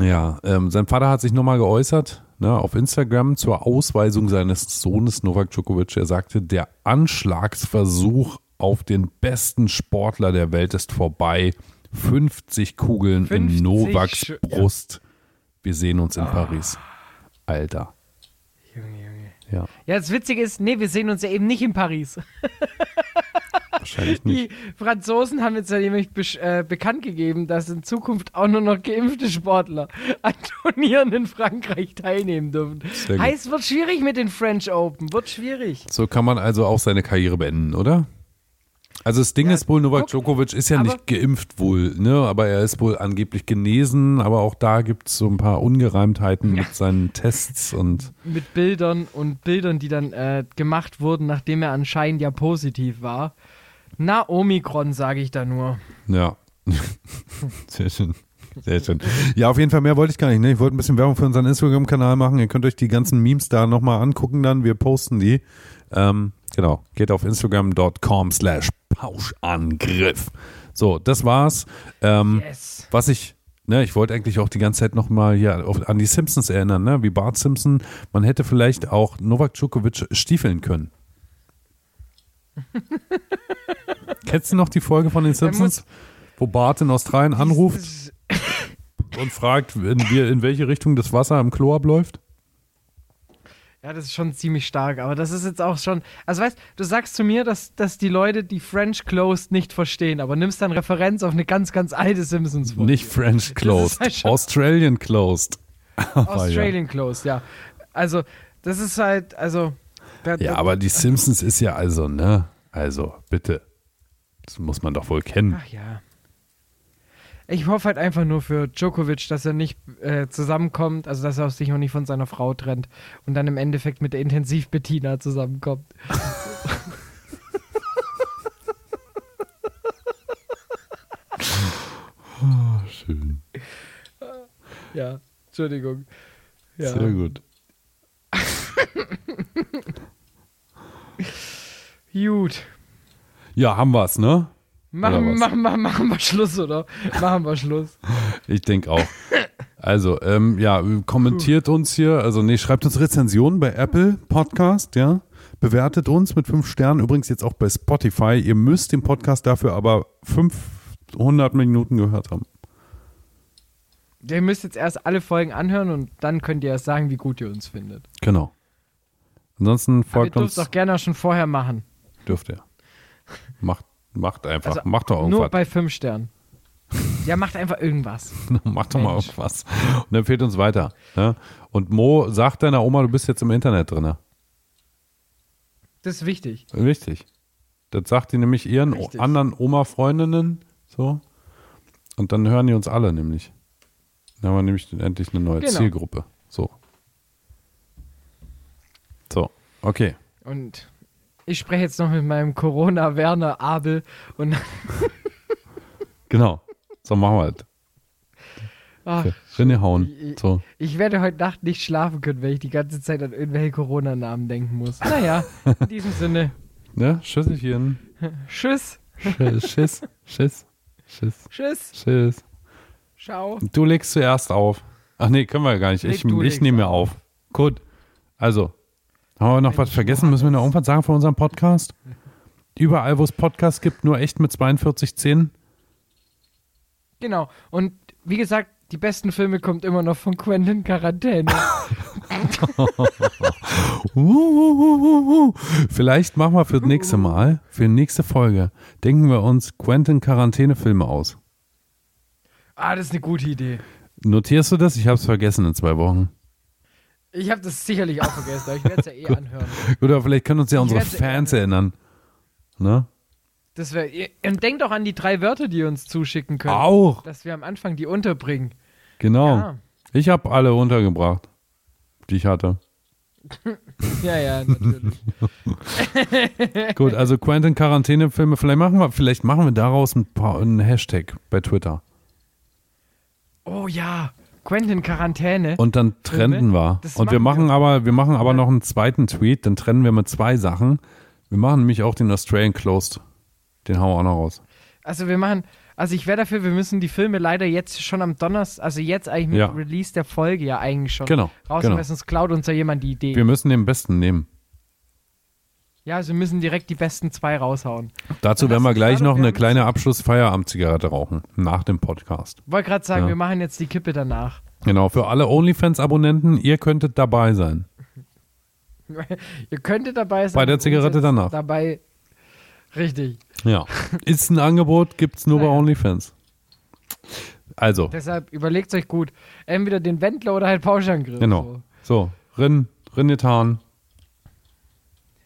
Speaker 1: Ja, ähm, sein Vater hat sich nochmal geäußert ne, auf Instagram zur Ausweisung seines Sohnes Novak Djokovic. Er sagte, der Anschlagsversuch auf den besten Sportler der Welt ist vorbei. 50 Kugeln
Speaker 2: 50
Speaker 1: in Novaks
Speaker 2: Schü- ja. Ah.
Speaker 1: Brust. Wir sehen uns in Paris. Alter. Ja,
Speaker 2: Ja, das Witzige ist, nee, wir sehen uns ja eben nicht in Paris.
Speaker 1: wahrscheinlich nicht.
Speaker 2: Die Franzosen haben jetzt ja nämlich besch- äh, bekannt gegeben, dass in Zukunft auch nur noch geimpfte Sportler an Turnieren in Frankreich teilnehmen dürfen.
Speaker 1: Sehr gut.
Speaker 2: Heißt, wird schwierig mit den French Open. Wird schwierig.
Speaker 1: So kann man also auch seine Karriere beenden, oder? Also das Ding
Speaker 2: Ja,
Speaker 1: ist wohl, Novak
Speaker 2: guck,
Speaker 1: Djokovic ist ja
Speaker 2: aber-
Speaker 1: nicht geimpft wohl, ne? Aber er ist wohl angeblich genesen, aber auch da gibt es so ein paar Ungereimtheiten mit seinen Tests und
Speaker 2: Mit Bildern und Bildern, die dann äh, gemacht wurden, nachdem er anscheinend ja positiv war. Na, Omikron, sage ich da nur.
Speaker 1: ja. Sehr schön. Sehr schön. Ja, auf jeden Fall mehr wollte ich gar nicht. Ne? Ich wollte ein bisschen Werbung für unseren Instagram-Kanal machen. Ihr könnt euch die ganzen Memes da nochmal angucken dann. Wir posten die. Ähm, genau. Geht auf instagram.com slash Pauschangriff. So, das war's. Ähm,
Speaker 2: Yes.
Speaker 1: Was ich, ne, ich wollte eigentlich auch die ganze Zeit nochmal hier auf, an die Simpsons erinnern, ne, wie Bart Simpson. Man hätte vielleicht auch Novak Djokovic stiefeln können. Kennst du noch die Folge von den Simpsons, wo Bart in Australien anruft
Speaker 2: Das-
Speaker 1: und fragt, in, wir- in welche Richtung das Wasser im Klo abläuft?
Speaker 2: Ja, das ist schon ziemlich stark, aber das ist jetzt auch schon. Also, weißt du, sagst zu mir, dass, dass die Leute die French Closed nicht verstehen, aber nimmst dann Referenz auf eine ganz, ganz alte Simpsons-Folge.
Speaker 1: Nicht French closed,
Speaker 2: halt schon-
Speaker 1: Australian closed.
Speaker 2: Australian Closed, ja. Also, das ist halt, also. da-
Speaker 1: Ja,
Speaker 2: da-
Speaker 1: aber die Simpsons ist ja also, ne? Also, bitte. Das muss man doch wohl kennen.
Speaker 2: Ach ja. Ich hoffe halt einfach nur für Djokovic, dass er nicht äh, zusammenkommt, also dass er sich noch nicht von seiner Frau trennt und dann im Endeffekt mit der Intensiv-Bettina zusammenkommt.
Speaker 1: Schön.
Speaker 2: Ja, Entschuldigung. Ja.
Speaker 1: Sehr gut.
Speaker 2: Gut.
Speaker 1: Ja, haben wir's, ne? Oder
Speaker 2: Machen,
Speaker 1: was?
Speaker 2: machen, machen, machen wir Schluss, oder? Machen wir Schluss.
Speaker 1: Ich denke auch. Also, ähm, ja, kommentiert uns hier, also nee, schreibt uns Rezensionen bei Apple Podcast, ja. Bewertet uns mit fünf Sternen, übrigens jetzt auch bei Spotify. Ihr müsst den Podcast dafür aber 500 Minuten gehört haben.
Speaker 2: Ihr müsst jetzt erst alle Folgen anhören und dann könnt ihr erst sagen, wie gut ihr uns findet.
Speaker 1: Genau. Ansonsten
Speaker 2: Aber ihr
Speaker 1: folgt uns,
Speaker 2: dürft auch gerne auch schon vorher machen.
Speaker 1: dürft ihr. Macht, macht einfach,
Speaker 2: Also
Speaker 1: macht doch
Speaker 2: Nur
Speaker 1: irgendwas.
Speaker 2: bei fünf Sternen. Ja, macht einfach irgendwas.
Speaker 1: macht doch mal irgendwas. Und empfehlt uns weiter. Ne? Und Mo, sag deiner Oma, du bist jetzt im Internet drin.
Speaker 2: Das ist wichtig.
Speaker 1: Wichtig. Das sagt die nämlich ihren
Speaker 2: Richtig.
Speaker 1: anderen Oma-Freundinnen. So. Und dann hören die uns alle nämlich. Dann haben wir nämlich endlich eine neue
Speaker 2: Genau.
Speaker 1: Zielgruppe. So. So, okay.
Speaker 2: Und ich spreche jetzt noch mit meinem Corona-Werner Abel und
Speaker 1: Genau. So machen wir halt.
Speaker 2: ach,
Speaker 1: Rinne hauen. So.
Speaker 2: ah, ich werde heute Nacht nicht schlafen können, weil ich die ganze Zeit an irgendwelche Corona-Namen denken muss. Naja, in diesem Sinne,
Speaker 1: Ne? Schüsselchen.
Speaker 2: tschüss,
Speaker 1: Schiss. Schiss. Schiss. Schiss.
Speaker 2: tschüss,
Speaker 1: Schiss.
Speaker 2: ciao.
Speaker 1: Du legst zuerst auf. Ach nee, können wir ja gar nicht.
Speaker 2: Leg
Speaker 1: Ich,
Speaker 2: du,
Speaker 1: ich
Speaker 2: leg
Speaker 1: nehme mir auf. Gut. Also, haben wir noch was vergessen? Müssen wir noch irgendwas sagen von unserem Podcast? Überall, wo es Podcasts gibt, nur echt mit 4210.
Speaker 2: Genau. Und wie gesagt, die besten Filme kommt immer noch von Quentin Quarantäne.
Speaker 1: Uh, uh, uh, uh. Vielleicht machen wir für das nächste Mal, für die nächste Folge, denken wir uns Quentin-Quarantäne-Filme aus.
Speaker 2: ah, das ist eine gute Idee.
Speaker 1: Notierst du das? Ich habe es vergessen in zwei Wochen.
Speaker 2: Ich habe das sicherlich auch vergessen, aber ich werde es ja eh anhören.
Speaker 1: Oder vielleicht können uns ja unsere
Speaker 2: werd's-
Speaker 1: Fans erinnern. Ne?
Speaker 2: Das wär, und denkt auch an die drei Wörter, die ihr uns zuschicken könnt.
Speaker 1: Auch,
Speaker 2: Dass wir am Anfang die unterbringen.
Speaker 1: genau.
Speaker 2: Ja.
Speaker 1: Ich habe alle untergebracht, die ich hatte.
Speaker 2: Ja, ja, natürlich.
Speaker 1: Gut, also Quentin Quarantäne-Filme, vielleicht machen wir, vielleicht machen wir daraus ein paar einen Hashtag bei Twitter.
Speaker 2: oh ja, Quentin Quarantäne.
Speaker 1: Und dann trennen wir.
Speaker 2: Das
Speaker 1: Und wir
Speaker 2: machen
Speaker 1: machen aber, wir machen aber noch einen zweiten Tweet, dann trennen wir mit zwei Sachen. Wir machen nämlich auch den Australian Closed. Den hauen wir auch noch raus.
Speaker 2: Also wir machen, also ich wäre dafür, wir müssen die Filme leider jetzt schon am Donnerstag, also jetzt eigentlich mit
Speaker 1: Ja.
Speaker 2: Release der Folge ja eigentlich schon
Speaker 1: Genau,
Speaker 2: raus,
Speaker 1: genau.
Speaker 2: weil sonst klaut uns ja jemand die Idee.
Speaker 1: Wir müssen den besten nehmen.
Speaker 2: ja, also wir müssen direkt die besten zwei raushauen.
Speaker 1: Dazu
Speaker 2: Dann
Speaker 1: werden
Speaker 2: hast
Speaker 1: wir
Speaker 2: du
Speaker 1: gleich
Speaker 2: gerade-
Speaker 1: noch
Speaker 2: wir
Speaker 1: eine
Speaker 2: haben-
Speaker 1: kleine Abschluss-Feierabend-Zigarette rauchen. Nach dem Podcast.
Speaker 2: Wollte gerade sagen,
Speaker 1: Ja.
Speaker 2: wir machen jetzt die Kippe danach.
Speaker 1: Genau, für alle OnlyFans-Abonnenten, ihr könntet dabei sein.
Speaker 2: Ihr könntet dabei sein.
Speaker 1: Bei der
Speaker 2: und uns
Speaker 1: Zigarette
Speaker 2: jetzt
Speaker 1: danach.
Speaker 2: Dabei, richtig.
Speaker 1: Ja. Ist ein Angebot, gibt's nur bei OnlyFans. Also,
Speaker 2: Deshalb überlegt euch gut, entweder den Wendler oder halt Pauschangriff.
Speaker 1: genau. So, Rinn, Rinn getan.
Speaker 2: So.